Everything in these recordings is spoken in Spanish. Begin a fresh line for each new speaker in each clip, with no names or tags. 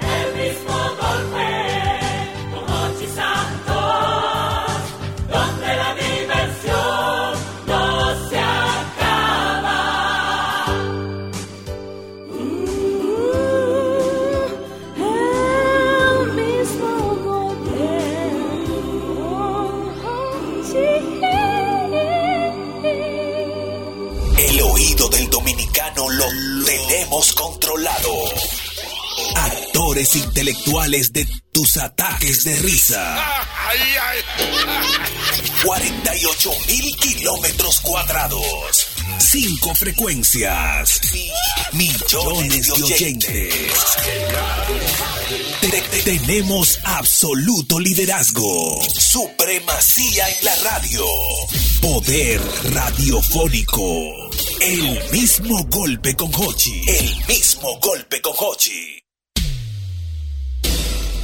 El mismo golpe, con Hochi Santos, donde la diversión no se acaba. Uh, el mismo oh, golpe,
El oído del dominicano lo tenemos controlado. Actores intelectuales de tus ataques de risa. 48 mil kilómetros cuadrados. Cinco frecuencias. Millones de oyentes. Te- te- tenemos absoluto liderazgo. Supremacía en la radio. Poder radiofónico. El mismo golpe con Hochi. El mismo golpe con Hochi.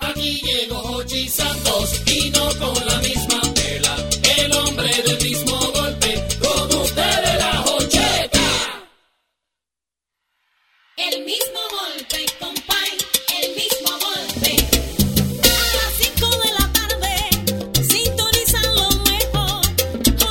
Aquí llegó Hochi Santos y no con la misma tela. El hombre del mismo golpe, con ustedes la Jocheta.
el mismo golpe, compay, el mismo golpe. A las 5 de la tarde, sintonizan lo mejor.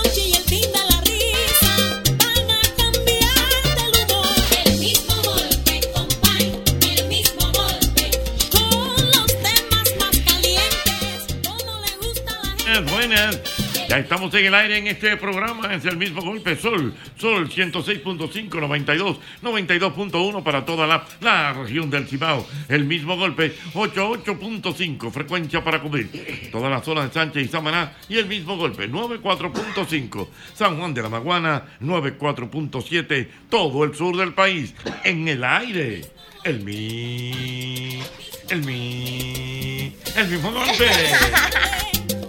Hochi y el fin de la risa, van a cambiar el humor. El mismo golpe, compay, el mismo golpe. Con los temas más calientes, como le gusta a la
Buenas,
gente.
buenas. Ya estamos en el aire en este programa. Es el mismo golpe. Sol, Sol 106.5, 92, 92.1 para toda la, la región del Cibao. El mismo golpe, 88.5, frecuencia para cubrir todas las zonas de Sánchez y Samaná. Y el mismo golpe, 94.5, San Juan de la Maguana, 94.7, todo el sur del país. En el aire, el mi. El mi. El mismo golpe.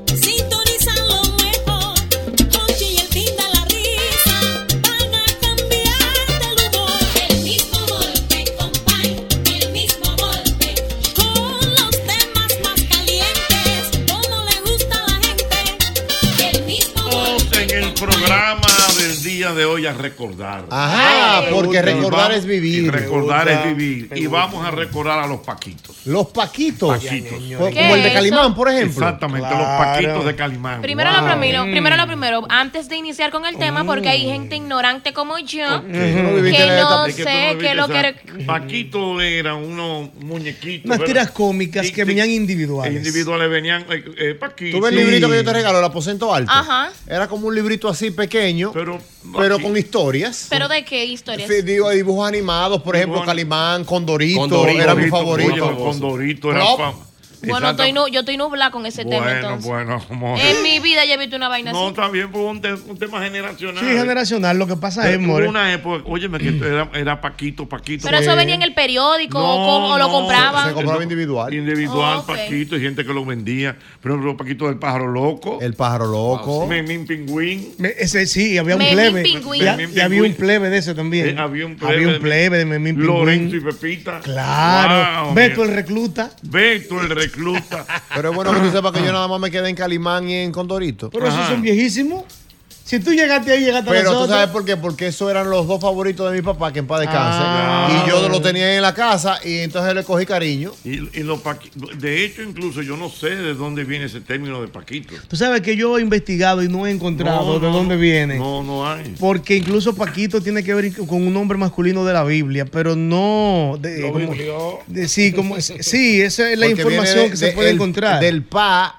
Sintonizan lo mejor, Hochi y el fin de la risa, van a cambiar el humor. El mismo golpe, compay, el mismo golpe, con los temas más calientes, como le gusta a la gente. El mismo
Vamos
golpe,
en el programa del día de hoy a recordar.
Ajá, porque
Y
recordar
vamos-
es vivir.
y recordar
Me gusta,
es vivir.
me
Y
gusta.
vamos a recordar a los paquitos.
Los paquitos.
Paquitos.
Co-
Señores.
Como el de
eso?
Calimán, por ejemplo.
Exactamente, los
Claro.
paquitos de Calimán.
Primero lo
Wow.
primero, primero lo primero, antes de iniciar con el tema, porque hay gente ignorante como yo.
Tú no viviste
Que
en la etapa-
no
Es tú
sé,
viste
que lo
esa-
que-
Paquito era unos muñequitos.
Unas
¿verdad?
tiras cómicas
Y-
que
y-
venían individuales.
Individuales venían eh, eh, Paquito.
Tú ves el
Sí.
librito que yo te regalo, el aposento alto.
Ajá.
Era como un librito así pequeño, pero,
Pero,
con historias.
Pero de qué historias.
Sí, digo, dibujos animados, por ejemplo,
Dibujos-
Calimán, Condorito,
Condorito,
era mi
oye,
favorito.
Condorito era
Prop.
fam-
Bueno,
Exacto.
estoy nu- yo estoy nublada con ese Este tema
Bueno,
entonces.
bueno, como-
En mi vida ya he visto una vaina
No,
así.
también fue un, te- un tema generacional.
Sí, generacional. Lo que pasa es,
Pero Eh, hubo
More,
eh. una época, óyeme, que era, era Paquito, Paquito.
Pero eso venía en el periódico
No,
o, com- o
no,
lo
Se
compraban.
compraba individual.
Individual,
Oh, ok.
Paquito, y gente que lo vendía. Por ejemplo, Paquito del Pájaro Loco,
El pájaro loco.
Memín Pingüín.
me- Eh, ese sí, había un
Memín
plebe.
Pingüín.
Y, ha-
Memín
y había
Pingüín.
un plebe de ese también.
eh, había un plebe,
Había un plebe de Memín Pingüín.
Lorenzo y Pepita.
Claro.
Wow,
Beto
mira.
el recluta.
Beto el recluta. Ah.
Pero es bueno que tú sepas que yo nada más me quedé en Calimán y en Condorito.
Pero esos
Ajá.
son viejísimos. Si tú llegaste ahí, llegaste a
Pero tú
nosotros.
sabes por qué, porque esos eran los dos favoritos de mi papá, que en paz descanse.
Ah.
y yo lo tenía en la casa y entonces le cogí cariño.
y, y los Paquito- De hecho, incluso yo no sé de dónde viene ese término de Paquito.
Tú sabes que yo he investigado y no he encontrado
No,
de
no,
dónde viene.
No, no hay.
Porque incluso Paquito tiene que ver con un nombre masculino de la Biblia, pero no. De,
Lo
como-
vivió.
de- sí, como, sí, esa es la
Porque
información
viene de-
que se
de-
puede
el-
encontrar.
Del pa.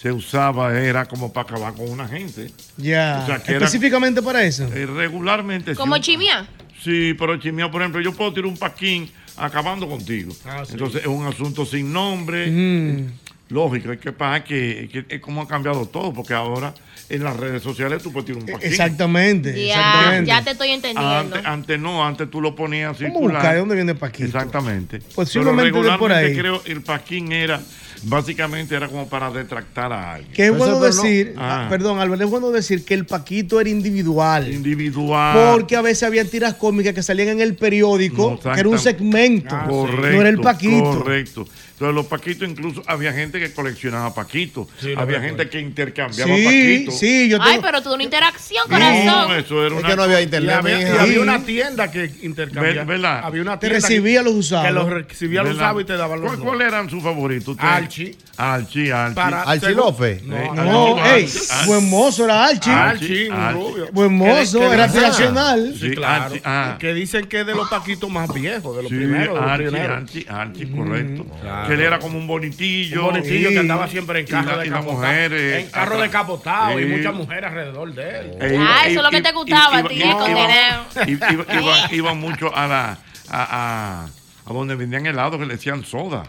se usaba, era como para acabar con una gente.
Ya.
O sea, que era-
Específicamente para eso.
Eh, regularmente. sí,
Como
un-
chimia.
Sí, pero chimía, por ejemplo, yo puedo tirar un pasquín acabando contigo.
Ah,
Entonces es un asunto sin nombre.
Mm.
Lógico, es que pasa que, que es como ha cambiado todo, porque ahora en las redes sociales tú puedes tirar un pasquín.
Exactamente.
Ya,
Eh, exactamente.
ya te estoy entendiendo.
Antes, antes no, antes tú lo ponías a
Vamos a
circular.
buscar de dónde viene Paquito.
Exactamente.
Posiblemente
Pero
de por ahí.
regularmente creo el pasquín era, básicamente era como para detractar a alguien.
Que es
Pero
bueno
eso, pero no-
decir,
Ah.
perdón, Álvaro, es bueno decir que el Paquito era individual.
Individual.
Porque a veces habían tiras cómicas que salían en el periódico,
No,
que era un
exactam-
segmento,
Ah, correcto,
no era el Paquito.
Correcto. Entonces, los Paquitos incluso había gente que coleccionaba Paquitos. había gente que intercambiaba
Sí,
Paquitos.
sí, yo tengo,
Ay, pero tuvo una interacción,
No,
corazón.
eso era
Es
una.
que no había internet,
había,
mija.
y había
Sí.
una tienda que intercambiaba.
Ver- ¿verdad?
Había una
Te
tienda
recibía
que,
los usados.
Que los recibía los
¿Verdad?
usados y te daban los
¿Cuál,
nuevos.
cuál eran sus favoritos? ustedes?
Archie.
Archie, Archie. Eh,
Para-
Archie
según-
López.
No,
No,
Archie,
ey,
Archie.
buen mozo era Archie.
Archie, un
Archie.
rubio.
Buen mozo,
Que- que-
era
Ajá.
aspiracional.
Sí,
Sí,
claro.
Archie, ah.
Que dicen que es de los paquitos más viejos, de los
Sí,
primeros. de los
Archie,
primeros.
Archie, Archie, correcto. Que él era como un bonitillo.
Mm. Un bonitillo
Sí.
que andaba siempre en
Y
carro
la- y
de
las
capotado.
mujeres.
en carro de capotado y
Sí.
muchas mujeres alrededor de él.
Eh,
Ah, eso es lo que te gustaba,
iba-
tío,
iba-
condenado.
iba- iba- iba- iba mucho a la a, a, a donde vendían helados que le decían soda.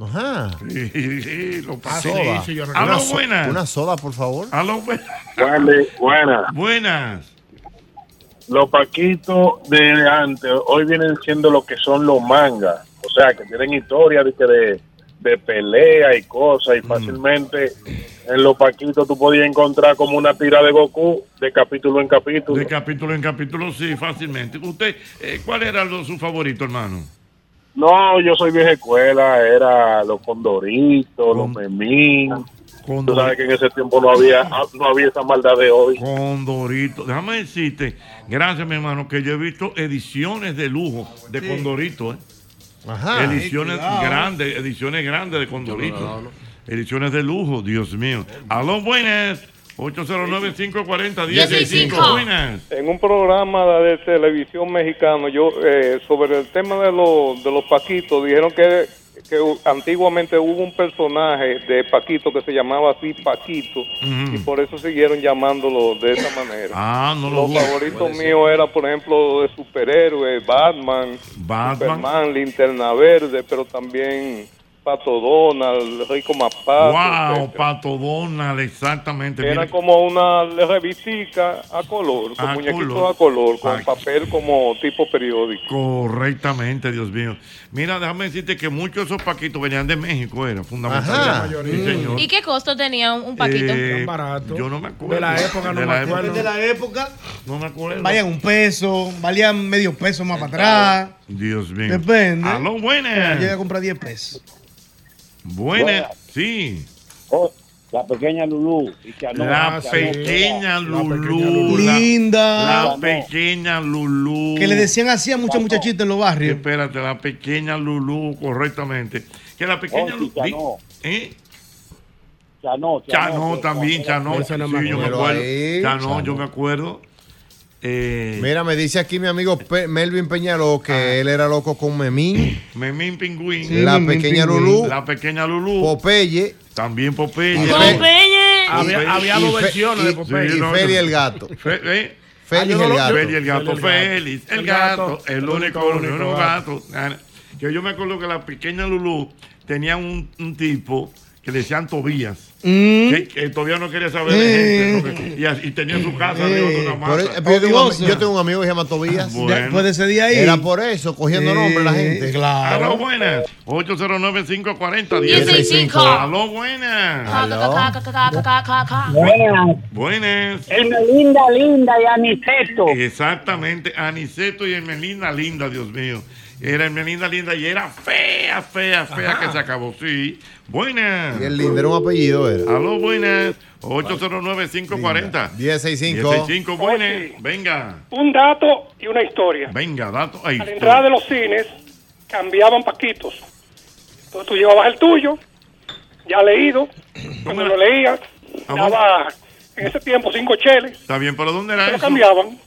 Ajá.
Ah,
lo pasó.
sí,
Soda.
sí, yo
Aló,
Ah, Una so-
buenas.
Una soda, por favor.
Aló, buenas.
Vale, buena.
Buenas.
Los paquitos de antes, hoy vienen siendo lo que son los mangas. O sea, que tienen historia de, que de, de pelea y cosas. Y
Mm.
fácilmente en los paquitos tú podías encontrar como una tira de Goku de capítulo en capítulo.
De capítulo en capítulo, sí, fácilmente. Usted, eh, ¿cuál era lo- su favorito, hermano?
no, yo soy vieja escuela, era los Condoritos,
Con-
los Memín. Tú
Condor-
sabes que en ese tiempo no había, ah, no había esa maldad de hoy.
Condorito. Déjame decirte, gracias, mi hermano, que yo he visto ediciones de lujo de Condorito, ¿eh?
Ajá.
ediciones grandes, ediciones grandes de Condorito. Ediciones de lujo, Dios mío. Aló, buenas. 809-540-1065.
1065.
Buenas.
En un programa de televisión mexicano, yo eh, sobre el tema de, los de los Paquitos, dijeron que, que u- antiguamente hubo un personaje de Paquito que se llamaba así Paquito,
Ujú.
y por eso siguieron llamándolo de esa manera.
Ah, no lo
Los
juro.
favoritos míos era, por ejemplo, de superhéroes, Batman,
Batman.
Superman, Linterna Verde, pero también Pato Donald, Rico Mapato.
Wow,
etcétera.
Pato Donald, exactamente.
Era
Mira,
como una revistica a color, con
A
muñequitos
Ah, color.
a color, con
Ay.
papel como tipo periódico.
Correctamente, Dios mío. Mira, déjame decirte que muchos de esos paquitos venían de México, era
Ajá.
fundamental. Sí, señor.
¿Y qué costo tenía un, un paquito?
Eh,
Tan barato.
Yo no me acuerdo.
De la época no
De
me
la
acuerdo.
de
época
la época,
No no me acuerdo.
valían un peso, valían medio peso más para atrás.
Dios mío.
Depende.
Aló,
Yo llegué a
buenas.
comprar 10 pesos.
Buenas. Sí.
Oh, la pequeña Lulú. Y que
La pequeña Lulú. La,
Linda.
la pequeña Lulú.
que le decían así a muchas muchachitas en los barrios.
Espérate, la pequeña Lulú, correctamente. Que la pequeña
Oh, sí,
Lulú.
Chanó.
¿Eh?
Chanó,
pues,
Chanó también, Chanó.
Esa no
sí,
me
yo me
acuerdo.
acuerdo.
Ahí,
Chanó, yo
Chanó.
me acuerdo. Eh,
Mira, me dice aquí mi amigo Pe- Melvin Peñaló que
Ah.
él era loco con Memín,
Memín Pingüín.
Sí,
la
Memín
pequeña
Pingüín.
Lulú,
La pequeña Lulú.
Popeye
También Popeye.
Popeye.
Con Peña.
Había, había
y
dos
Fe-
versiones de
y-
Popeye.
Sí,
y
no,
Feli
no.
el gato.
Fe- ¿eh?
Félix
yo
el
no lo-
gato.
Félix el gato,
El gato.
Félix el
El
gato,
gato,
el
el
único,
único,
único
único
gato. Ana, Que yo me acuerdo que la pequeña Lulú tenía un, un tipo que le decían Tobías.
Mm.
Mm.
Que, que todavía no quería saber de gente. ¿no? Y así- Y, tenía su casa arriba de una
Por-
mata. Ah,
yo, tengo, un ami-
Odiosa.
yo tengo un amigo que se llama Tobías.
Bueno.
Ya, Después de ese día ahí.
Era por eso, cogiendo nombre la
Eh,
gente.
Aló,
Claro.
buenas. 809-540-1065.
1065.
Aló, buenas. Buenas.
Linda, linda de Aniceto.
Exactamente, Aniceto y Hermelinda Linda, Dios mío. Era Hermelinda Linda y era fea, fea, fea que se acabó. Sí. Buenas.
Y el lindo era un apellido, era.
Aló, buenas. 809-540.
1065.
1065, buenas. Venga,
Un dato y una historia.
venga, dato. Ahí.
A la entrada de los cines cambiaban paquitos. Entonces tú llevabas el tuyo, ya leído. Cuando
era?
lo leías,
Ah, bueno.
daba
En ese tiempo, cinco cheles.
Está bien, pero ¿dónde era
Se lo
eso?
cambiaban.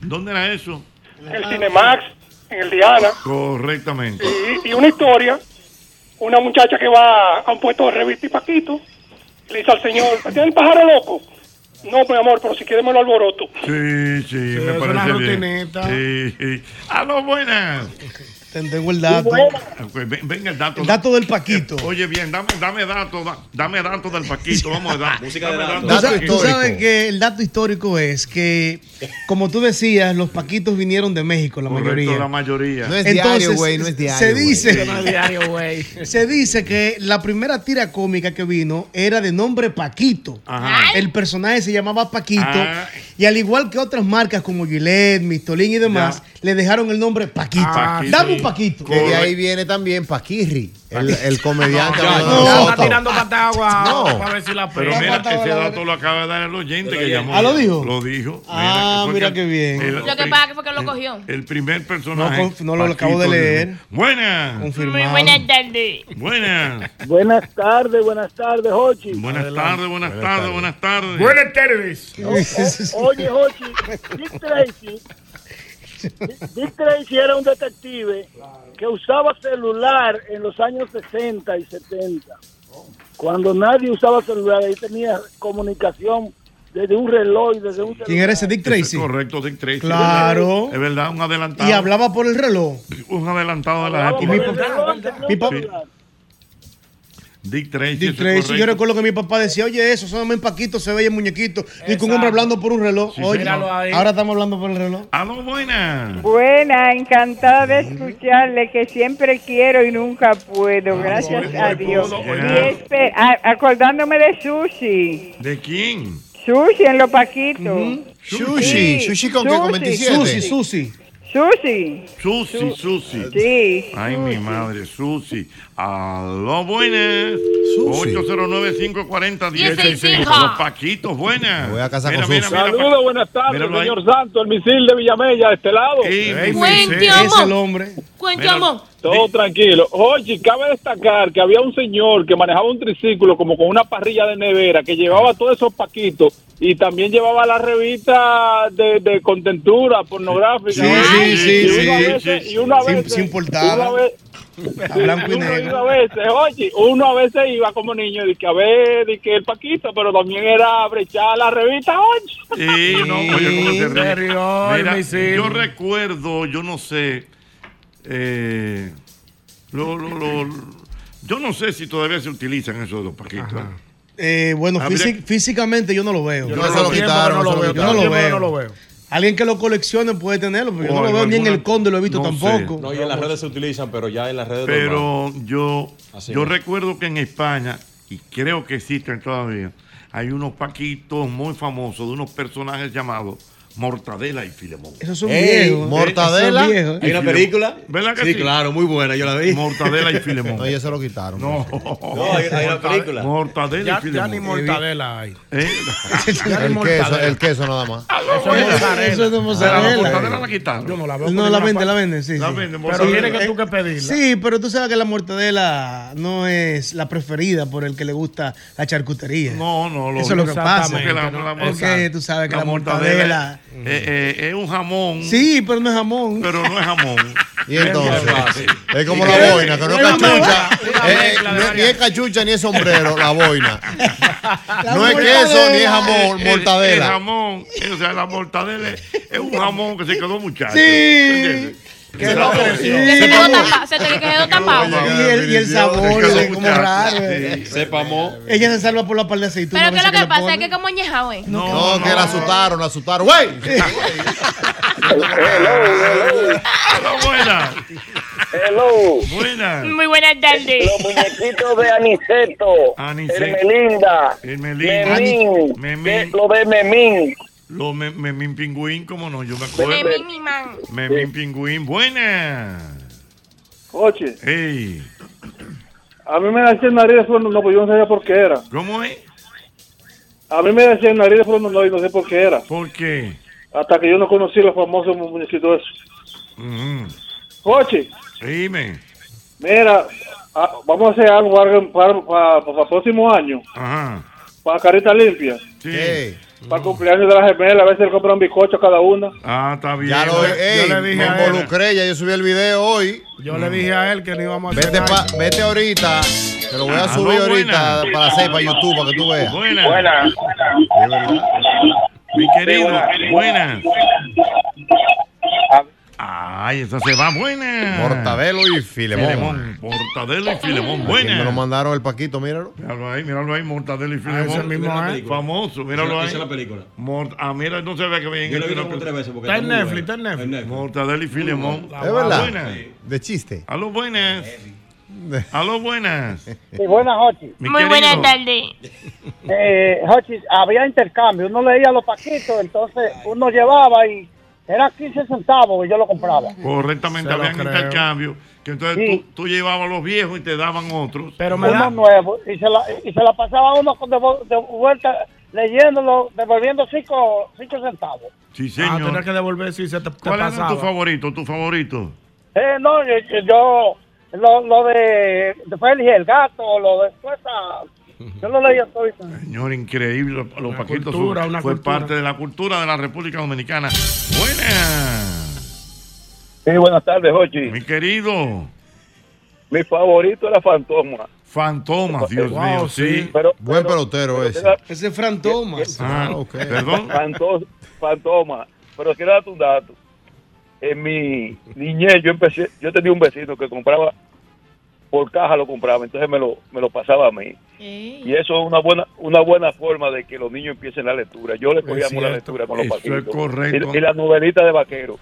¿Dónde era eso?
En el Cinemax, en el Diana.
Correctamente.
Y, y una historia, una muchacha que va a un puesto de revista y paquito, le dice al señor, ¿tiene el pájaro loco? No, mi amor, pero si quiere me lo alboroto.
Sí, sí, me
es
parece
una
bien.
rutineta.
Sí, sí. Ah, Aló, buenas.
Tengo el dato.
Pues ven- Venga el dato.
El dato del Paquito.
Oye, bien, dame, dame datos, da- dame datos del Paquito, vamos a dar. Música de
Tú sa- Tú, sabes que el dato histórico es que, como tú decías, los paquitos vinieron de México, la
Correcto,
mayoría.
la mayoría.
No es diario, güey, no es diario,
Se
güey.
dice,
No es diario,
se dice que la primera tira cómica que vino era de nombre Paquito.
Ajá.
El personaje se llamaba Paquito.
Ah.
Y al igual que otras marcas como Gillette, Mistolín y demás, le dejaron el nombre Paquito.
Ah,
Dame
sí.
un Paquito.
Que de ahí viene también Paquirri, el,
Ah,
el comediante.
No,
amigo de
no, no,
nosotros.
está tirando
pata agua
No.
para ver si la
Pero
pega.
mira,
Pata agua,
ese
la-
dato lo acaba de dar el oyente que llamó.
Ah, ¿lo dijo?
Lo dijo.
Ah, mira qué bien.
Lo que pasa que fue que lo cogió.
El primer personaje.
No, no lo acabo de
Paquito
leer.
Buenas.
Muy buenas tardes.
Buenas.
Buenas tardes, buenas tardes, Hochi.
Buenas tardes, buenas tardes, buenas tardes.
Buenas tardes.
O- o- oye, Hochi, Dick Tracy, Dick Tracy era un detective que usaba celular en los años 60 y 70. Cuando nadie usaba celular, ahí tenía comunicación desde un reloj, desde un celular.
¿Quién era ese Dick Tracy?
Correcto, Dick Tracy.
Claro.
Es verdad, un adelantado.
Y hablaba por el reloj.
Un adelantado de la
Y
época.
mi papá, mi pa-
Sí. Dick Tracy.
Dick
eso es
Tracy, yo
correcto.
recuerdo que mi papá decía, oye, eso solamente Paquito se veía el muñequito. Y que un hombre hablando por un reloj.
Sí,
oye,
míralo ahí.
ahora estamos hablando por el reloj.
Aló, buenas.
Buena, encantada de escucharle, que siempre quiero y nunca
Ah,
puedo, gracias
hoy-
pues,
a
hoy
Dios.
pudo, hoy
Y
pudo.
espe- a- acordándome de Sushi,
¿De quién?
Sushi en los Paquitos.
Sushi,
Sí,
Sushi con qué, con 27.
Susi, Susi.
Sushi.
Susi, Susi.
Sí.
Ay, mi madre, Susi. Aló, buenas. 809-540-1065. Los Paquitos, buenas. Voy a casar mira, mira, mira,
Saludos, buenas tardes,
Míralo ahí.
señor Santo, el misil de Villamella, de este lado.
pues,
Cuente, amo. Es el
hombre.
Cuente, amor.
Todo tranquilo. Oye, cabe destacar que había un señor que manejaba un triciclo como con una parrilla de nevera que llevaba todos esos paquitos y también llevaba la revista de, de contentura pornográfica.
Sí, sí, sí,
Y uno a
sí,
veces-
sí, sí.
Y una
Sin-
vez.
sin portada.
uno a ve-
A blanco y
uno
negro.
iba a veces, oye, uno a veces iba como niño y que a ver, y que el paquito, pero también era brechar la revista, oye.
Sí, no, oye, cómo se ríe.
Interior,
Mira,
misil.
yo recuerdo, yo no sé, eh, lo- lo- lo- yo no sé si todavía se utilizan esos dos paquitos.
Eh, bueno,
Habría-
físic- físicamente yo no lo veo.
Ah, Yo no Eso lo lo tiempo quitaron, que no eso lo lo
Yo
veo,
no
quitaron.
lo
tiempo que
veo.
no lo
Alguien que lo coleccione puede tenerlo, pero yo
O
no lo veo ni en
alguna-
el conde, lo he visto tampoco.
No, y en las redes se utilizan, pero ya en las redes.
Pero yo,
Así
yo
es.
recuerdo que en España, y creo que existen todavía, hay unos paquitos muy famosos de unos personajes llamados Mortadela y Filemón.
Esos son Ey, viejos, ¿eh? Mortadela. Esos son viejos, ¿eh?
y
¿Hay una
Filemón.
película?
¿Verdad que sí?
Sí, claro, muy buena, yo la vi.
Mortadela y Filemón.
No, ya se lo quitaron. pues.
No,
No, hay- hay una película.
Mortadela y
Ya, ya
Filemón.
ni mortadela hay.
¿Eh?
El
Ya ni
queso,
mortadela.
el queso nada más.
Ah, pues,
Eso-
Eso es mozzarella.
eso es de
Ah,
mozzarella.
la mortadela la quitaron. Yo no la
No, la
veo. por ninguna
venden, la
parte.
venden, sí.
La
sí.
venden,
Sí,
Pero tiene que
eh,
tú que pedirla.
Sí, pero tú sabes que la mortadela no es la preferida por el que le gusta la charcutería.
No, no,
Eso es lo que pasa.
Porque la- la
Porque
mortadela-
tú sabes que la,
la
mortadela...
mortadela eh, eh, es un jamón.
Sí, pero no es jamón.
Pero no es jamón.
Y entonces, es como
¿Y
la
qué?
boina, que no es
Una
cachucha,
mezcla,
eh,
una
eh,
mezcla
no es-
de
ni
varias.
es cachucha ni es sombrero, la boina. No es
mortadela.
queso ni es jamón,
El- el- El,
mortadela.
jamón, eh, o sea, la mortadela es es un jamón que se quedó muchacho.
Sí.
¿entiendes?
Que
Esa
no
cosa.
creció.
Que se quedó tapado. Se te quedó tapado.
Y el, y el sabor, es como raro. eh.
Sepamos.
Ella se salva por la par de aceitunas.
Pero
a
que
veces
lo que
le
pasa es
ponen.
que como añejado, ¿eh?
No, que la asustaron, la asustaron. ¡Güey!
Hola, buena.
Hello.
Buena.
Muy buenas tardes.
Los muñequitos de Aniceto,
Aniceto.
Hermelinda,
Hermelinda.
Memín,
Memín.
de- lo de Memín.
Lo me- memín pingüín, como no, yo me acuerdo.
Memín, mi Eh, man.
Memín pingüín, buena. Eh,
Oye,
Ey,
a mí me decían nariz de no, pues yo no sabía por qué era.
¿cómo es?
A mí me decían nariz de no, y no sé por qué era.
¿Por qué?
Hasta que yo no conocí los famosos mu- muñequitos esos.
Ujú.
Oye,
Dime.
ah, mira, a- vamos a hacer algo para, para, para- para el próximo año.
Ajá. Mm.
Para caritas limpias.
Sí.
Para cumpleaños de las gemelas, a veces le compran bizcocho a cada una.
Ah, está bien.
Ya lo,
Yo- yo
ey,
le dije
me
a él.
involucré, ya yo subí el video hoy.
Yo le dije a él que no íbamos a
Vete,
cenar.
pa- vete ahorita, te lo voy a
Ah,
Aló,
subir ahorita
buena.
para hacer para YouTube, para que tú veas.
Buena. Mi querido, buena. Ay, esa se va buena.
Mortadelo y Filemón.
Filemón. Mortadelo y Filemón, buena.
Me lo mandaron el Paquito, míralo.
Míralo ahí, míralo ahí, Mortadelo y
Ah,
Filemón.
ese mismo,
Mira la
¿eh?
película. Famoso, míralo
Esa-
ahí.
esa es la película.
Mort- ah, mira, no se ve que bien.
Yo la vi como tres veces porque
Está en
está muy
Netflix, está en Netflix.
Uh,
Mortadelo y Filemón.
Es verdad.
Buena.
De chiste.
Aló, buenas. Aló, buenas.
Sí, buenas, Hochi.
Mi Muy buenas querido.
tardes. Eh, Hochi, había intercambio. Uno leía los paquitos, entonces uno llevaba y era 15 centavos y yo lo compraba.
Correctamente,
Se lo
habían
creo.
intercambio. Que entonces
Sí.
tú, tú llevabas los viejos y te daban otros. Pero
uno nuevo. Y se, la, y se la pasaba uno con de, vo- de vuelta leyéndolo, devolviendo 5 cinco, centavos.
Sí,
Ah,
señor.
tenías que devolver si se te, te
¿Cuál era tu
pasaba.
favorito? ¿Tu favorito?
Eh, no, yo, yo- lo, lo de, de Félix el gato, lo de toda esa- Yo lo leía todo.
Señor, increíble. Los Paquitos
cultura,
son-
una
fue
cultura.
parte de la cultura de la República Dominicana. Buenas.
Sí, buenas tardes, Jochi.
Mi querido.
Mi favorito era Fantoma.
Fantoma, Dios mío, sí.
Buen pelotero ese.
Ese es Fran Thomas.
Ah, ok. Perdón.
Fantoma. Pero quiero darte un dato. En mi niñez yo empecé, yo tenía un vecino que compraba, por caja lo compraba, entonces me lo, me lo pasaba a mí. Y eso es una buena, una buena forma de que los niños empiecen la lectura. Yo le
Es
cogía la
cierto.
lectura con los
Eso
paquitos.
es correcto.
Y, y la novelita de vaquero.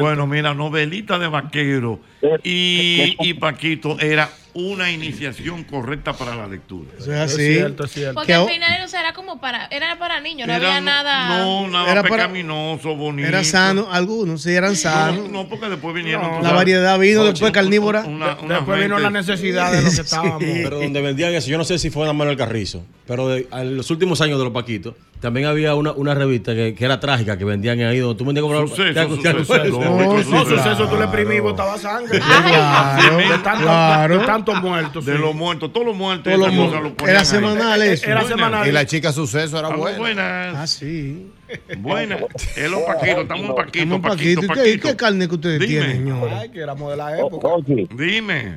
Bueno, mira, novelita de vaquero y, y Paquito era una iniciación correcta para la lectura.
Eso es así. Es cierto,
es cierto.
Porque al final eso era como para, era para niños, no había nada.
No, nada
Era para-
pecaminoso, bonito.
Era sano, algunos sí eran
No,
sanos.
no, porque después vinieron. tú
La
sabes,
variedad vino,
ocho,
después carnívora.
una- una
Después vino
gente.
la necesidad de lo que
estábamos.
Pero donde vendían eso, yo no sé si fue en la mano del carrizo, pero de, a los últimos años de los Paquitos, también había una, una revista que, que era trágica que vendían ahí donde tú vendías como
Suceso,
¿te acu- te
suceso.
acuerdas?
No, no, suceso, tú le imprimí y botaba sangre.
Claro,
de tantos
claro.
de tantos muertos.
De los muertos, todos los muertos.
Todos los
esa cosa
muertos.
lo ponían
Era
ahí.
semanal eso. Era semanal.
Y la chica suceso era
Estamos
buena.
buenas.
Ah, sí.
Buenas. Es los Paquitos, estamos en Paquito,
Estamos
Paquito,
paquitos. ¿Y qué- ¿Qué,
Paquito.
carne que ustedes
Dime.
tienen, señor?
Ay, que éramos de la época.
Oh,
Ochi,
Dime.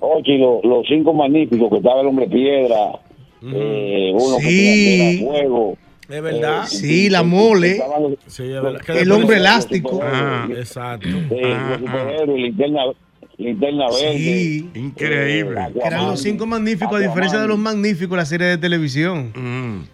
Ochi, lo- los cinco magníficos que estaba el hombre piedra, eh, uno
Sí.
que fuego.
Es verdad.
Sí, la mole.
Sí, es verdad. Que
El
después-
hombre elástico.
Ah, exacto.
los
ah.
superhéroes, linterna, linterna verde.
Sí.
Increíble.
Eran los cinco magníficos, a diferencia de los magníficos, la serie de televisión.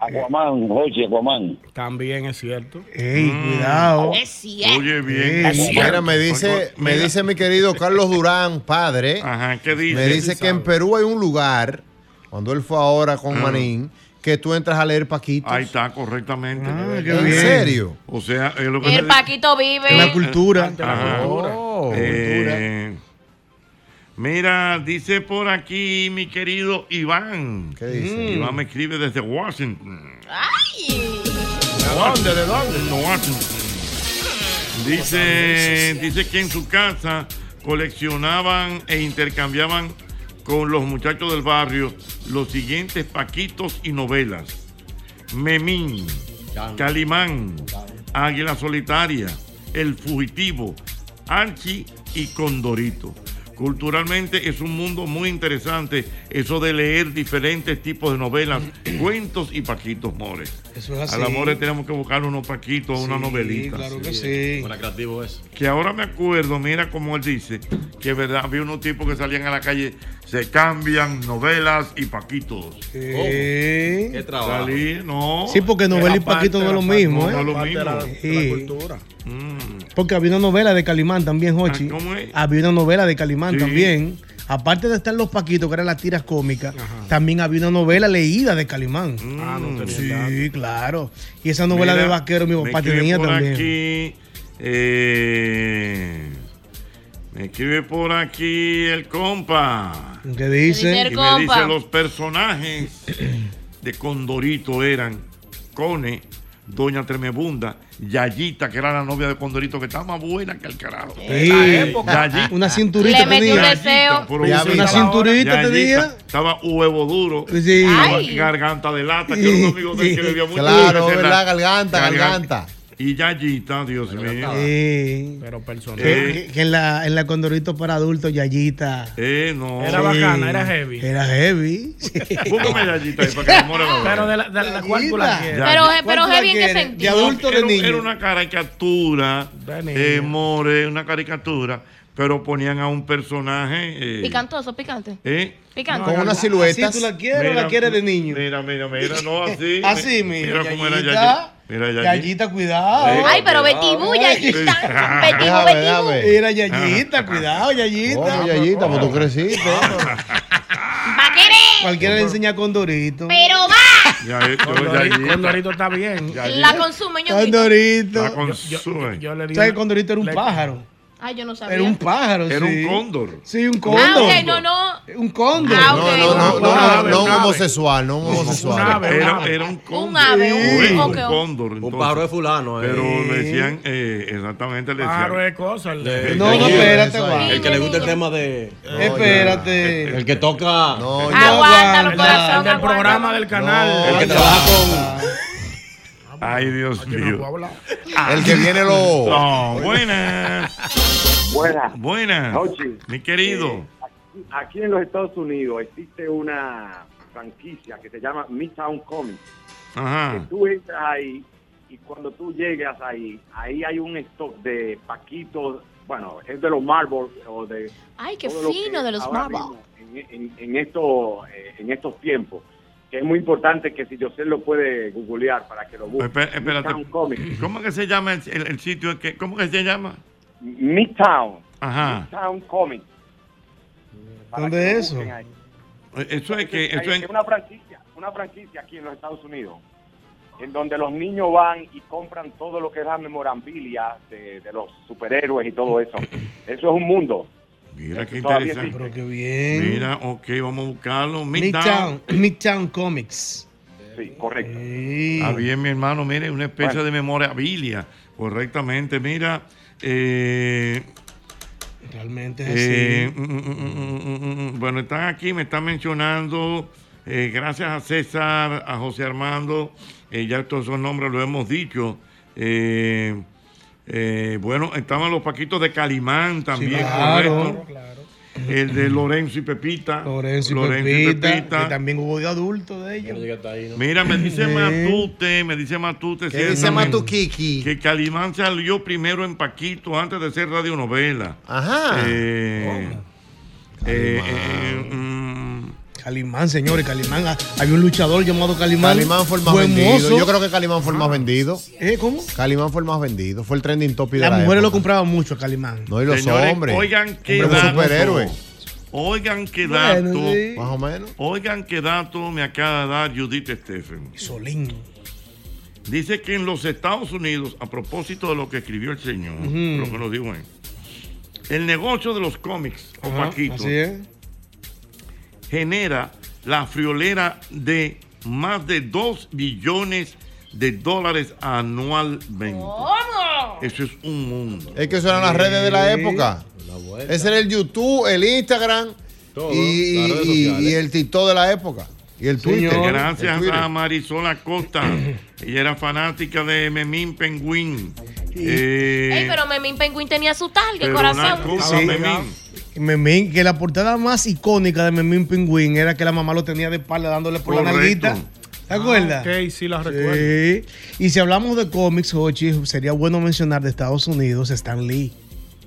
Aquaman, Ochi, Aquaman.
También es cierto.
Ey, cuidado.
Es cierto.
Mm. Oye,
bien. Es cierto.
Mira, me dice, me
Mira.
dice mi querido Carlos Durán, padre.
¿qué dice?
Me dice que en Perú hay un lugar, cuando él fue ahora con
Ah.
Manín, que tú entras a leer Paquitos.
Ahí está, correctamente.
qué ¿En bien. serio?
O sea, es lo que se
El
dice.
Paquito vive.
Ajá. Eh, Mira, dice por aquí mi querido Iván. ¿Qué
dice?
Iván me escribe desde Washington.
¿De dónde? ¿De dónde?
Desde Washington. Dice, dice que en su casa coleccionaban e intercambiaban con los muchachos del barrio los siguientes paquitos y novelas. Memín, Calimán, Águila Solitaria, El Fugitivo, Archie y Condorito. Culturalmente es un mundo muy interesante eso de leer diferentes tipos de novelas, cuentos y paquitos mores.
Eso es
A
así.
la more tenemos que buscar unos paquitos, una
Ah, Sí,
novelita.
claro que sí.
Era creativo eso.
Que ahora me acuerdo, mira como él dice, que es verdad, había unos tipos que salían a la calle, se cambian novelas y paquitos.
Oh, ¿Qué?
¿Qué trabajo? Salí, no.
Sí, porque novela y paquito no es lo mismo,
No,
¿eh?
es lo
Aparte
mismo.
de la- de la Porque había una novela de Calimán también, Hochi. Había una novela de Calimán
Sí.
también. Aparte de estar Los Paquitos, que eran las tiras cómicas, también había una novela leída de Calimán.
Ah, no tenía
Sí,
dato.
claro. Y esa novela
Mira,
de vaquero mi
me
papá
escribe
tenía
por
también.
Aquí, eh, me escribe por aquí el compa.
¿Qué dice?
Y me dice los personajes de Condorito eran Cone, Doña Tremebunda, Yayita, que era la novia de Condorito, que estaba más buena que el carajo.
Sí.
La época. Yayita.
Una cinturita Le metió tenía. un deseo.
pero
Una
estaba-
cinturita
Yayita,
tenía.
Estaba huevo duro.
Sí.
Estaba
Ay.
garganta de lata, que era un amigo de él que bebía mucho.
Claro,
Ese era-
¿verdad? Garganta, garganta.
Y Yayita, Dios mío.
Sí.
Pero personal.
Que, que en, la, en la Condorito para adultos, Yayita.
Eh, no.
Era bacana, era heavy.
Era heavy. sí.
Búscame Yayita ahí para que me more la
Pero de la, de la cual tú la quieres.
Pero, eh,
¿Cuál
pero
tú la
heavy en qué
quieres?
sentido.
No, era, era una caricatura,
niño.
eh, more, una caricatura, pero ponían a un personaje. eh,
Picantoso, picante.
¿eh?
Picante.
¿Así tú la quieres o la quieres de niño?
Mira, mira, mira, no así.
Así,
mi-
mira,
Mira cómo era
Yayita.
Yayita. Mira Yayita.
Yayita, cuidado.
Sí,
Ay, pero
cuidado.
Betibú, Yayita. Betibú,
Déjame,
Betibú.
déjame.
Era Yayita, cuidado, Yayita.
¿Cómo, Yayita? Pues tú creciste.
Cualquiera le enseña Condorito.
Pero va,
eh,
Condorito, Condorito está bien.
la consume, ñonguito.
Condorito.
La consume. Yo, le digo.
¿Sabes que Condorito era un pájaro?
Ay, yo no sabía.
Era un pájaro,
Era
sí.
un cóndor.
Sí, un cóndor.
Ah, ok, no, no.
Un cóndor.
Ah, ok.
No, no, no, no,
Un
no,
ave,
no
un
un
ave.
homosexual, no un homosexual.
Era, era un cóndor.
Un ave, un-
Sí,
ok, ok.
cóndor. entonces.
pájaro de fulano, eh.
Pero le decían, eh, exactamente, le decían.
Pájaro de cosas.
Eh,
le-
No, no,
eh,
espérate,
eso,
Juan.
El que le gusta el tema de.
Espérate.
El que toca.
No,
ya. Aguántalo,
El
corazón,
del programa del canal.
El que trabaja con.
Ay, Dios mío.
El que viene lo.
No, buenas.
Buenas.
Buenas.
Ochi.
Mi querido.
Aquí en los Estados Unidos existe una franquicia que se llama Midtown Comics.
Ajá.
Tú entras ahí y cuando tú llegas ahí, ahí hay un stock de paquitos, bueno, es de los Marvel o de...
Ay, qué
todo lo que
fino de los
ahora
Marvel.
mismo En, en- en esto- eh, en estos tiempos, que es muy importante que si José lo puede googlear para que lo busque.
Espé- espérate.
Midtown Comics.
¿Cómo que se llama el, el- el sitio? Que, ¿Cómo que se llama?
Midtown.
Ajá.
Midtown Comics. Para
¿Dónde
que lo
es eso?
busquen ahí.
Eso es que. Eso
Hay
es,
una franquicia, una franquicia aquí en los Estados Unidos, en donde los niños van y compran todo lo que es la memorabilia de, de los superhéroes y todo eso. Eso es un mundo.
mira qué
todavía
interesante.
Pero qué bien.
Mira, ok, vamos a buscarlo. Midtown.
Midtown, Midtown Comics.
Sí, correcto.
Sí.
Ah, bien, mi hermano, mire, una especie
Bueno.
de memorabilia. Correctamente, mira. Eh,
Realmente es
eh,
así.
mm, mm, mm, mm, mm, bueno, están aquí, me están mencionando. eh, gracias a César, a José Armando. eh, ya todos esos nombres lo hemos dicho. Eh, eh, bueno, estaban los paquitos de Calimán también.
claro.
correcto. El de Lorenzo y Pepita.
Lorenzo y Pepita, que también hubo de adulto de ellos.
Mira, me dice
Sí.
Matute, me dice Matute.
¿Qué
si es
dice
también
Matukiki?
Que Calimán salió primero en Paquito antes de ser radionovela.
Ajá.
Eh, eh, eh, mm,
Calimán, señores, Calimán. Ah, Había un luchador llamado Calimán.
Calimán fue el más
Buen
vendido.
mozo.
Yo creo que Calimán fue el más vendido.
¿Eh, ¿Cómo?
Calimán fue el más vendido. Fue el trending topic de
Las
la
mujeres lo
época.
compraban mucho a Calimán.
No, y los
señores,
hombres.
oigan qué
Hombres
dato.
superhéroes.
Oigan qué dato.
Bueno, sí.
Más o menos.
Oigan qué dato me acaba de dar Judith Stephen.
Solín.
Dice que en los Estados Unidos, a propósito de lo que escribió el señor,
Ujú.
lo que nos dijo él, el negocio de los cómics o
Ajá,
paquitos
Así es.
genera la friolera de más de 2 billones de dólares anualmente.
¿Cómo?
Eso es un mundo.
Es que eso eran las redes de la
Sí.
época. Ese era el YouTube, el Instagram
Todo,
y,
las redes
y-
sociales.
y el TikTok de la época. Y el Twitter.
Señor.
El
Gracias
Twitter.
a Marisol Acosta. Ella era fanática de Memín Penguín.
Ey,
Eh,
pero Memín Penguin tenía su target,
pero
corazón.
una cosa,
Sí.
Memín.
Memín, que la portada más icónica de Memín Pingüín era que la mamá lo tenía de espalda dándole por la
Correcto. Ah,
nalguita. ¿Te acuerdas?
Ok, sí, las recuerdo.
Sí. Y si hablamos de cómics, Hochi, sería bueno mencionar de Estados Unidos Stan Lee.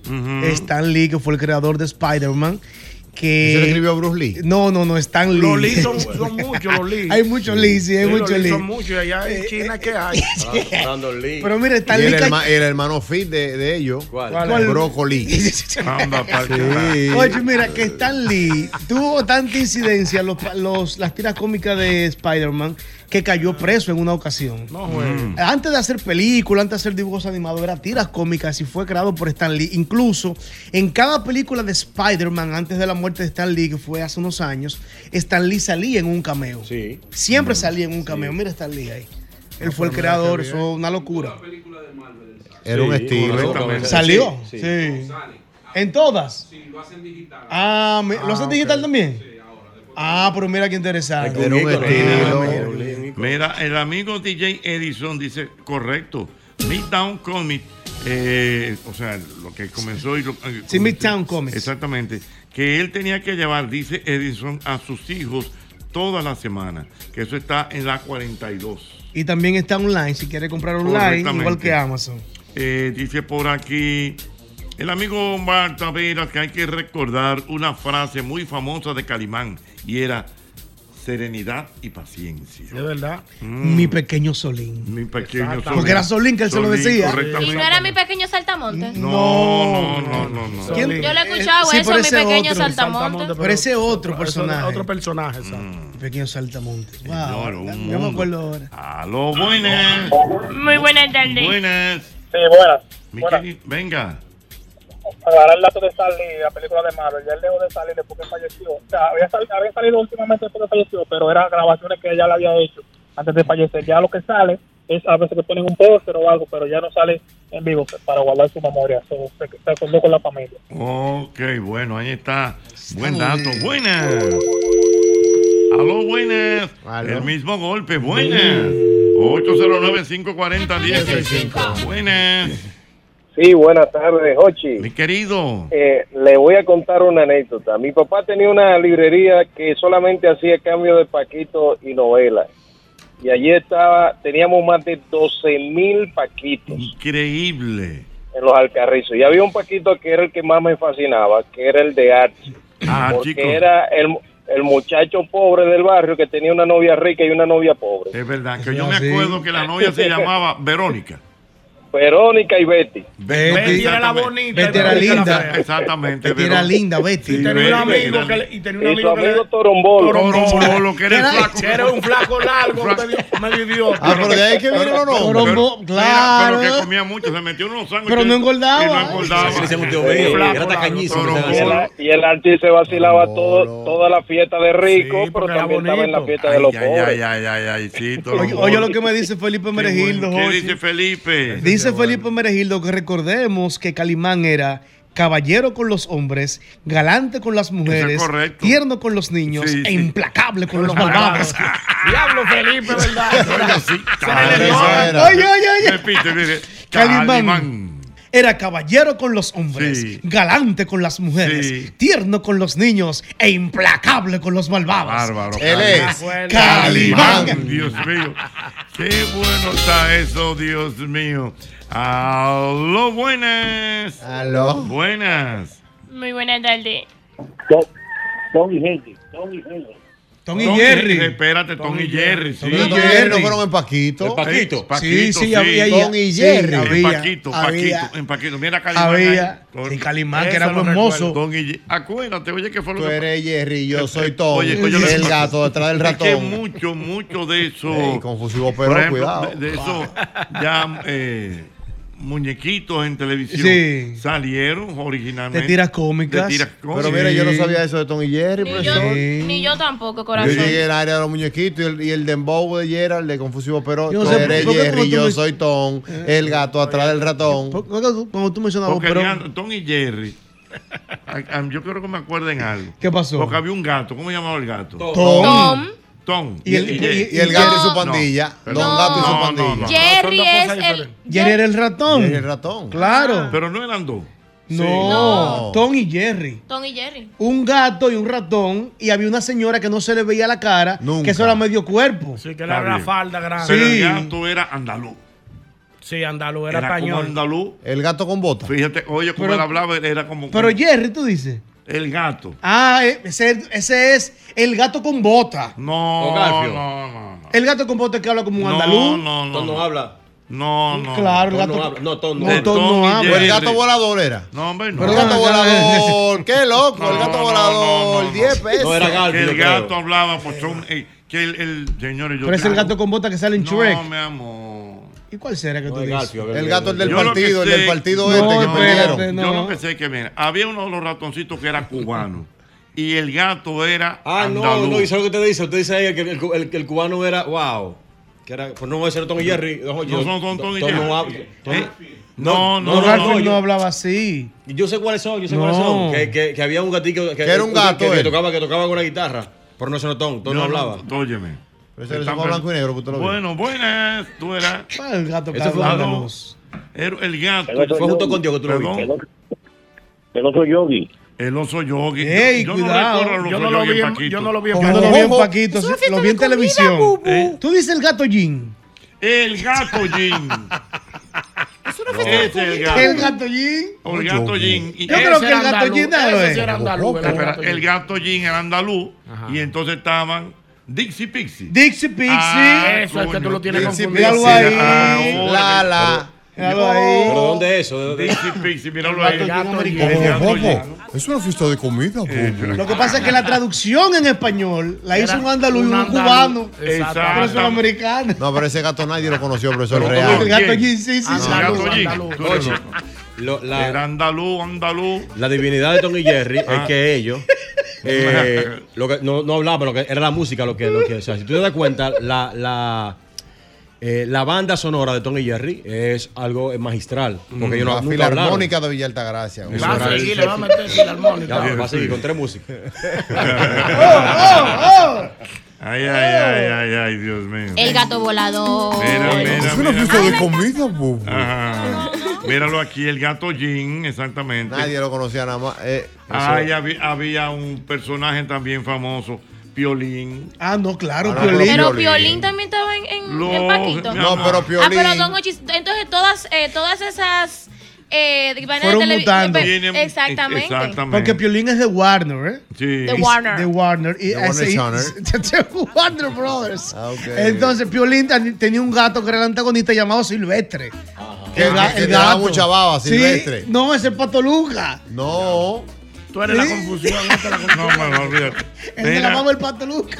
Ujú.
Stan Lee, que fue el creador de Spider-Man. Que...
Eso lo escribió Bruce Lee.
No, no, no, Stan Lee.
Los Lee son, son muchos, los Lee.
hay muchos Lee, sí, hay
Sí, los
muchos
Lee
Lee. Eh,
Son muchos. y Allá en China, ¿qué hay?
Brandon Lee.
Pero mira,
Y
Stan Lee.
el,
ca-
herma- el hermano fit de, de ellos.
¿Cuál?
¿Cuál?
Brócoli.
Anda, pa'l carajo.
Sí.
Oye, mira, que Stan Lee tuvo tanta incidencia los, los- las tiras cómicas de Spider-Man que cayó preso en una ocasión.
No, güey.
Antes de hacer películas, antes de hacer dibujos animados, era tiras cómicas y fue creado por Stan Lee. Incluso en cada película de Spider-Man, antes de la muerte de Stan Lee, que fue hace unos años, Stan Lee salía en un cameo.
Sí.
Siempre salía en un cameo. Mira, Stan Lee ahí. Él fue
pero
el
mira
creador,
qué bien.
eso es una locura.
Era un estilo.
¿Salió? Sí. ¿En todas? Sí, lo hacen digital. Ah, mi- ¿lo
Ah,
hacen
ok.
digital también? Ah, pero mira qué interesante.
Era un estilo.
mira.
Mira, el amigo DJ Edison dice, correcto, Midtown Comic, eh, o sea, lo que comenzó y lo... eh,
Sí, Midtown Comics.
Exactamente, que él tenía que llevar, dice Edison, a sus hijos toda la semana, que eso está en la 42.
Y también está online, si quiere comprar online, igual
Correctamente.
que Amazon.
Eh, dice por aquí el amigo Omar Taveras que hay que recordar una frase muy famosa de Calimán y era serenidad y paciencia.
De verdad.
Mm.
Mi pequeño Solín.
Mi pequeño
Porque era Solín que él se lo decía.
Y no era mi pequeño saltamonte.
No, no, no, no.
Yo lo he escuchado
Eh, Sí,
eso,
pero
mi
ese
pequeño
otro.
saltamonte.
Pero ese otro personaje. Mm.
Otro personaje, exacto.
Pequeño saltamonte. Wow.
Señor, un
Yo me
mundo.
acuerdo ahora.
A lo buenas.
Muy buenas tardes.
Buenas.
Sí, buenas.
Mi
Buenas.
queri- venga.
Agarrar el dato de Stanley, la película de Marvel. Ya él dejó de salir después que falleció. O sea, había, sal- había salido últimamente después que falleció, pero eran grabaciones que ya le había hecho antes de fallecer. Ya lo que sale es a veces que ponen un póster o algo, pero ya no sale en vivo para guardar su memoria. So, se, se acordó con la familia.
Ok, bueno, ahí está. Buen dato. Buenas. Aló, buenas. El mismo golpe. Buenas. 809-540-1065. Buenas.
Sí, buenas tardes, Hochi.
Mi querido.
Eh, le voy a contar una anécdota. Mi papá tenía una librería que solamente hacía cambio de paquito y novelas. Y allí estaba, teníamos más de 12 mil paquitos
Increíble.
en los alcarrizos. Y había un paquito que era el que más me fascinaba, que era el de Archie.
Ah,
porque
chico.
era el, el muchacho pobre del barrio que tenía una novia rica y una novia pobre.
Es verdad, que yo me acuerdo que la novia se llamaba Verónica.
Verónica y Betty.
Betty era la bonita.
Betty era
Verónica
linda.
la fea. Exactamente.
Betty era linda, Betty.
Sí,
Y tenía un
Betty
amigo
era
que
linda.
le- y tenía un Y su amigo que amigo le- Torombolo.
Torombolo, que era el
Era-
flaco. que-
era un flaco largo,
Flaco. medio idiota.
Ah, pero de ahí que viene los nombres.
Pero-
Torombo-
Mira, Pero
claro.
que comía mucho, se metió unos sándwiches.
Pero no engordaba.
Y no engordaba.
Sí, sí, se metió
Un
bien,
flaco,
era
tacañísimo,
Y
se
el,
hacía.
y el Archie se vacilaba todo, toda la fiesta de rico, pero también estaba en la fiesta de los
Ay,
pobres.
ay, ay, ay, ay, sí,
Oye,
Torombolo.
oye lo que me dice Felipe Meregildo.
¿Qué
Jorge.
dice Felipe?
Dice Felipe Meregildo que recordemos que Calimán era caballero con los hombres, galante con las mujeres, tierno con los niños
Sí,
e
sí.
implacable con los
Con los
malvados.
Diablo Felipe, ¿verdad?
Oye, oye, oye.
Repite, mire.
Calimán.
Calimán.
Era caballero con los hombres, galante con las mujeres, tierno con los niños e implacable con los malvados.
Bárbaro.
Él es
Calimán.
Calimán.
Dios mío. Qué bueno está eso, Dios mío. Aló, buenas.
Aló.
Buenas.
Muy buenas tardes.
Tom y Jerry. Tom
y Jerry.
Espérate, Tom, y Jerry. Sí.
Pero Tom y Jerry no fueron en Paquito.
Eh, Paquito.
Sí, sí, había.
Tom
Tom y Jerry.
en Paquito, Paquito, en Paquito. Mira Calimán.
Había.
ahí.
Sí, Calimán, que
Eso
era
lo
buen
recuerdo.
mozo.
Tom y Jerry. Acuérdate, oye, que fue lo
Tú
que
eres Jerry, yo soy Tom.
Oye, oye, lo que
el
pasa-
gato detrás del
es que
ratón.
mucho, mucho de eso.
Ey, confusivo, pero
por ejemplo,
cuidado.
De, de eso, ya eh, muñequitos en televisión
Sí.
salieron originalmente.
De tiras cómicas.
De tiras cómicas.
Pero mira, yo no sabía eso de Tom y Jerry,
Ni yo,
profesor.
ni yo tampoco,
Yo
corazón.
llegué al área de los muñequitos y el, y el dembow de Gerald de Confusivo Pero.
Yo no
Tú
sé,
eres
¿por qué
Jerry,
como tú
yo
me- Eh.
soy Tom, el gato atrás del ratón.
Cuando tú mencionabas,
Porque
pero
había Tom y Jerry. A- a- Yo creo que me acuerden algo.
¿Qué pasó?
Porque había un gato. ¿Cómo llamaba el gato?
Tom. Tom.
Tom.
Y el-
Jerry.
y- y el gato y su pandilla.
pero-
Don Gato y su
no, no,
pandilla.
no.
Jerry es el.
Jerry era el ratón.
Jerry el ratón.
Ah,
Claro.
Pero no eran dos.
No,
No.
Tom y Jerry.
Tom y Jerry.
Un gato y un ratón, y había una señora que no se le veía la cara, que eso era medio cuerpo.
Sí, que le abre la falda grande.
Pero el gato era andaluz.
Sí, andaluz,
Era,
era,
como
cañón.
andaluz.
El gato con bota.
Fíjate, oye, como
Pero-
él hablaba, era como.
Pero Jerry, tú dices.
El gato.
Ah, eh, ese, ese es el gato con bota.
No,
Garfio.
no, no.
El gato con bota es que habla como un andaluz.
No, no, no.
Tom no habla.
No, no.
Claro, el
Tom
gato-
no habla. No, Tom no.
No,
habla.
Tom no habla.
El gato volador era.
No, hombre, no.
Pero el gato
No,
volador, qué loco, el gato volador, 10 pesos.
Que el gato hablaba, pues son. eh, que el, el- señores, yo.
Pero es el gato con bota que sale en
No,
Shrek.
mi amor.
¿Y cuál será que tú dices?
El gato, el del
Yo lo que
partido, el
sé-
del partido este que
Yo
perdieron.
lo que sé es que, mira, había uno de los ratoncitos que era cubano. y el gato era.
Ah, no,
andaluz.
no, y eso es lo que usted dice. Usted dice ahí que el, el- el cubano era, wow. Que era, pues no voy a ser Tom y Jerry. No,
No son Tom y Jerry. ¿Eh?
no hab- Tom-
No, no, Garfield no, hablaba así.
Yo sé cuáles son, yo sé
No.
cuáles son. Que, que, que había un gatito que,
Que era un gato,
que, que
él.
tocaba, que tocaba con una guitarra. Pero no ese no Tom, Tom no,
No, no,
hablaba.
Óyeme.
Pero ese era el blanco y negro que usted lo vio.
Bueno, buenas, tú eras.
Ah, El gato
Ese fue
Carlos.
Aló. Era el gato.
El otro Yogi. El otro- El otro yogi.
El oso yogi.
Ey,
yo, yo
cuidado.
No recuerdo al
Yo
oso
no lo
yogi
vi en-
Paquito.
yo no lo vi en-
Yo no lo vi en
Ojo.
Paquito, sí, lo vi en televisión. ¿Eh? Tú dices el gato Jin.
El gato Jin. Ese es el gato.
El gato Jin.
O el gato Jin. Y
Yo creo
ese
que el
era
gato
andaluz.
Jin no lo
Ese
es.
sí era andaluz,
Espera,
Espera, El gato Jin era andaluz. Y entonces estaban Dixie Pixie.
Dixie Pixie.
Ah,
Eso es que tú lo tienes
Dixie
confundido.
Pixie.
Míralo ahí.
Ah,
La,
bueno.
la.
Pero-
Míralo ahí.
¿Pero dónde es eso?
Dixie Pixie, míralo ahí.
El gato Jin.
El gato
Bobo,
Jin.
es una fiesta de comida. Bobo.
Lo que pasa es que la
Ah.
traducción en español la hizo un andaluz y un cubano. Pero es un americano.
No, pero ese gato nadie lo conoció, pero eso es
Pero
real.
el gato Jin, sí, sí, sí.
Ah,
Andaluz,
gato Jin.
andaluz.
Tú eres
Oye,
loco.
Lo- la,
Era andaluz, andaluz.
La divinidad de Tom y Jerry
Ah.
es que ellos eh, lo que, no, no hablaban, lo que era la música, lo que, lo que- o sea, si tú te das cuenta, la, la, eh, la banda sonora de Tom y Jerry es algo eh, magistral. Porque ellos no,
la
nunca
filarmónica de Villa Altagracia.
hablaron. Eso era el- Ya, va a seguir con tres músicas.
Oh,
Oh, Ay, ay, ay, ay, ay, Dios mío.
Oh. El gato volador.
Mira, mira,
es una
mira.
fiesta de comida, Bobo.
Ajá. Míralo aquí, el gato Jin, exactamente.
Nadie lo conocía nada más. eh,
Ay,
eso-
había, había un personaje también famoso, Piolín.
Ah, no, claro,
Ah, no,
Piolín.
Pero
Piolín.
Piolín también estaba en, en,
No,
en Paquito.
mi amor. No, pero
Ah,
Piolín-
pero Don Hochi, entonces todas, eh, todas esas. Eh, de- maneras
Fueron
televi-
mutando.
eh,
pe- Exactamente.
Porque Piolín es de Warner, ¿eh?
Sí.
De Warner.
De Warner. Y
De Warner
ese-
Channel.
de Warner Brothers.
Ah,
Entonces, Piolín tan- tenía un gato que era el antagonista llamado Silvestre.
Ah. Que- que te daba mucha baba,
Sí,
Silvestre.
no, ese es Pato Luca.
No.
Tú eres la confusión. esta es la confusión.
No, no, no, olvídate.
El de la
Mira,
baba el Pato Luca.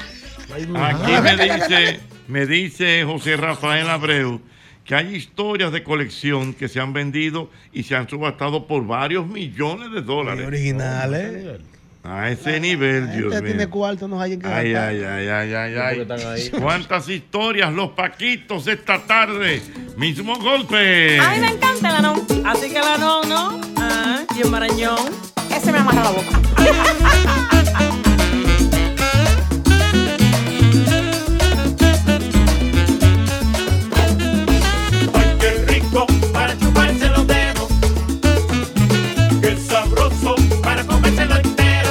Aquí me dice, me dice José Rafael Abreu que hay historias de colección que se han vendido y se han subastado por varios millones de dólares.
originales.
A ese nivel,
Usted
Dios
¿eh? Este tiene
mío.
cuarto, nos hay en que
Ay,
gastar.
ay, ay, ay, ay,
Porque
ay.
están ahí.
¿Cuántas historias los paquitos esta tarde? Mismo golpe.
A mí me encanta la non. A ti que la non, ¿no? Ah, y el marañón. Ese me amarra la boca.
Qué rico para chuparse los dedos. Qué sabroso para comérselo entero.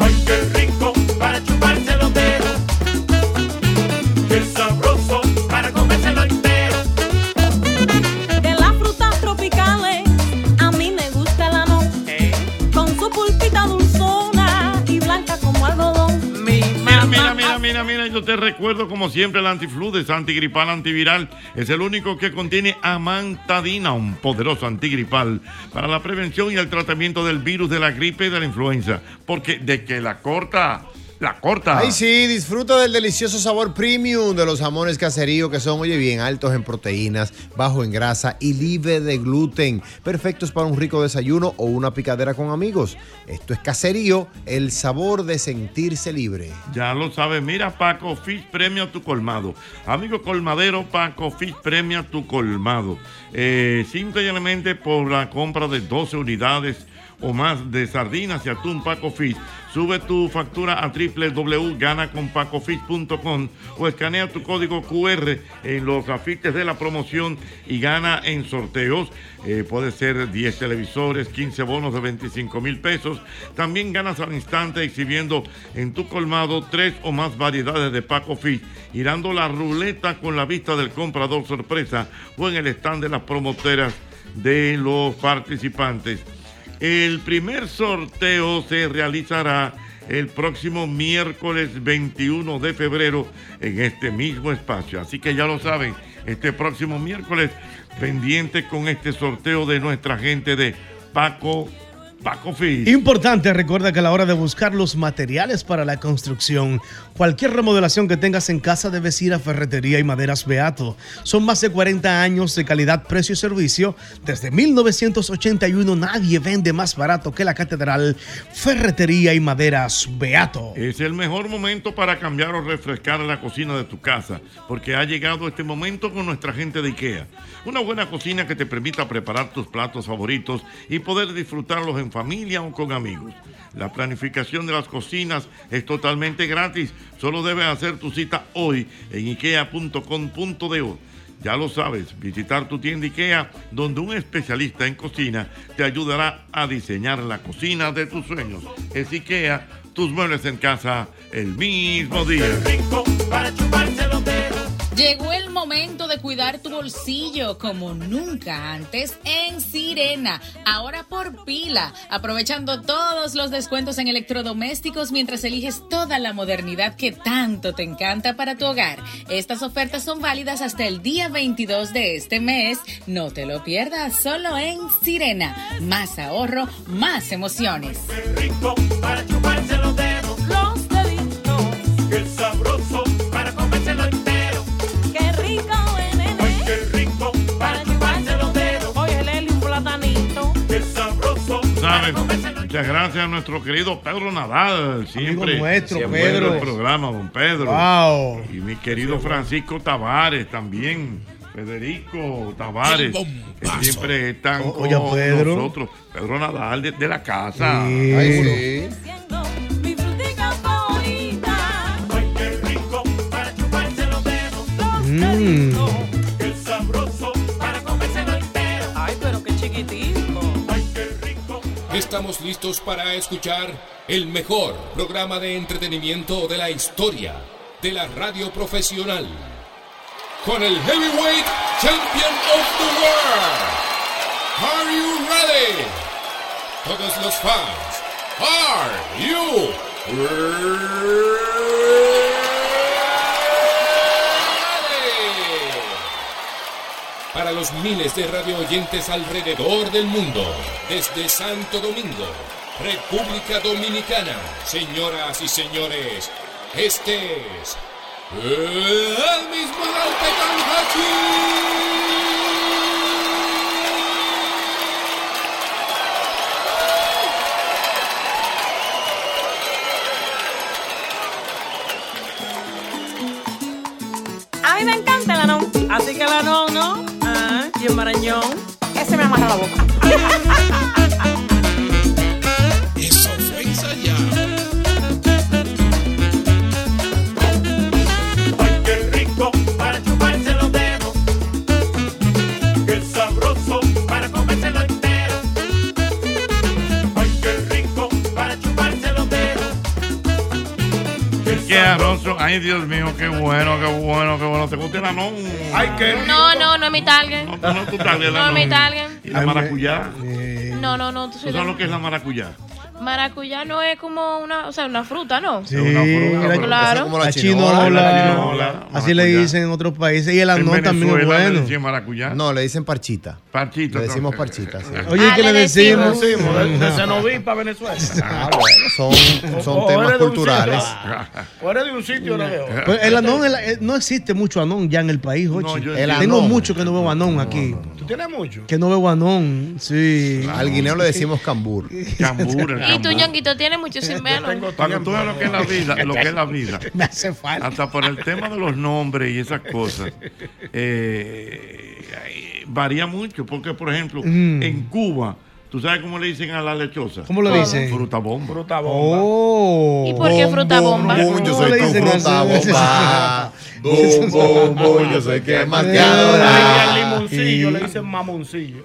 Ay, qué rico para chuparse los dedos. Qué sabroso para comérselo entero.
De las frutas tropicales, a mí me gusta la non. Con su pulpita dulzona y blanca como algodón.
Mira, mira, mira, mira, mira, yo te recuerdo como siempre el antifludes, antigripal, antiviral. Es el único que contiene amantadina, un poderoso antigripal, para la prevención y el tratamiento del virus de la gripe y de la influenza. Porque de que la corta, la corta.
Ay, sí, disfruta del delicioso sabor premium de los jamones caserío que son, oye, bien altos en proteínas, bajo en grasa y libre de gluten. Perfectos para un rico desayuno o una picadera con amigos. Esto es caserío, el sabor de sentirse libre.
Ya lo sabes, mira Paco Fish premia tu colmado. Amigo colmadero, Paco Fish premia tu colmado. Eh, simple y llanamente por la compra de 12 unidades o más de sardinas y atún Paco Fish. Sube tu factura a www.ganaconpacofish.com o escanea tu código QR en los afiches de la promoción y gana en sorteos. Eh, puede ser 10 televisores, 15 bonos de 25 mil pesos. También ganas al instante exhibiendo en tu colmado tres o más variedades de Paco Fish, girando la ruleta con la vista del comprador sorpresa o en el stand de las promoteras de los participantes. El primer sorteo se realizará el próximo miércoles 21 de febrero en este mismo espacio. Así que ya lo saben, este próximo miércoles pendiente con este sorteo de nuestra gente de Paco Back Office.
Importante, recuerda que a la hora de buscar los materiales para la construcción, cualquier remodelación que tengas en casa debes ir a Ferretería y Maderas Beato. Son más de 40 años de calidad, precio y servicio. Desde 1981 nadie vende más barato que la Catedral Ferretería y Maderas Beato.
Es el mejor momento para cambiar o refrescar la cocina de tu casa, porque ha llegado este momento con nuestra gente de IKEA. Una buena cocina que te permita preparar tus platos favoritos y poder disfrutarlos en familia o con amigos. La planificación de las cocinas es totalmente gratis, solo debes hacer tu cita hoy en ikea.com.do. Ya lo sabes, visitar tu tienda IKEA, donde un especialista en cocina te ayudará a diseñar la cocina de tus sueños. Es IKEA, tus muebles en casa el mismo día.
Llegó el momento de cuidar tu bolsillo como nunca antes en Sirena, ahora por pila, aprovechando todos los descuentos en electrodomésticos mientras eliges toda la modernidad que tanto te encanta para tu hogar. Estas ofertas son válidas hasta el día 22 de este mes. No te lo pierdas solo en Sirena. Más ahorro, más emociones.
Para chuparse los dedos, los deditos. Qué sabroso para comérselo entero. Qué rico, nene. Ay, qué rico para chuparse los dedos. Oye, Leli, un platanito. Qué sabroso.
¿Sabes? Muchas gracias a nuestro querido Pedro Nadal, siempre.
nuestro,
siempre
Pedro.
en el programa, don Pedro.
Wow.
Y mi querido Francisco Tavares también. Federico Tavares, que siempre están
oye,
con
Pedro.
nosotros. Pedro Nadal de, de la casa.
Sí. Ay,
Mi frutica favorita. Ay, qué rico para chuparse los dedos. Qué sabroso para comérselo entero. Ay, pero qué chiquitico. Ay, qué rico.
Estamos listos para escuchar el mejor programa de entretenimiento de la historia de la radio profesional. Con el Heavyweight Champion of the World. Are you ready? Todos los fans. Are you ready? para los miles de radio oyentes alrededor del mundo, desde Santo Domingo, República Dominicana, señoras y señores, este es el mismo golpe con
A mí me encanta la non. Así que la non, ¿no? Ah, y el marañón. Ese me amarra la boca. Eso fue Ay, qué rico para chuparse los dedos. Qué sabroso para comérselo entero. Ay, qué rico para chuparse los dedos.
Qué arroso. Ay, Dios mío, qué bueno, qué bueno, qué bueno. ¿Te gusta la non? Ay, qué
No, no, no es mi target.
No, tú dale la
No,
non.
mi target.
¿Y la maracuyá?
eh.
No, no, no. Tú
¿Tú
soy
sabes
de-
lo que es la maracuyá?
Maracuyá no es como una, o sea, una fruta, ¿no?
Sí, la,
Claro. como la
la
chinola,
chinola,
la chinola,
así le dicen en otros países. Y el anón también es bueno.
No, le dicen parchita.
Parchita.
Le decimos parchita. sí.
Oye, ¿y ¿qué le decimos?
De
Ajá.
Cenoví para Venezuela.
Ah, bueno, son, son
O- o
temas
eres de un
culturales.
sitio. O eres de un sitio o eres de otro.
Pues el anón, el- el- no existe mucho anón ya en el país, Jochi.
yo
Tengo
entiendo. El anón.
mucho que no veo anón aquí.
¿Tú tienes mucho?
Que no veo anón, sí.
Al guineo le decimos cambur.
Cambur,
Y tu ñonguito tiene muchísimo menos.
Para que tú veas lo que es la vida, lo que es la vida.
Me hace falta.
Hasta por el tema de los nombres y esas cosas. eh, ay, varía mucho, porque por ejemplo,
Mm.
en Cuba, ¿tú sabes cómo le dicen a la lechosa?
¿Cómo lo dicen?
Fruta bomba.
Fruta
Oh.
¿Y por qué fruta bomba?
Yo soy tu fruta bomba. Bum, bum, bum, yo soy que más te
Ah, Al
adora.
limoncillo le dicen mamoncillo.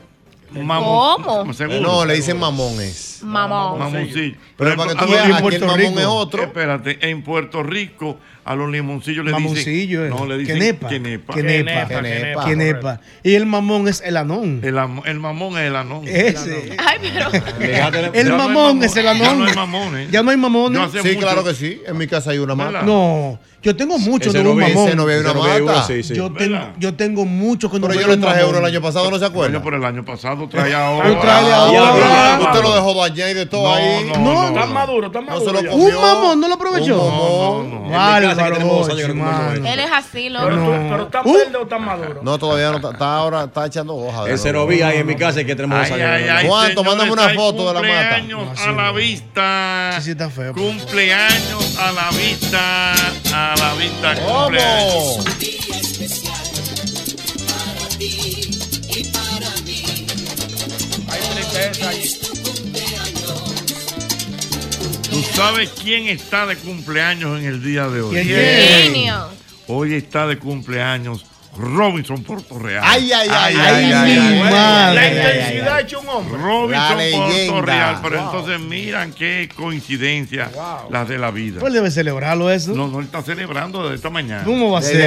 ¿Cómo?
Eh, No, le dicen mamones.
Mamón.
Mamoncillo.
Pero para que tú
a los
veas,
de
aquí el
Puerto
mamón
Rico-
es otro.
Espérate, en Puerto Rico a los limoncillos le
Mamoncillo,
dicen.
eh.
No, le dicen.
Quenepa.
Quenepa.
Quenepa. Quenepa. Quenepa. Y el mamón es el anón.
El, am- el mamón es el anón.
Ese.
Ay, pero.
El
Ya no hay eh.
mamón es el
Ya no
anón.
hay mamones.
Ya no hay mamones.
Sí, claro que sí. En mi casa hay una más.
No. Yo tengo muchos,
Ese
no veo un
no ve-
mamón.
ese no ve una Ese no ve mata. uno, sí, sí.
Yo tengo, yo tengo muchos que no
Pero yo
veo
le
un
traje
mamón.
uno el año pasado, ¿no se acuerda?
Coño, pero el año pasado trae ahora.
Pero tráele
Ah,
ahora.
ya,
Usted lo
ya.
dejó dañar y de todo ahí.
No, no, no, no.
maduro, está
No se lo
ya.
comió.
Un mamón, no lo aprovechó.
No, no, no.
Él es así, loco.
Pero está verde o está maduro.
No, todavía no está, está ahora está echando hojas.
El cero vi ahí en mi casa y que tenemos dos
Ay,
años.
ay, ay, Juanto, mándame una foto de la mata.
Cumpleaños a la vista. Cumpleaños a la vista. A la vista. Cumpleaños.
Un día especial para ti y para mí. Feliz tu cumpleaños.
¿Tú sabes quién está de cumpleaños en el día de hoy?
¿Quién? ¿Quién?
Genio.
Hoy está de cumpleaños Robinson Portorreal.
Ay, ay, ay, ay,
mi
güey.
madre. La intensidad ha hecho un hombre.
Robinson
La leyenda.
Portorreal. Pero
Wow.
entonces miran qué coincidencia las de la vida.
Pues debe celebrarlo eso.
No, no, él está celebrando Ah. desde esta mañana.
¿Cómo va a ser?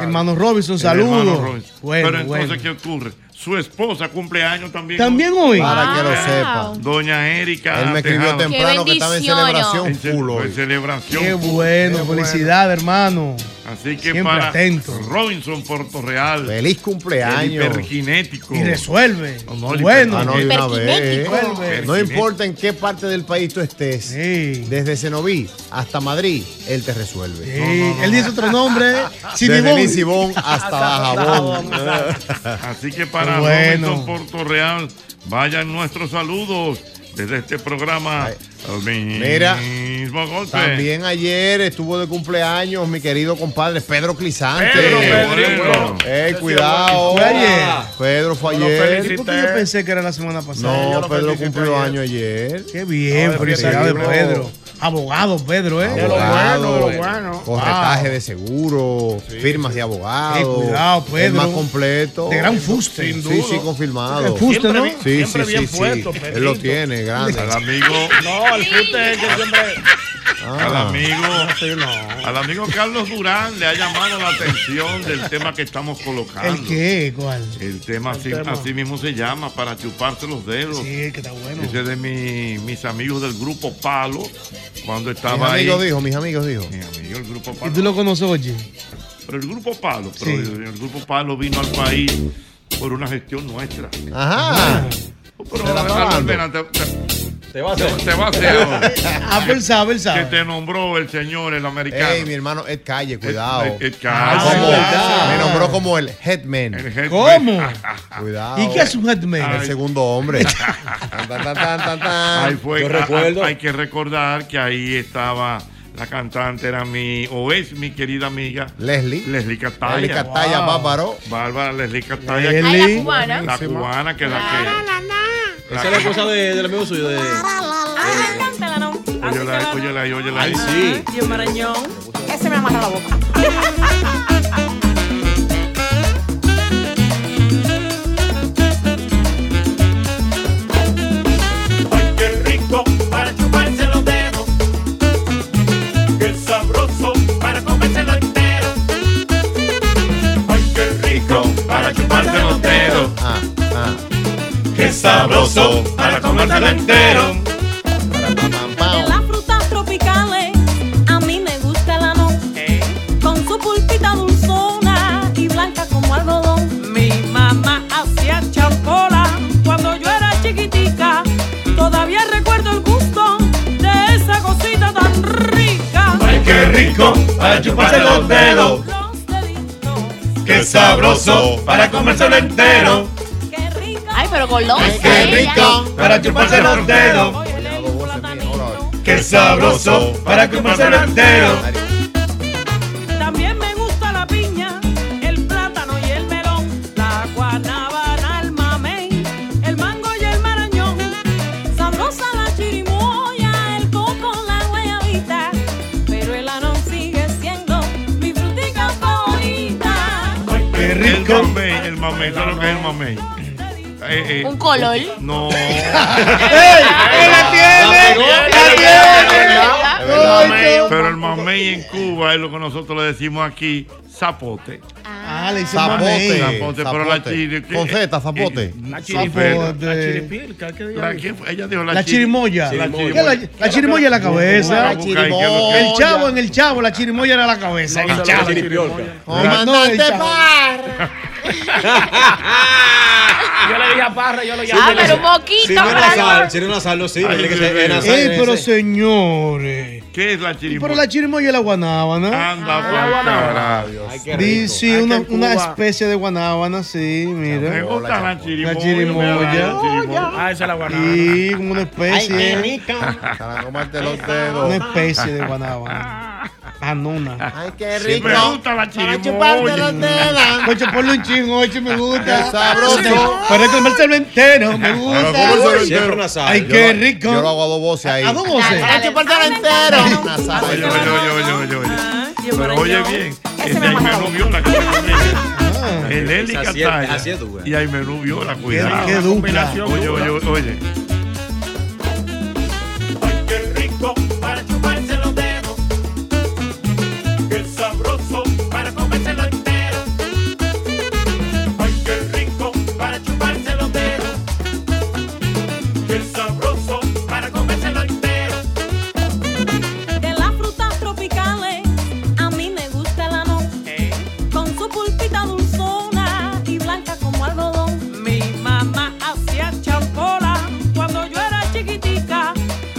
Hermano Robinson,
El hermano
saludos.
Robinson.
Bueno,
Pero entonces,
bueno.
¿qué ocurre? Su esposa cumpleaños también.
También hoy. Para
que lo Wow. sepa.
Doña Erika.
Él me escribió
Tejada.
temprano que estaba en celebración full hoy.
En celebración.
Qué bueno, felicidad, hermano.
Así que
Siempre
para
atento.
Robinson Portorreal.
Feliz cumpleaños.
El hiperkinético.
Y resuelve.
el
bueno,
Ah, no, de una vez.
Resuelve.
No importa en qué parte del país tú estés, desde Cenoví hasta Madrid, él te resuelve.
Sí, Él dice otro nombre.
Desde
Sidibón.
Lisibón hasta Bajabón.
Así que para
Bueno.
Robinson Portorreal, vayan nuestros saludos desde este programa.
Mira,
Mismo golpe.
También ayer estuvo de cumpleaños mi querido compadre Pedro Clisante.
Pedro,
Pedro.
Ey, cuidado. Ah.
Fue ayer.
Pedro fue ayer.
¿Por qué yo pensé que era la semana pasada?
No, Pedro cumplió año ayer.
Qué bien,
No,
felicidades,
Pedro.
Pedro. Abogado, Pedro, ¿eh?
Abogado, eh, Corretaje
Wow.
de seguro, firmas de abogado.
Eh, cuidado,
El
Pedro.
más completo. Eh,
De gran fuste. Sin
Sí,
duda.
sí, confirmado.
El fuste, ¿no?
Sí, sí,
Siempre
sí,
bien
sí.
puesto,
Él
Pedrito.
lo tiene, grande.
Al amigo.
No, el fuste es el que siempre.
Ah.
Al amigo, al amigo Carlos Durán le ha llamado la atención del tema que estamos colocando.
¿El qué? ¿Cuál?
El tema, así,
tema.
así mismo se llama, para chuparse los dedos.
Sí, que está bueno.
Ese de mi- mis amigos del grupo Palo, cuando
Mis
estaba ahí.
amigos dijo, mis amigos dijo.
amigo, el grupo
¿Y
Palo.
tú lo conoces, oye?
Pero el grupo Palo, pero
Sí.
el, el grupo Palo vino al país por una gestión nuestra.
Ajá.
Pero Carlos Almena, te, te-
va a hacer.
Te va a hacer ahora.
Ah, pero él sabe, él sabe.
Que te nombró el señor, el americano.
Ey, mi hermano Ed Calle, cuidado.
Ed- Ed Calle.
Como-
Ah,
me nombró como el headman.
¿Cómo?
Cuidado.
¿Y qué es un headman?
El segundo hombre. Tan, tan, tan, tan, tan.
Ahí fue- a- a- Hay que recordar que ahí estaba la cantante, era mi, o es mi querida amiga.
Leslie.
Leslie Catalla.
Leslie Catalla, Bávaro.
Bárbara Leslie Catalla.
Leslie. Ay, la
cubana.
La cubana que es la que.
Esa es la cosa de, del amigo suyo. De...
Óyela, óyela, ahí, óyela.
Ay, sí.
Y el marañón. Ese me amarra la boca. Qué rico para chuparse los dedos. Qué sabroso para comérselo entero. Ay, qué rico para chuparse los dedos. Qué sabroso para comérselo entero.
De las frutas tropicales, a mí me gusta la no. Con su pulpita dulzona y blanca como algodón.
Mi mamá hacía champola cuando yo era chiquitica. Todavía recuerdo el gusto de esa cosita tan rica.
Ay, qué rico
para chuparse los dedos. Qué sabroso para comérselo entero.
Ay, pero golosa.
Qué
ella.
rico para chuparse los dedos. Qué sabroso para comérselo entero. También me gusta la piña, el plátano y el melón, la guanábana, el mamey, el mango y el marañón.
Sabrosa la chirimoya, el coco, la guayabita. Pero el anón sigue siendo mi frutica favorita.
Qué rico. El mamey, el mamey, ¿sabes lo que es el mamey? Eh, eh,
Un color.
No.
la
tiene!
¡La
Pero el mamey en Cuba es lo que nosotros le decimos aquí, zapote.
Ah, le dicen
Zapote.
mamey.
Zapote, pero la chiri-
Con Z, zapote.
Eh,
La
zapote.
chiripilca,
¿qué
La- ¿quién fue? Ella dijo la,
La
chi-
chirimoya.
La
¿Qué es La
chirimoya.
la chirimoya es la cabeza.
La chirimoya.
El chavo en el chavo, la chirimoya era la cabeza.
No,
El
la
chavo.
chiripiorca.
Comandante
Yo le dije a Parra, yo lo
Ah, pero un moquito,
Si no era
Parra.
sal, si no era sal, no sirve.
Ay,
Tiene que
Dios
ser- era
mío.
sal,
Ey,
era
pero
sal.
señores.
¿Qué es la
Pero
chirimoya?
la chirimoya es la
Ah,
guanábana.
Anda, por carajo.
Di- Sí, una, una especie de guanábana, sí, mira.
Me gusta la chirimoya.
La chirimoya.
Oh, Ah, esa es la guanábana.
Y como una especie.
Para comerte los dedos.
Una especie de guanábana. Anuna.
Ay, qué
Sí,
rico.
me gusta
la
Para chuparte los dedos.
Ocho, ponle un chingo, ocho, me gusta.
Qué sabroso.
Para comérselo entero, me
Para
gusta.
comérselo
Uy.
entero.
Ay,
Yo
qué
lo-
rico.
Yo lo hago a dos voces ahí.
¿A dos voces?
Para chupártelo entero. Nasal.
Oye, oye, oye, oye, oye, oye. Pero oye bien,
Ese
este
me
Aymenú Viola que
Ah.
El Eli
Así es,
Catalla
así es, güey.
y Aymenú Viola, cuidado.
qué dupla.
Combinación. Oye, oye, oye, oye.
para chuparse los dedos. Qué sabroso para comérselo entero. Ay, qué rico para chuparse los dedos. Qué sabroso para comérselo entero.
De las frutas tropicales, a mí me gusta la no. Con su pulpita dulzona y blanca como algodón. Mi mamá hacía champola cuando yo era chiquitica.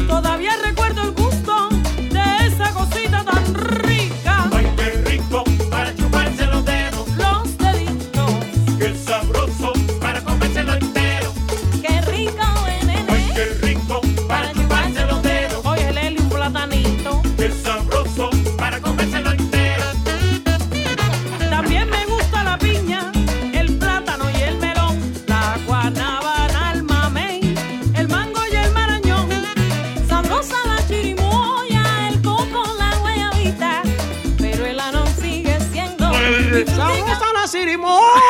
Todavía recuerdo el gusto de esa cosita tan rica.
Ay, qué rico para chuparse los dedos.
Los deditos,
Qué sabroso para comérselo entero.
qué rico, eh, nene.
Qué rico para chuparse los dedos.
Oye, Leli, un platanito.
Qué sabroso para comérselo entero.
También me gusta la piña, el plátano y el melón, la guanábana, el mamey, el mango y el marañón. Sabrosa la chirimoya, el coco, la guayabita, pero el anón sigue siendo.
Sabrosa
la chirimoya!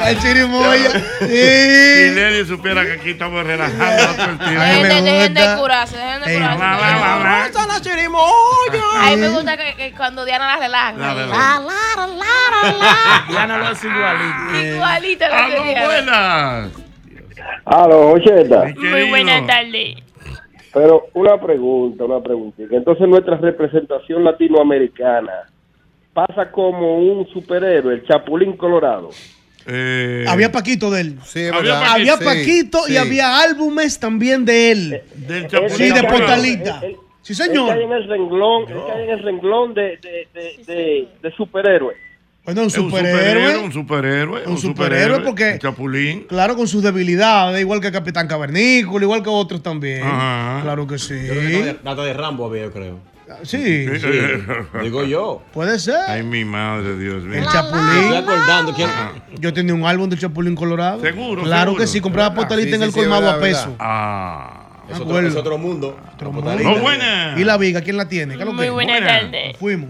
La chirimoya.
Si
Sí.
Leli supiera que aquí estamos relajando todo el
Dejen
tiempo.
de- dejen de
gusta.
curarse, dejen de
Ey,
curarse.
va, va, va, va.
¡Vamos a la chirimoya! A mí me gusta que, que cuando Diana la relaja.
La
La,
relaja.
la, la, la, la.
Diana lo hace igualito.
Igualita la que
¡Aló,
Diana.
buenas!
A los 80.
Muy buenas tardes.
Pero una pregunta, una preguntita. Entonces nuestra representación latinoamericana pasa como un superhéroe, el Chapulín Colorado.
Eh,
Había Paquito de él.
Sí, es
Había
verdad.
Paquito,
Había
Sí,
Paquito y
sí.
había álbumes también de él.
Eh, del
Ese
Sí,
es
de
el-
Portalita.
el- el-
Sí,
Él cae
señor.
en el renglón, él cae en el renglón de, de, de, de, de superhéroe.
Bueno, un
Es un superhéroe,
superhéroe.
un superhéroe,
Un superhéroe, porque-
el Chapulín.
Claro, con sus debilidades, igual que Capitán Cavernícola, igual que otros también.
Ajá.
Claro que
Yo creo que
sí.
Nata de- Nata de Rambo había, yo creo.
Sí,
Sí, digo yo.
puede ser.
Ay, mi madre, Dios mío.
El
Me estoy
Chapulín.
acordando quién.
Yo tenía un álbum de Chapulín Colorado.
Seguro,
Claro
seguro.
que Ah, sí, compraba portalita
Sí,
en
sí,
el
sí,
colmado
verdad,
a
verdad.
peso.
Ah.
Es otro,
Abuelo.
es otro mundo.
mundo.
No, buenas.
¿Y la viga? ¿Quién la tiene? ¿Qué es lo que
Muy
es?
buenas
buena.
tardes.
Fuimos.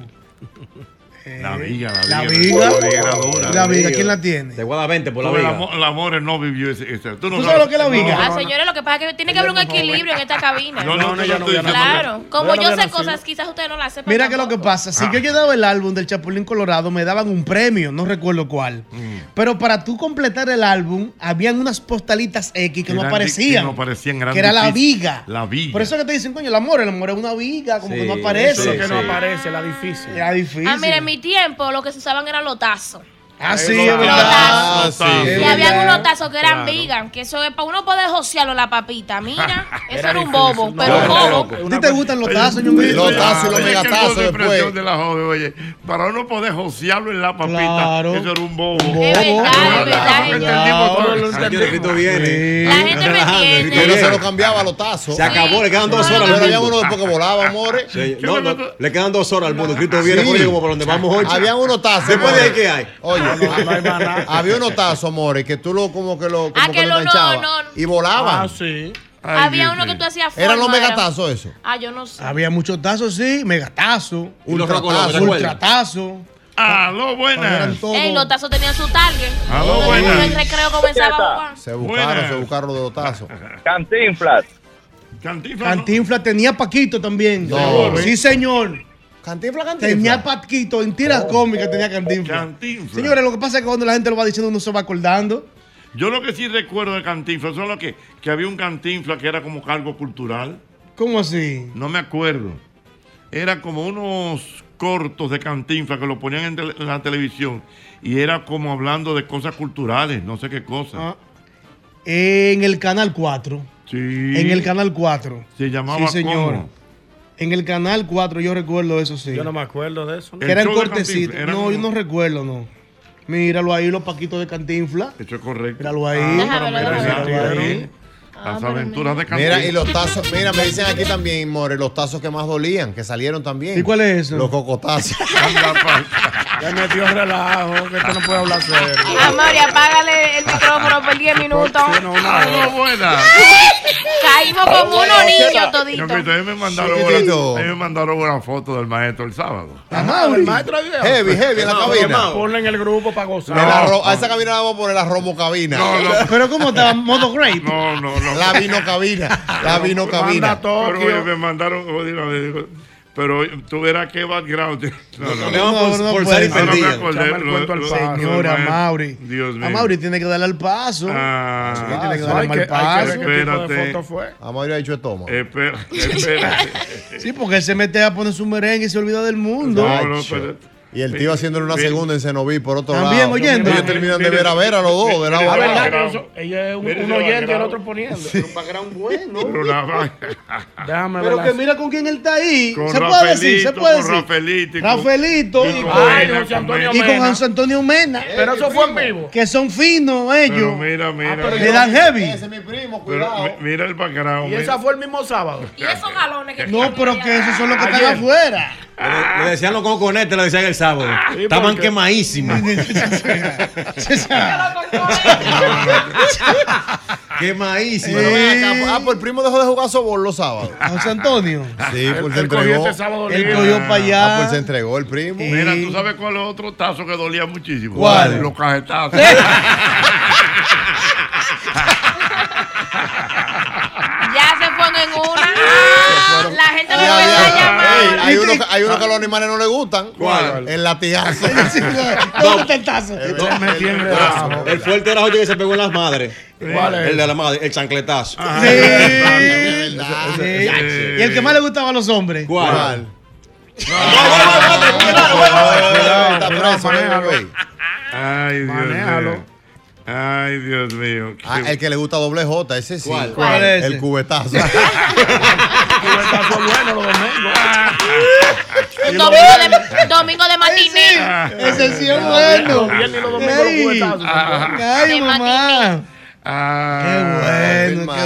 Eh,
La viga,
La
la
viga.
viga. La viga, la dura.
La viga, ¿quién la tiene?
Te guarda 20 por la
Porque el
vida.
amor, el amor no vivió ese. ese. Tú, no
¿Tú sabes lo que es la viga?
Ah, señores, lo que pasa es que tiene que haber un equilibrio en esta cabina.
No, no, no, yo no estoy diciendo
Claro,
que-
como
Yo no
yo
había
sé
nacido.
cosas, quizás ustedes no las sepan.
Mira que lo que
tampoco.
pasa, si
Ah.
yo llenaba el álbum del Chapulín Colorado, me daban un premio, no recuerdo cuál.
Mm.
Pero para tú completar el álbum, habían unas postalitas X que no
eran di-
aparecían.
Que no aparecían
que era la
difícil.
viga.
La viga.
Por eso que te dicen, coño, el amor, el amor es una viga, como
Sí,
que no
Eso es
aparece.
lo que no
Sí.
aparece, la difícil.
Era difícil.
Ah, mira, en mi tiempo lo que se usaban eran lotazos.
Ah, sí,
Los
es verdad.
Ah, sí.
Y
verdad.
había unos tazos que eran vegan, que eso es para uno poder josearlo en la papita. Mira, eso era,
difícil,
un bobo,
no,
pero
era
un bobo.
loco.
¿A ti te gustan los tazos, ñonguito?
Los tazos pues, y los
Oye, qué
megatazos
cosa de
después.
presión de la joven, oye. Para uno poder josearlo en la papita,
Claro.
eso era un bobo.
Es verdad, es verdad,
Nosotros
es verdad.
entendimos todo.
Señores, Cristo
eh.
viene.
La gente me
Relajando,
entiende.
Cristo
Pero se
viene.
lo cambiaba a los tazos.
Se acabó, le quedan dos
No,
horas
Pero
al
había uno
mundo.
después que volaba, amores.
Sí,
¿Qué
no,
le
no,
pasó?
le quedan dos horas al mundo. Cristo viene,
Ah, Sí.
oye, como por donde vamos hoy.
Había unos tazos.
Después de
more.
ahí, ¿qué hay?
Oye,
no hay más nada.
había unos tazos, amores, que tú lo como que lo como
Ah, que lo- no,
enganchabas.
no, no.
Y volaban.
Ah, sí.
Ay,
Había
Dios
uno que
mío.
tú hacías forma.
Eran los
era-
megatazos eso.
Ah, yo no sé.
Había muchos tazos, sí, megatazos,
Y los rocolocos, ¿se
ultratazos,
acuerdan?
ultratazos.
Aló,
Eran
buenas.
todos-
Ey, los tazos tenían su target.
Ah,
Entonces,
bueno.
cuando el recreo comenzaba a jugar.
Se buscaron,
Buenas.
se buscaron los dos tazos.
Cantinflas.
Cantinflas, ¿no?
Cantinflas tenía Paquito también.
No.
Sí, señor.
Cantinflas, Oh. cantinflas.
Tenía Patquito en tiras cómicas, tenía Cantinflas. Señores, lo que pasa es que cuando la gente lo va diciendo, uno se va acordando.
Yo lo que sí recuerdo de Cantinflas, solo que, que había un Cantinflas que era como cargo cultural.
¿Cómo así?
No me acuerdo. Era como unos cortos de Cantinflas que lo ponían en, tele- en la televisión y era como hablando de cosas culturales, no sé qué cosas.
Ah,
En el canal 4.
Sí.
En el canal 4.
Se llamaba
Sí, señor.
¿cómo?
En el canal 4 yo recuerdo eso, sí.
Yo no me acuerdo de eso.
Que eran cortecitos. No, yo no recuerdo, no. Míralo ahí, los paquitos de Cantinfla.
Eso es correcto.
Míralo ahí.
Ah, pero
Míralo
mira, mira,
ahí.
mira. Las aventuras de Cantinflas.
Ah, Mira, y los tazos, mira, me dicen aquí también, More, los tazos que más dolían, que salieron también.
¿Y cuál es eso?
Los cocotazos.
Ya metió relajo, que esto no puede hablar serio.
Amor, y apágale el micrófono por 10 minutos.
Ah, no, buena.
Caímos como unos niños
Yo
toditos.
que ustedes me mandaron,
Chiquitito.
una, me mandaron una foto del maestro el sábado.
Ajá, el maestro había-
Heavy, heavy en la
Quemado,
cabina.
quemado. Ponlo en el grupo para gozar.
El arro- a esa cabina la ah, vamos a poner la romo cabina.
No, no.
Pero ¿cómo está? ¿Modo great?
No, no, no.
La vino
Ah,
cabina. La vino cabina.
Pero eh, oye, me mandaron, oye, no, me dijo, pero oye, tú verás qué background. No, no,
No, pues, no, no puede.
No, no me acordé.
Llama el
lo-
cuento al
lo-
paso.
lo-
Señora Mauri.
Dios mío.
A Mauri tiene que darle al paso.
Ah,
tiene que
paso.
darle
Ay,
al
que- ay,
paso.
que- espérate. Eh,
A Mauri ha hecho toma.
Espera, espera.
Sí, porque él se mete a poner su merengue y se olvida del mundo.
No, no, pero- Y el tío haciéndole una segunda en Cenoví por otro lado.
También oyendo. Ah,
Ellos terminan de ver a ver a los dos, de lado
La
a lado.
verdad que eso- ella es un,
Mire
un
ese
oyente y el
background.
otro poniendo.
Un background bueno.
Déjame
Pero
ver.
que mira con quién él está ahí.
Con
se puede decir, se
Rafaelito,
puede
con
decir.
Rafaelito y
Rafaelito
con- y con
Ay, José
y
Antonio
con
Mena. Eh,
José Antonio Mena.
Pero eso fue en vivo. Ah,
Que son finos ellos.
Mira, mira.
Le dan heavy.
Pero mi- mira el background.
Y
mira.
esa fue el mismo sábado.
Y esos galones que
No, pero que esos son los que
Ayer.
están afuera.
Le, le decían los coconetes, le decían el sábado.
¿y
Estaban
por qué?
quemadísimos.
Quemadísimo.
Sí.
Pero ven acá, Ah, pues el primo dejó de jugar softball los sábados.
José Antonio.
Sí,
Él-
pues se
él cogió
entregó.
este sábado Él libre. cogió pa' allá.
Ah, pues se entregó el primo.
Mira, tú sabes cuál es otro tazo que dolía muchísimo.
¿Cuál?
Los cajetazos.
Ya se ponen una. La gente no me
Ay,
va a
ay, ay,
llamar.
hay, uno, que- hay
Ah.
uno que a los animales no le gustan. ¿Cuál? El latigazo.
¿Dónde está el tazo?
El fuerte era Jorge que se pegó en las madres.
¿Cuál es?
El de la madre, el chancletazo.
Ah.
Sí. Sí. Y el que más le gustaba a los hombres.
¿Cuál?
Ay, Dios mío. Ay, Dios mío.
Ah, el que le gusta doble J, ese sí.
¿Cuál? ¿Cuál es ese?
El cubetazo.
Cubetazo bueno los domingos.
Un domingo de, domingo de matiné.
Ese sí es bueno.
Los viernes y los domingos los
Ey.
cubetazos.
Ay, mamá.
Qué
bueno, qué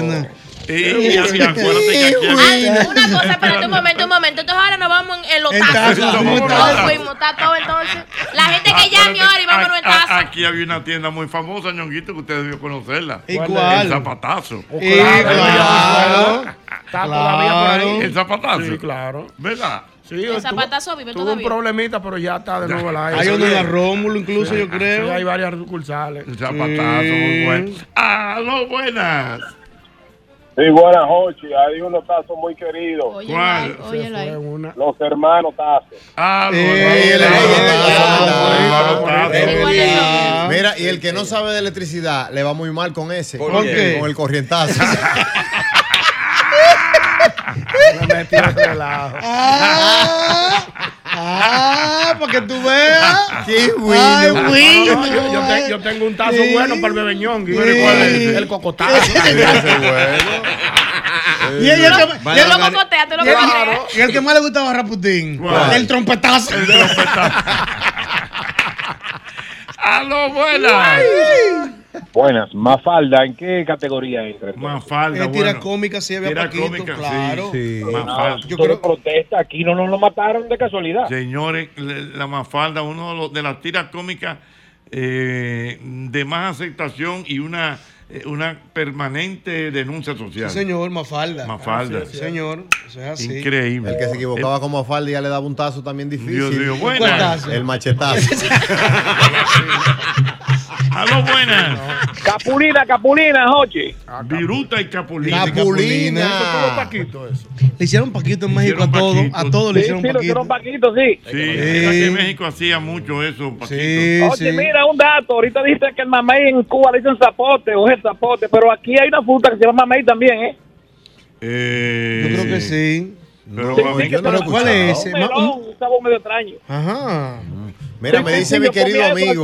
bueno.
Y, y acuérdate que aquí
Ay, una cosa, espérate un momento, un momento. Entonces ahora nos vamos en, en los
En
tazos.
tazos, vamos en
Nos
tazos.
fuimos, está todo entonces. La gente que llame ahora y vámonos en
A- a-
tazos.
Aquí había una tienda muy famosa, ñonguito, que usted debió conocerla.
¿Y cuál?
El zapatazo.
Y claro.
Está todavía por ahí.
El zapatazo.
Sí, claro.
¿Verdad?
Sí,
El
ah, tuvo-
zapatazo vive
Tuvo un
todavía.
problemita, pero ya está de nuevo al aire.
Hay uno en la
Sí.
Rómulo incluso, yo creo.
Sí, hay varias sucursales. Ah,
El zapatazo, muy bueno. ¡Aló, Ah, buenas!
Sí, buenas, Jochi. Hay unos tazos muy queridos.
¿Cuál?
Los hermanos tazos.
Ah,
Mira, y el que no sabe de electricidad le va muy mal con ese.
¿Por ¿Por qué? qué?
Con el corrientazo.
Ah, ah, para que tú veas.
Qué
Ay,
No,
bueno.
no, yo, yo te- yo tengo un tazo
Sí.
bueno para el bebeñón.
Sí.
El cocotazo.
Y el, y el que-
Vaya,
y el-
lo cocotea, tú lo
y el-
cocoteas.
y el que más le gustaba a Raputín.
¿Cuál?
El trompetazo.
¡Aló, buenas!
Buenas, Mafalda, ¿en qué categoría entra?
Mafalda,
Eh, tira cómica, sí, había
Tira
Paquito,
cómica, sí,
claro.
sí. Mafalda.
Yo creo protesta aquí, no nos lo mataron de casualidad.
Señores, le- la Mafalda, uno de, los- de las tiras cómicas eh, de más aceptación y una, eh, una permanente denuncia social.
Sí, señor, Mafalda.
Mafalda.
Sí, señor, eso
Ah,
es así.
Increíble.
El que se equivocaba como a Faldi ya le daba un tazo también difícil.
Dios mío, buenas.
El machetazo.
Aló, buenas.
Capulina, Capulina, Jochi.
Viruta y Capulina.
Capulina. Eso es todo
Paquito, eso.
Le hicieron Paquito en México a todos. A todos le hicieron Paquito.
Paquito, sí.
Sí, era que en México hacía mucho eso, Paquito.
Oye, mira, un dato. Ahorita dice que el mamey en Cuba le dicen zapote o es el zapote, pero aquí hay una fruta que se llama mamey también, ¿eh?
Yo creo que sí.
Pero,
No, Eh, yo no lo he
¿Cuál es ese? Un
escuchado.
melón, un sabor medio extraño.
Ajá.
Mira, me dice mi querido amigo.